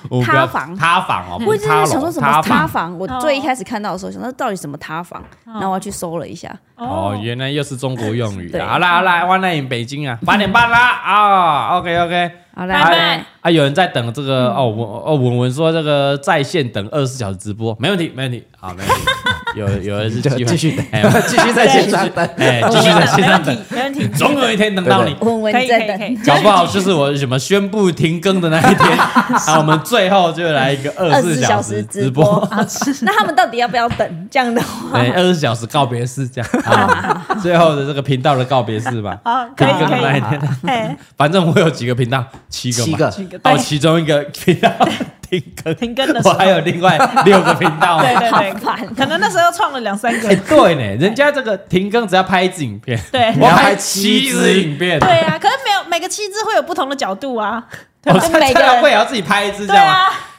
[SPEAKER 2] 我们不要
[SPEAKER 3] 塌房
[SPEAKER 2] 塌房哦，
[SPEAKER 3] 我
[SPEAKER 2] 不
[SPEAKER 3] 一
[SPEAKER 2] 是
[SPEAKER 3] 直
[SPEAKER 2] 塌
[SPEAKER 3] 在想
[SPEAKER 2] 楼，
[SPEAKER 3] 说什么
[SPEAKER 2] 塌
[SPEAKER 3] 塌
[SPEAKER 2] 房。
[SPEAKER 3] 房，我最一开始看到的时候想说到底什么塌房，然后我要去搜了一下，
[SPEAKER 2] 哦，原来又是中国用语
[SPEAKER 3] 对
[SPEAKER 2] 啊。好啦好啦，万奈影北京啊，八点半啦啊，OK OK。
[SPEAKER 3] 好
[SPEAKER 4] 拜拜
[SPEAKER 3] 来，
[SPEAKER 2] 啊啊！有人在等这个哦，文哦文文说这个在线等二十四小时直播，没问题没问题，好没问题。有有人是
[SPEAKER 1] 就
[SPEAKER 2] 机会
[SPEAKER 1] 继续等
[SPEAKER 2] 哎，
[SPEAKER 1] 继续在线上等。
[SPEAKER 2] 哎，继续 在线上
[SPEAKER 4] 没
[SPEAKER 2] 等
[SPEAKER 4] 问，题，没问题，
[SPEAKER 2] 总有一天等到你。
[SPEAKER 3] 文文
[SPEAKER 4] 可以可
[SPEAKER 3] 在
[SPEAKER 4] 以可
[SPEAKER 3] 等
[SPEAKER 4] 以，
[SPEAKER 2] 搞不好就是我什么宣布停更的那一 天，啊，我们最后就来一个二十四
[SPEAKER 3] 24
[SPEAKER 2] 小
[SPEAKER 3] 小
[SPEAKER 2] 时
[SPEAKER 3] 时
[SPEAKER 2] 直
[SPEAKER 3] 直
[SPEAKER 2] 播
[SPEAKER 3] 播，
[SPEAKER 4] 啊，是
[SPEAKER 3] 那他们到底要不要等这样的话？
[SPEAKER 2] 对，二十小时告别式 这样，啊，最后的这个频道的告别式吧。
[SPEAKER 4] 好，可以
[SPEAKER 2] 停更
[SPEAKER 4] 可
[SPEAKER 2] 的那一
[SPEAKER 4] 以，
[SPEAKER 2] 天，
[SPEAKER 4] 哎，
[SPEAKER 2] 反正我有几个频道，七个嘛，哦
[SPEAKER 1] 七个
[SPEAKER 4] 个
[SPEAKER 2] 到其中一个频道停停更，
[SPEAKER 4] 停更的时
[SPEAKER 2] 我
[SPEAKER 4] 候
[SPEAKER 2] 还有另外六个频道啊。
[SPEAKER 4] 对对
[SPEAKER 3] 好
[SPEAKER 4] 对，
[SPEAKER 3] 烦哦
[SPEAKER 4] 可能那时候创了两三个
[SPEAKER 2] 哎，。对呢，人家这个停更只要拍一支影片，
[SPEAKER 4] 对
[SPEAKER 2] 我
[SPEAKER 1] 你要拍
[SPEAKER 2] 七
[SPEAKER 1] 七
[SPEAKER 2] 支
[SPEAKER 1] 支
[SPEAKER 2] 影片，
[SPEAKER 4] 对啊，可是没有每个妻子会有不同的角度啊。
[SPEAKER 2] 我
[SPEAKER 3] 就
[SPEAKER 2] 蔡
[SPEAKER 3] 每
[SPEAKER 2] 蔡
[SPEAKER 3] 个
[SPEAKER 2] 耀
[SPEAKER 3] 人
[SPEAKER 2] 慧也要自己拍一支，这
[SPEAKER 4] 对
[SPEAKER 2] 样吗？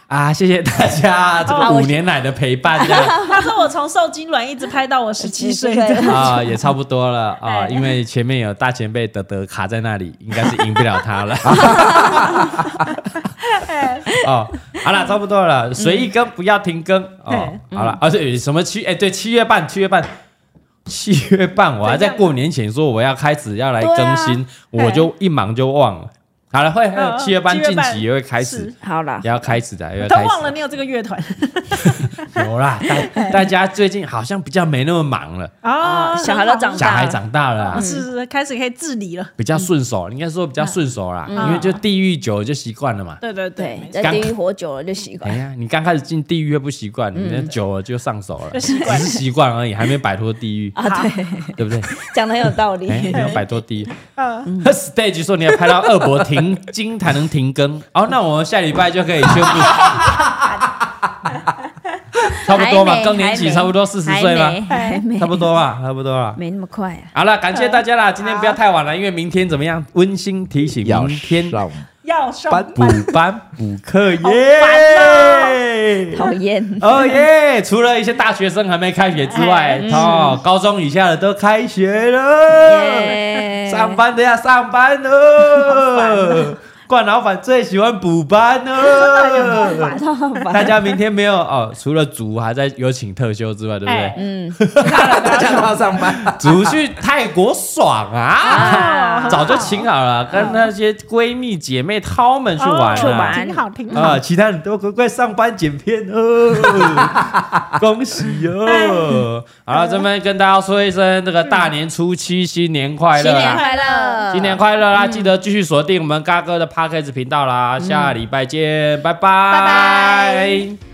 [SPEAKER 4] 啊，
[SPEAKER 2] 啊，谢谢大 家这个
[SPEAKER 3] 好
[SPEAKER 2] 五
[SPEAKER 3] 我
[SPEAKER 2] 年来的陪伴，这样
[SPEAKER 4] 他说我从受精卵一直拍到我十七岁
[SPEAKER 3] 17岁
[SPEAKER 4] 的。
[SPEAKER 2] 啊，也差不多了啊，
[SPEAKER 4] 哎
[SPEAKER 2] 因为前面有大前辈德德卡在那里，应该是赢不了他 了。
[SPEAKER 4] 哎
[SPEAKER 2] 哦，好了，差不多了，随意更，不要停更哦。
[SPEAKER 4] 嗯对嗯
[SPEAKER 2] 好了，而且什么七哎，对，七月半，七月半。七月半，我还在过年前说我要开始要来更新，
[SPEAKER 4] 对啊
[SPEAKER 2] 我就一忙就忘了。好了，会
[SPEAKER 4] 嗯嗯
[SPEAKER 2] 七月半
[SPEAKER 4] 七月
[SPEAKER 2] 近
[SPEAKER 4] 半
[SPEAKER 2] 期也会开始
[SPEAKER 4] 是，
[SPEAKER 3] 好啦
[SPEAKER 2] 也，要开始的，也要
[SPEAKER 4] 都
[SPEAKER 2] 开始。
[SPEAKER 4] 忘了你有这个乐团
[SPEAKER 2] 有啦， 大
[SPEAKER 4] 哎
[SPEAKER 2] 大家最近好像比较没那么忙了，
[SPEAKER 4] 啊
[SPEAKER 3] 啊小孩都长
[SPEAKER 2] 小
[SPEAKER 3] 大
[SPEAKER 2] 孩长大了啊、
[SPEAKER 4] 是是是开始可以自理了。
[SPEAKER 2] 比较顺手，应该说比较顺手啦，
[SPEAKER 4] 嗯
[SPEAKER 2] 因为就地狱久了就习惯了嘛。
[SPEAKER 4] 对对
[SPEAKER 3] 对，
[SPEAKER 4] 对，
[SPEAKER 3] 在地狱活久了就习
[SPEAKER 4] 嗯
[SPEAKER 2] 哎
[SPEAKER 3] 惯。
[SPEAKER 2] 呀，你刚开始进地狱会不习惯，你人久了就上手了，
[SPEAKER 4] 就
[SPEAKER 2] 只
[SPEAKER 4] 嗯习惯
[SPEAKER 2] 是习惯而已，还没摆脱地 狱，
[SPEAKER 3] 啊，对，
[SPEAKER 2] 对不对？
[SPEAKER 3] 讲的很有道理。
[SPEAKER 2] 哎，你要摆脱地狱。
[SPEAKER 4] 嗯，
[SPEAKER 2] Stage 说你要拍到二伯停经才能停更，哦，那我们下礼拜就可以宣 布，差不多嘛，更年期差不多四十岁
[SPEAKER 3] 吧，
[SPEAKER 2] 嘛，
[SPEAKER 4] 哎
[SPEAKER 3] 还没，
[SPEAKER 2] 差不多吧，差不多吧。
[SPEAKER 3] 没那么快啊。
[SPEAKER 2] 好了，感谢大家啦！今天不要太晚了，因为明天怎么样？温馨提醒，
[SPEAKER 1] 要
[SPEAKER 2] 明天
[SPEAKER 1] 上
[SPEAKER 4] 要上
[SPEAKER 2] 班补班补课耶！
[SPEAKER 3] 讨厌，
[SPEAKER 2] 哦耶！除了一些大学生还没开学之外，哦，高中以下的都开学了，
[SPEAKER 3] 耶
[SPEAKER 2] 上哎 班的要上班了。冠老板最喜欢补班
[SPEAKER 3] 哦
[SPEAKER 2] 了。大家明天没有哦，除了组还在有请特休之外，对不对
[SPEAKER 4] 哎？
[SPEAKER 3] 嗯，
[SPEAKER 1] 大家都要上班，
[SPEAKER 2] 组去泰国爽啊！
[SPEAKER 3] 啊
[SPEAKER 2] 早就请好了，跟那些闺蜜姐妹涛们去玩
[SPEAKER 3] 哦去
[SPEAKER 2] 啊
[SPEAKER 3] 玩
[SPEAKER 4] 挺好挺好。
[SPEAKER 2] 啊！其他人都乖乖上班剪片 哦，恭喜哦！好
[SPEAKER 3] 嗯
[SPEAKER 2] 了，这边跟大家说一声，这个大年初七新年快乐
[SPEAKER 3] 新年
[SPEAKER 2] 啦！
[SPEAKER 3] 快乐，嗯
[SPEAKER 2] 新年快乐啦！记得继续锁定我们嘎哥的 Podcast 频道啦，下礼拜见，拜拜
[SPEAKER 3] 拜拜